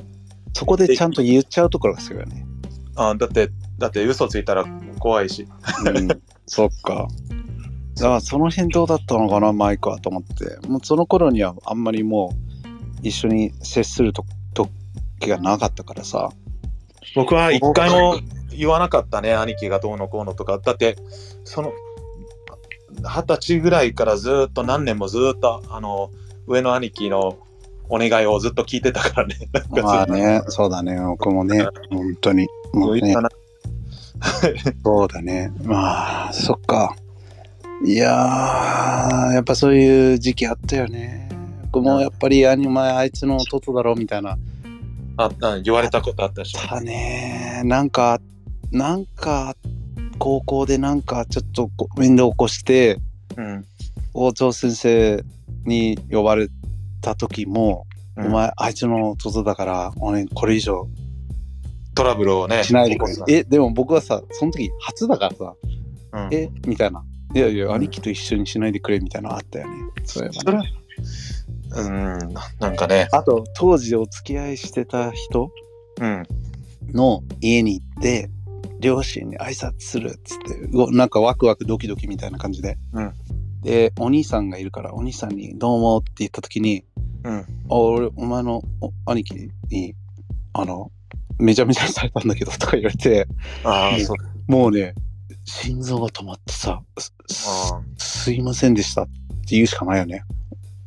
そこでちゃんと言っちゃうところがすごいよね、
あだってだって嘘ついたら怖いし
うん、そっか。だからその辺どうだったのかなマイクはと思ってもうその頃にはあんまりもう一緒に接すると時がなかったからさ
僕は一回も言わなかったね、兄貴がどうのこうのとか。だって、その、二十歳ぐらいからずっと何年もずっと、あの、上の兄貴のお願いをずっと聞いてたからね。 <laughs> なんかずっと
まあねそうだね僕もね本当にもう
言
ね
ったな
そうだねまあそっかいやーやっぱそういう時期あったよね僕もやっぱりアニメあいつの弟だろみたいな
ああ言われたことあったし。
たねなんかなんか高校でなんかちょっとこう面倒起こして
うん。
校長先生に呼ばれた時も、
うん
お前あいつの弟だから俺これ以上
トラブルをね。
しないでくれ
起こ
えでも僕はさその時初だからさ、
すなうん
えみたいないやいや兄貴と一緒にしないでくれみたいなのあったよねそういえばね
それはうん、ななんかね。
あと当時お付き合いしてた人
うん。
の家に行って両親に挨拶するっつってうおなんかワクワクドキドキみたいな感じで、
うん
でお兄さんがいるからお兄さんに「どうも」って言った時に
うん。
あ俺お前のお兄貴にあのめちゃめちゃされたんだけど <laughs> とか言われて
ああ、
うん
そう。
もうね心臓が止まってさすす
あ
すいませんでしたって言うしかないよね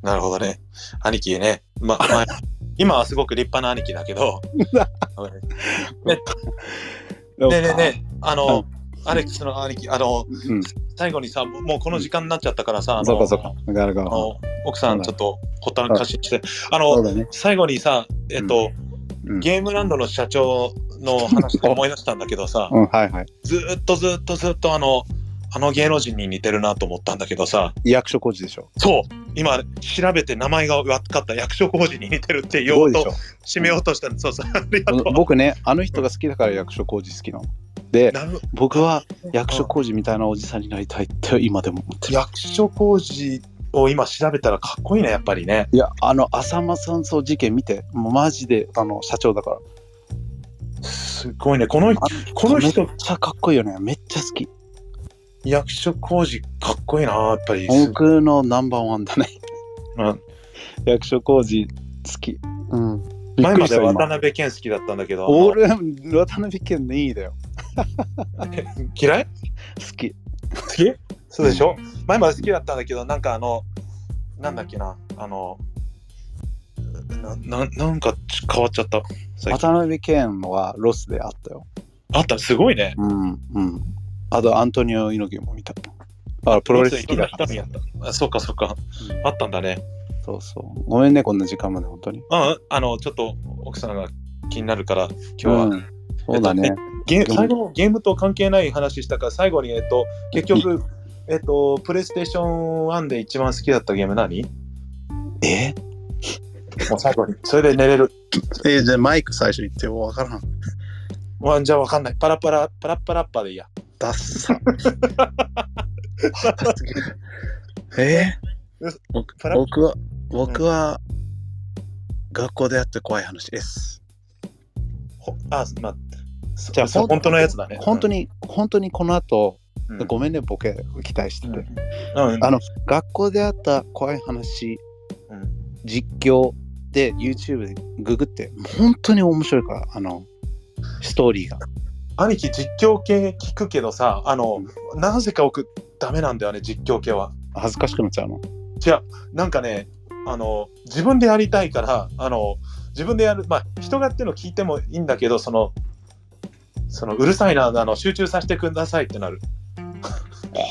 あ、なるほどね。兄貴ね。ま、まあ、今はすごく立派な兄貴だ
<laughs>
けど。ねえねえねえ、あの、アレックスの兄貴、あの、
うん
最後にさ、もうもうこの時間になっちゃったからさ、あの
そうかそうかだから
あ
か
の奥さん、ちょっとほったらかしにして、
そ
あの
う、だね
最後にさ、えっと、
うん
ゲームランドの社長の話で思い出したんだけどさ、
うんはいはい
ずーっとずーっとずーっとあの、あの芸能人に似てるなと思ったんだけどさ、
役所工事でしょ
そう、今調べて名前が分かった役所広司に似てるって言
ど
お
う
う
でし
と
ょ
締めようとしたの、そうそう、ありがとう。
僕ねあの人が好きだから役所工事好きなので
なる
僕は役所工事みたいなおじさんになりたいって今でも思ってる
役所広司を今調べたらかっこいいね、やっぱりね。
いやあの浅間山荘事件見てもうマジであの社長だから
すごいね、この
あ
この人
めっちゃかっこいいよねめっちゃ好き
役所広司かっこいいな、やっぱり。す
僕のナンバーワンだね
うん
役所工事好きうんびっ
前
く
ま
りし
で
た
渡
今
辺謙好きだったんだけど、
俺渡辺謙でいいだよ
あの嫌い
好き
好きそうでしょ、前まで好きだったんだけどなんかあのなんだっけなあのなななんかち変わっちゃった最近
渡辺謙はロスであったよ
あったすごいね
うんうんあとアントニオ猪木も見たあプロレス好きだから
いろんな人にやったあそうかそうかあったんだね
そうそうごめんねこんな時間まで本当に
うんあのちょっと奥さんが気になるから今日は、
うんそうだね、
ゲー
でも
最後のゲームと関係ない話したから最後にえっと結局えっとプレイステーション1で一番好きだったゲーム何
え
もう最後にそれで寝れる
えじゃあマイク最初言ってよわからん
ワンじゃわかんないパラパラパラッパラッパでいいや
ダッ
<laughs>
サえー僕
パラ
僕は僕は、学校であって怖い話です
ほあ、まあ、そ
じゃあ
そう
ほん
本当のやつだね。
本当に、本当にこの後、
うん、
ごめんねボケ期待してて、
うん、うん
あの学校であった怖い話、
うん
実況で YouTube でググって本当に面白いからあのストーリーが
兄貴、実況系聞くけどさ、あの、
う
なぜか僕、ダメなんだよね、実況系は。
恥ずかしくなっちゃうの
違う、なんかね、あの、自分でやりたいから、あの、自分でやる、まあ、人がやってるの聞いてもいいんだけど、その、そのうるさいな、あの、集中させてくださいってなる。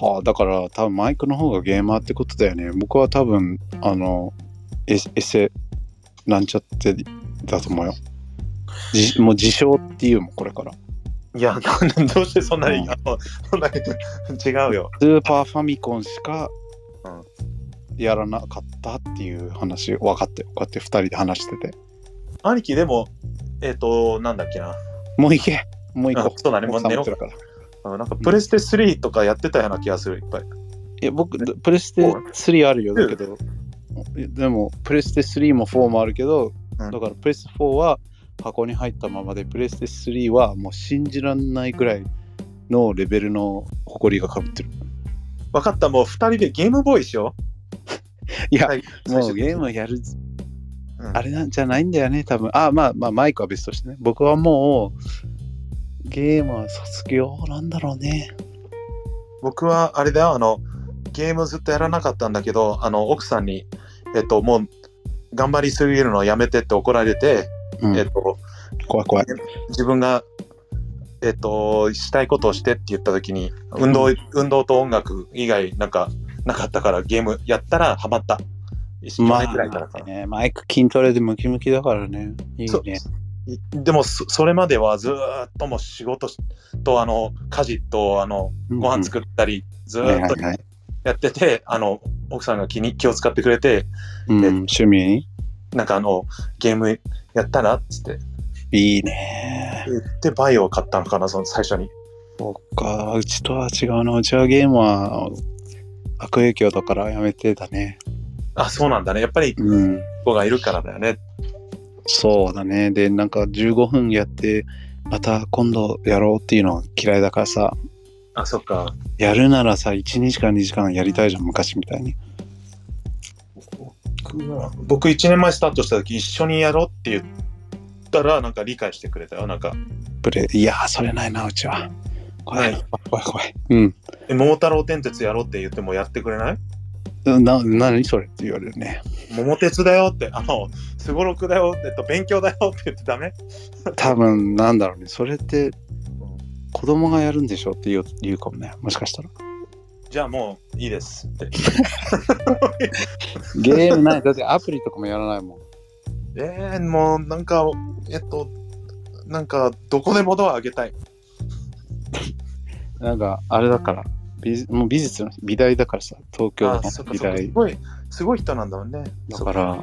はあだから多分マイクの方がゲーマーってことだよね僕は多分あのエエセなんちゃってだと思うよじもう自称っていうもんこれから
いや、 <laughs> なんどうしてそんなに、
うん
あの、そんなに違うよ。
スーパーファミコンしか
うん
やらなかったっていう話分かってこうやって2人で話してて
兄貴、でも、えっ、と、なんだっけな。
もう行けもう行
あ
こう
そうだね、もう
奥さん
寝
待
ろ
ってるからい
うんなんかプレステ3とかやってたような気がする、いっぱい。
や僕プレステ3あるよだけどでもプレステ3も4もあるけど
うん
だからプレステ4は箱に入ったままでプレステ3はもう信じらんないくらいのレベルの誇りがかぶってる
分かった、もう2人でゲームボーイしよ
いや
う。はい、
もうゲームやる
うん
あれなんじゃないんだよね、多分。あ、まあまあ、マイクは別としてね。僕はもう、ゲームは卒業なんだろうね。
僕はあれだよ、あの、ゲームずっとやらなかったんだけど、あの、奥さんに、えっと、もう、頑張りすぎるのやめてって怒られて、
うん
えっと、
怖い怖い。
自分が、えっと、したいことをしてって言った時に、運動、
う
運動と音楽以外なんかなかったから、ゲームやったらハマった。一
ま
年くらいからか
あ、
な。
ね、マイク筋トレでムキムキだからね。いい
そう
ね。
いでもそそれまではずーっともう仕事しとあの家事とあのご飯作ったりず
うんうん
ーっと
はいはいはい
やっててあの奥さんが気に気を使ってくれて
うん
え
趣味
なんかあのゲームやったらっつって
いいね。
でバイオを買ったのかなその最初に
そっか、うちとは違うな。うちはゲームは悪影響だからやめてたね。
あそうなんだねやっぱり
うん。
子がいるからだよね
そうだね。で、なんか15分やって、また今度やろうっていうのは嫌いだからさ、
あ、そっか。
やるならさ、1、2時間、2時間やりたいじゃん、昔みたいに。
僕は僕1年前スタートした時一緒にやろうって言ったらなんか理解してくれたよなんか
プレイ、いやー、それないな、うちは。怖
ない
い、怖い、怖い。うん。
「え桃太郎電鉄やろう」って言ってもやってくれない
な、なにそれって言われるね。
桃鉄だよってあのすごろくだよって、えっと、勉強だよって言ってダメ
多分、なんだろうね。それって、子供がやるんでしょって言う言うかもね。もしかしたら。
じゃあもういいですって
ゲームない。だってアプリとかもやらないもん。
えー、もうなんかえっとなんかどこでもドアあげたい
なんか、あれだから、美もう美術の美大だからさ、東京の
あそっか
美
そっかす
大
ごいすごい人なんだもんね
だから、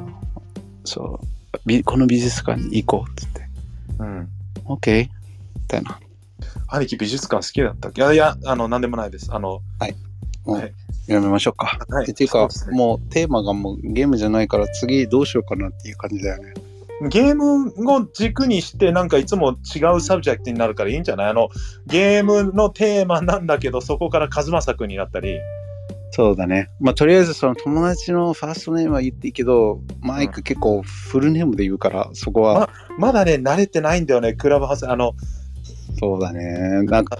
そう、びこの美術館に行こうって言って、
そっかうん
OK? みたいな。
兄貴美術館好きだったっけいやいやあの何でもないですあ
も
の
う
はい
やめましょうか。
はい
えっていうか、
そうですね
もうテーマがもうゲームじゃないから、次どうしようかなっていう感じだよね。
ゲームを軸にしてなんかいつも違うサブジェクトになるからいいんじゃないあのゲームのテーマなんだけどそこから和正君になったり
そうだね。まあ、とりあえず、その友達のファーストネームは言っていいけど、マイク結構フルネームで言うから、そこは、
まだね慣れてないんだよねクラブハウスあの
そうだね。なんか、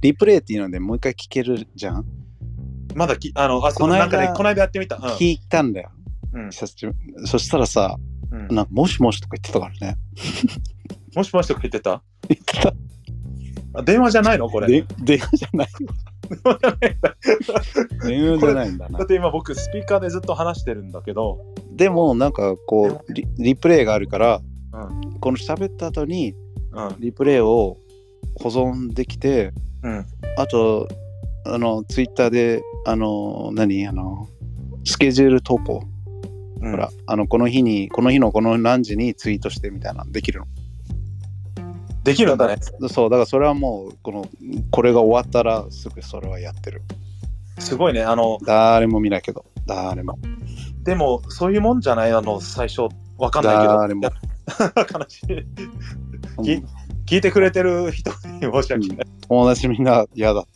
リプレイっていうのでもう一回聞けるじゃん。
まだきあのあそ
この間
なんかねこの間やってみた、うん
聞いたんだよ。
うん
久しぶりそしたらさ、
うん
なんか、もしもしとか言ってたからね。
もしもしとか言ってた
言ってた。
あ電話じゃないのこれ
で電話じゃ
<laughs>
ない。電話じゃないんだ
だ
な
っ。て今僕スピーカーでずっと話してるんだけど
でもなんかこうリリプレイがあるから、
う
この喋った後に
うん
リプレイを保存できて、
うん
あとあのツイッターであの何あのスケジュール投稿、
うん
ほらあのこの日にこの日のこの何時にツイートしてみたいなのできる
できるんだね
のそうだからそれはもうこのこれが終わったらすぐそれはやってる
すごいねあの
誰も見ないけど誰も
でもそういうもんじゃないあの最初わかんないけど
誰も
悲しいぎ聞いてくれてる人に申し訳ない。
友達みんな嫌だ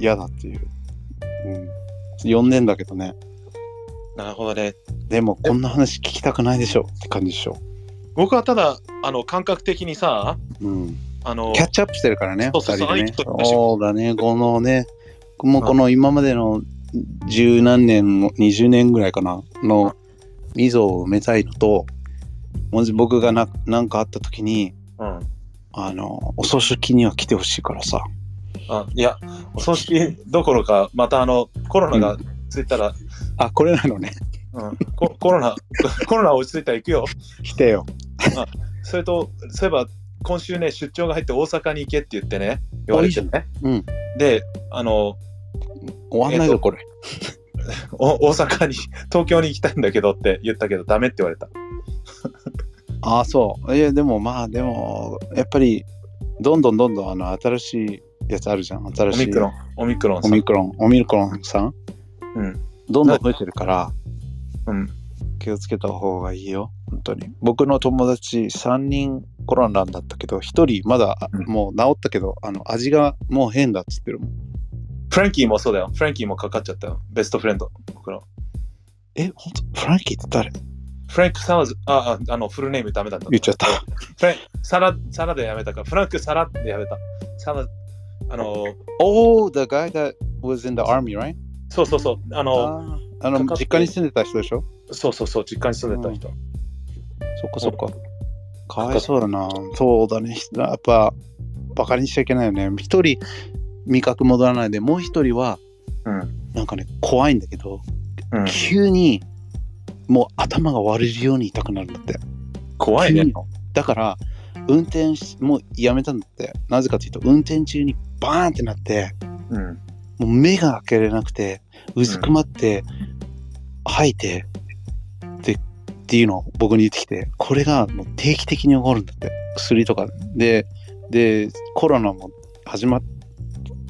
嫌だっていう、うん、呼んでんだけどね
なるほどね。
でもこんな話聞きたくないでしょって感じでしょ、
僕はただ、あの、感覚的にさ、
うん、
あの
キ、ャッチアップしてるからね
そ
二
うそ
人で
うそうあい
ね
いこと言ったし
そうだねこのねもうこの今までの十何年の20年ぐらいかなの溝を埋めたいのともし僕がななんかあった時に
うん。
あのお葬式には来てほしいからさ
あいや、お葬式どころか、またあの、コロナがついたら、
あこれなのね <laughs>
うんココロナ、 <laughs> コロナ落ち着いたら行くよ。
来てよ
それと、そういえば、今週ね、出張が入って大阪に行けって言ってね、言われてね。
うん
で、あの、
終わんない
えっ
ぞ
と
これ、
お大阪に、東京に行きたいんだけどって言ったけど、ダメって言われた。
ああそういやでもまあでもやっぱりどんどんどんどんあの新しいやつあるじゃん新
オ
しい
ミクロン、オミクロン
オ
さ
ミ
ん。
クロンオミクロンさん
うん。
どんどん増えてるから
うん。
気をつけた方がいいよ本当に僕の友達3人コロナだったけど1人まだあ
うん
もう治ったけどあの味がもう変だっつってるもん
フランキーもそうだよ。フランキーもかかっちゃったよ。ベストフレンド。僕の。
え本当フランキーって誰
フランク・サワーズ、あ、ああの、フルネームダメだった。
言っちゃ <laughs> った
フランサラ、サラでやめたから、フランク・サラでやめた。サラ、あの、
Oh the guy that was in the army right?
そうそうそう、あの、
あーあ
か
の
かって
実家に住んでた人でしょ
そうそうそう、実家に住んでた人。
そっかそっか。かわいそうだな。そうだね。やっぱ、バカにしちゃいけないよね。一人、味覚戻らないで、もう一人は、
うん。
なんかね、怖いんだけど、
うん、
急に、もう頭が割れるように痛くなるんだって。
怖い
急
ね
に。だから、運転し、もうやめたんだって。なぜかというと、運転中にバーンってなって、
うん。
もう目が開けれなくて、うずくまって、吐いて、で、っていうのを僕に言ってきて、これがもう定期的に起こるんだって、薬とかで。で、コロナも始まっ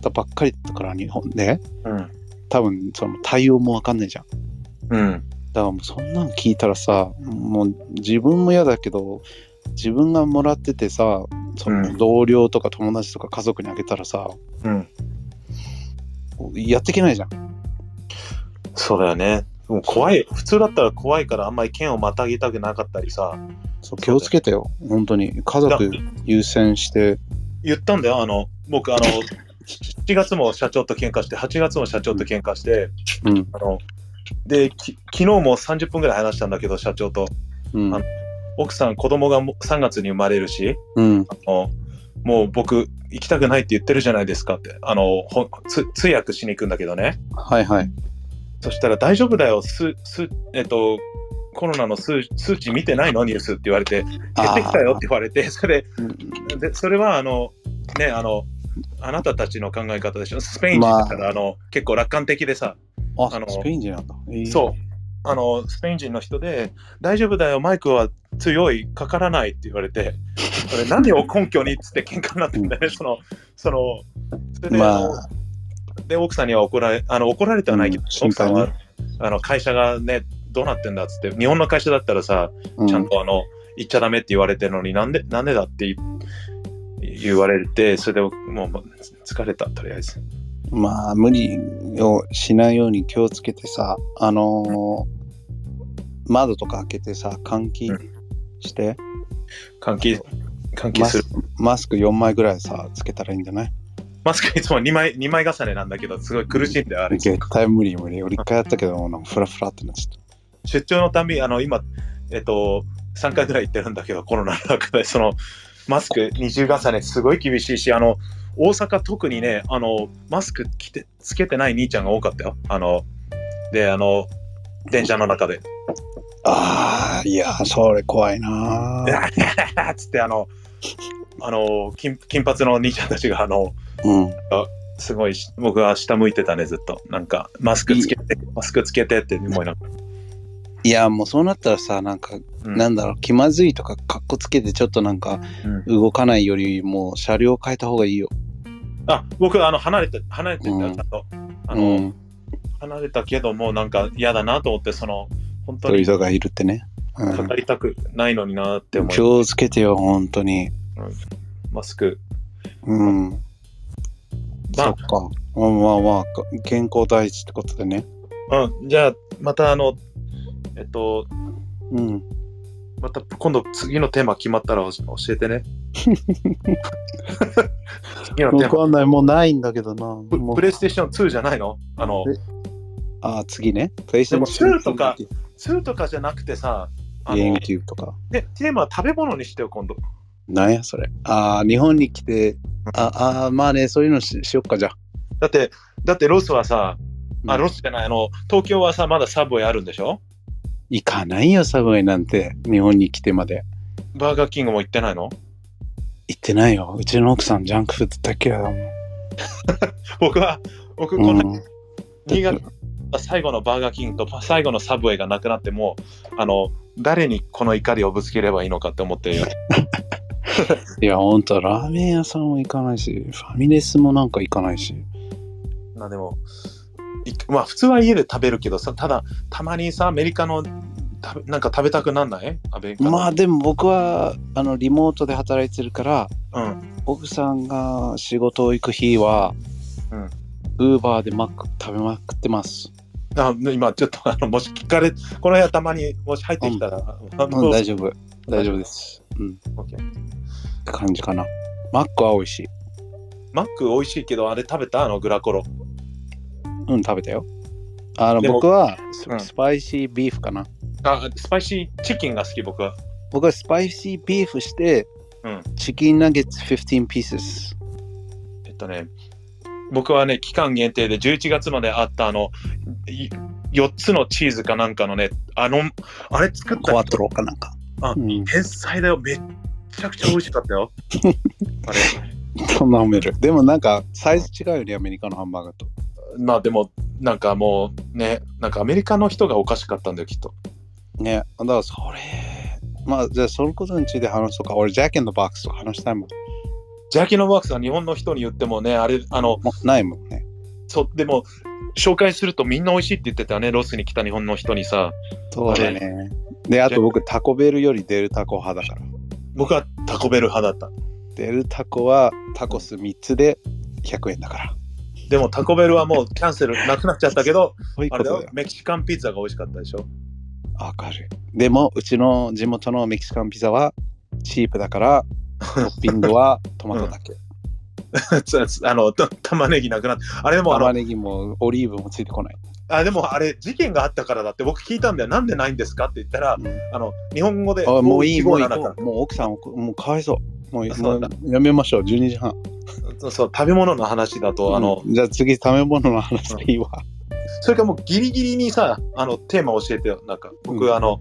たばっかりだったから、日本で、
うん。
多分その対応もわかんないじゃん。
うん。
だからもうそんなの聞いたらさ、もう自分も嫌だけど、自分がもらっててさ、そうの
ん
同僚とか友達とか家族にあげたらさ、
うん
やっていけないじゃん。
そうだよね。でも怖い。普通だったら怖いからあんまり剣をまたぎたくなかったりさ。
そう気をつけてよ、本当に。家族優先して。
言ったんだよ。あの、僕、あの、7月も社長と喧嘩して、8月も社長と喧嘩して、
うん。
あの、で、き昨日も30分ぐらい話したんだけど、社長と。
うん
あの。奥さん、子供がも3月に生まれるし、
うん。
あの、もう僕、行きたくないって言ってるじゃないですかって。あの、ほんつ通訳しに行くんだけどね。
はいはい。
そしたら大丈夫だよ、すすえっと、コロナの数数値見てないのニュースって言われて、減ってきたよって言われて、それ
あーうん
でそれはあの、ね、あの、あなたたちの考え方でしょ、スペイン人だから、
まあ
あの結構楽観的でさ、
あ
あの
スペイン人なんだ。えー
そう、あの、スペイン人の人で、大丈夫だよ、マイクは強い、かからないって言われて、それ何を根拠にっつって喧嘩になってんだよね、その、その、それで、
ま
あの
あ、
で奥さんには怒られあの怒られてはないけど、
うん心
奥さ
配
ん
ね
はあの会社がねどうなってんだっつって日本の会社だったらさ、
う
ちゃんとあの行っちゃダメって言われてるのになんでなんでだって言言われてそれでもうもう疲れたとりあえず
まあ無理をしないように気をつけてさあのー窓とか開けてさ換気
う
して、
換気換気
マス
する
マスク4枚ぐらいさつけたらいいんじゃない
マスクいつも2枚二枚重ねなんだけどすごい苦しいんだよあれ
絶対無理無理俺一回やったけどなんかフラフラってなっちゃっ
出張のたびあの今えっと3回ぐらい行ってるんだけどコロナの中でそのマスク二重重ねすごい厳しいしあの大阪特にねあのマスク着てつけてない兄ちゃんが多かったよあのであの電車の中で
たあーいやそれ怖いなー
<laughs> つってあのあの金金髪の兄ちゃんたちがあの
うん
すごいし僕は下向いてたねずっとなんかマスクつけてマスクつけてって思いながら、
いやもうそうなったらさなんか、
うん
なんだろう気まずいとかかっこつけてちょっとなんか
うん
動かないよりも車両変えた方がいいよ
あ僕あの離れて離れてったよちゃんと、あの、
うん、
離れたけどもなんか嫌だなと思ってその本当
そういう
に
人がいるってね、うん
語りたくないのになって思い
気をつけてよ、本当に。
マスク
うん。
ま
そ
あ
っか。うんまあまあ、健康第一ってことでね。
うん、じゃあまたあのえっと
うん。
また今度次のテーマ決まったら教教え
<laughs>
てね次のテ
わ
ー
かんない、もうないんだけどな。も
マ
う
プレイステーション2じゃないのあの
ああ、次ね。プレイステ
でも
ーション
シューとか。2とかじゃなくてさあ
ゲー
の
ムキューブとか。
でテーマは食べ物にしてよ今度
なんや、それ。ああ、日本に来て、ああー、まあね、そういうのししよっか、じゃあ。
だってだってロスはさあ
うん
ロスじゃないあの東京はさまだサブウェイあるんでしょ
行かないよ、サブウェイなんて。日本に来てまで。
バーガーキングも行ってないの <laughs>
行ってないよ。うちの奥さん、ジャンクフードだけは。
僕は僕
う
こ
ん
の。新潟が最後のバーガーキングと最後のサブウェイがなくなってもうあの誰にこの怒りをぶつければいいのかって思ってるよ
いや、ほんと、ラーメン屋さんも行かないし、ファミレスもなんか行かないし。
まあでもいまあ普通は家で食べるけどさただたまにさアメリカの食べなんか食べたくなんないアメリカの
まあでも僕はあのリモートで働いてるから
うん
奥さんが仕事を行く日は
うん
ウーバーでマック食べまくってます、
あ今ちょっとあのもし聞かれこの部屋たまにもし入ってきたら、あ
うん、
の
大丈夫大丈夫ですうんっ
オッケー
て感じかなマックは美味しい
マック美味しいけどあれ食べたあのグラコロ
うん食べたよあの
でも
僕はス,、
うん
パイシービーフかな
あスパイシーチキンが好き僕は
僕はスパイシービーフして、
うん
チキンナゲッツ15 pieces
えっとね、僕はね、期間限定で11月まであったあの、い4つのチーズかなんかのね、あの、あれ作っ
コ
た
アトロかなんか
あ
うん、
天才だよ。めっちゃくちゃ美味し
<laughs>
かったよ。あれ。
そんな褒めるでもなんかサイズ違うよねアメリカのハンバーガーと
まあでも、なんかもうね、なんかアメリカの人がおかしかったんだよ、きっと。
ね、だからそれ、まあじゃあそのことについて話すとか、俺ジャッキンのボックスとか話したいもん。
ジャーキーのワークスは日本の人に言ってもね、あれ、あの、
もうないもんね。
そでも、紹介するとみんな美味しいって言ってたね、ロスに来た日本の人にさ。
そうだね。で、あと僕タコベルよりデルタコ派だから。
僕はタコベル派だった。
デルタコはタコス3つで100円だから。
でもタコベルは <laughs> もうキャンセルなくなっちゃったけど、
そういう
あ
こ
れ
と
だ
だ
よ
よ。
メキシカンピザが美味しかったでしょ。 <laughs>
わかる。でも、うちの地元のメキシカンピザはチープだから、トッピング
<laughs>
はトマトだけ。
つあのた玉ねぎなくなって、あれでもあ
玉
の
ねぎもオリーブもついてこない。
あでもあれ事件があったからだって僕聞いたんだよ。なんでないんですかって言ったら、
うん
あの日本語で
あもういい、もういい。
557
も
か
うもう奥さんを、もうかわいそう。もう
あ
も
そううだ
やめましょう、12時半。
そうそう食べ物の話だと、あの
うんじゃあ次、食べ物の話でいいわ。
それからもうギリギリにさあのテーマ教えてよなんか僕、
うん
あの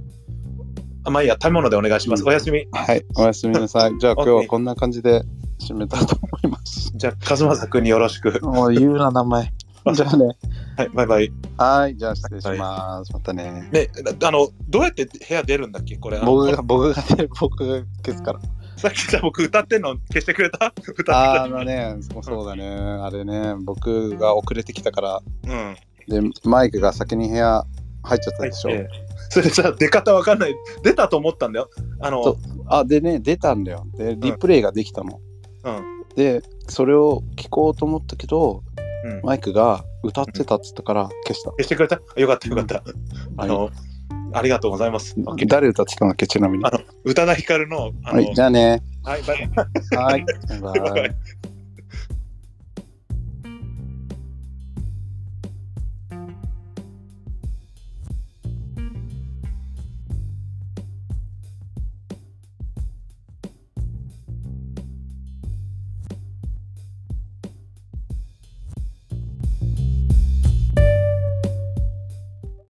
あまあいいや食べ物でお願いします、
うん
おやすみ
はい、おやすみなさ
<laughs>
い。じゃあ今日
OK
はこんな感じで締めたいと思います。
じゃあ和正君によろしく
もう言うな、名前。 <laughs> じゃあね。
<laughs> はいバイバイ
はい、じゃあ失礼します。またね。
ねあのどうやって部屋出るんだっけこれあの
僕が、僕がね、僕が消すから。
<laughs> さっきさ僕歌ってんの消してくれた歌って
あ
た
ーあのね、そうそうだね。あれね、僕が遅れてきたから、
うん
で、マイクが先に部屋入っちゃったでしょ。
ええそれさ出方わかんない出たと思ったんだよあの
そうあ、でね、出たんだよ。で、リプレイができたの。
うん
で、それを聞こうと思ったけど、
うん
マイクが歌ってたっつったから消した。
消してくれたよかったよかった、あ
はい
のありがとうございます、OK
誰歌ってたんだっけ、ちなみに。
あ宇多田ヒカルのあ
は
の、
い、じゃあね。
はいバイバイ
はい。
バイバイ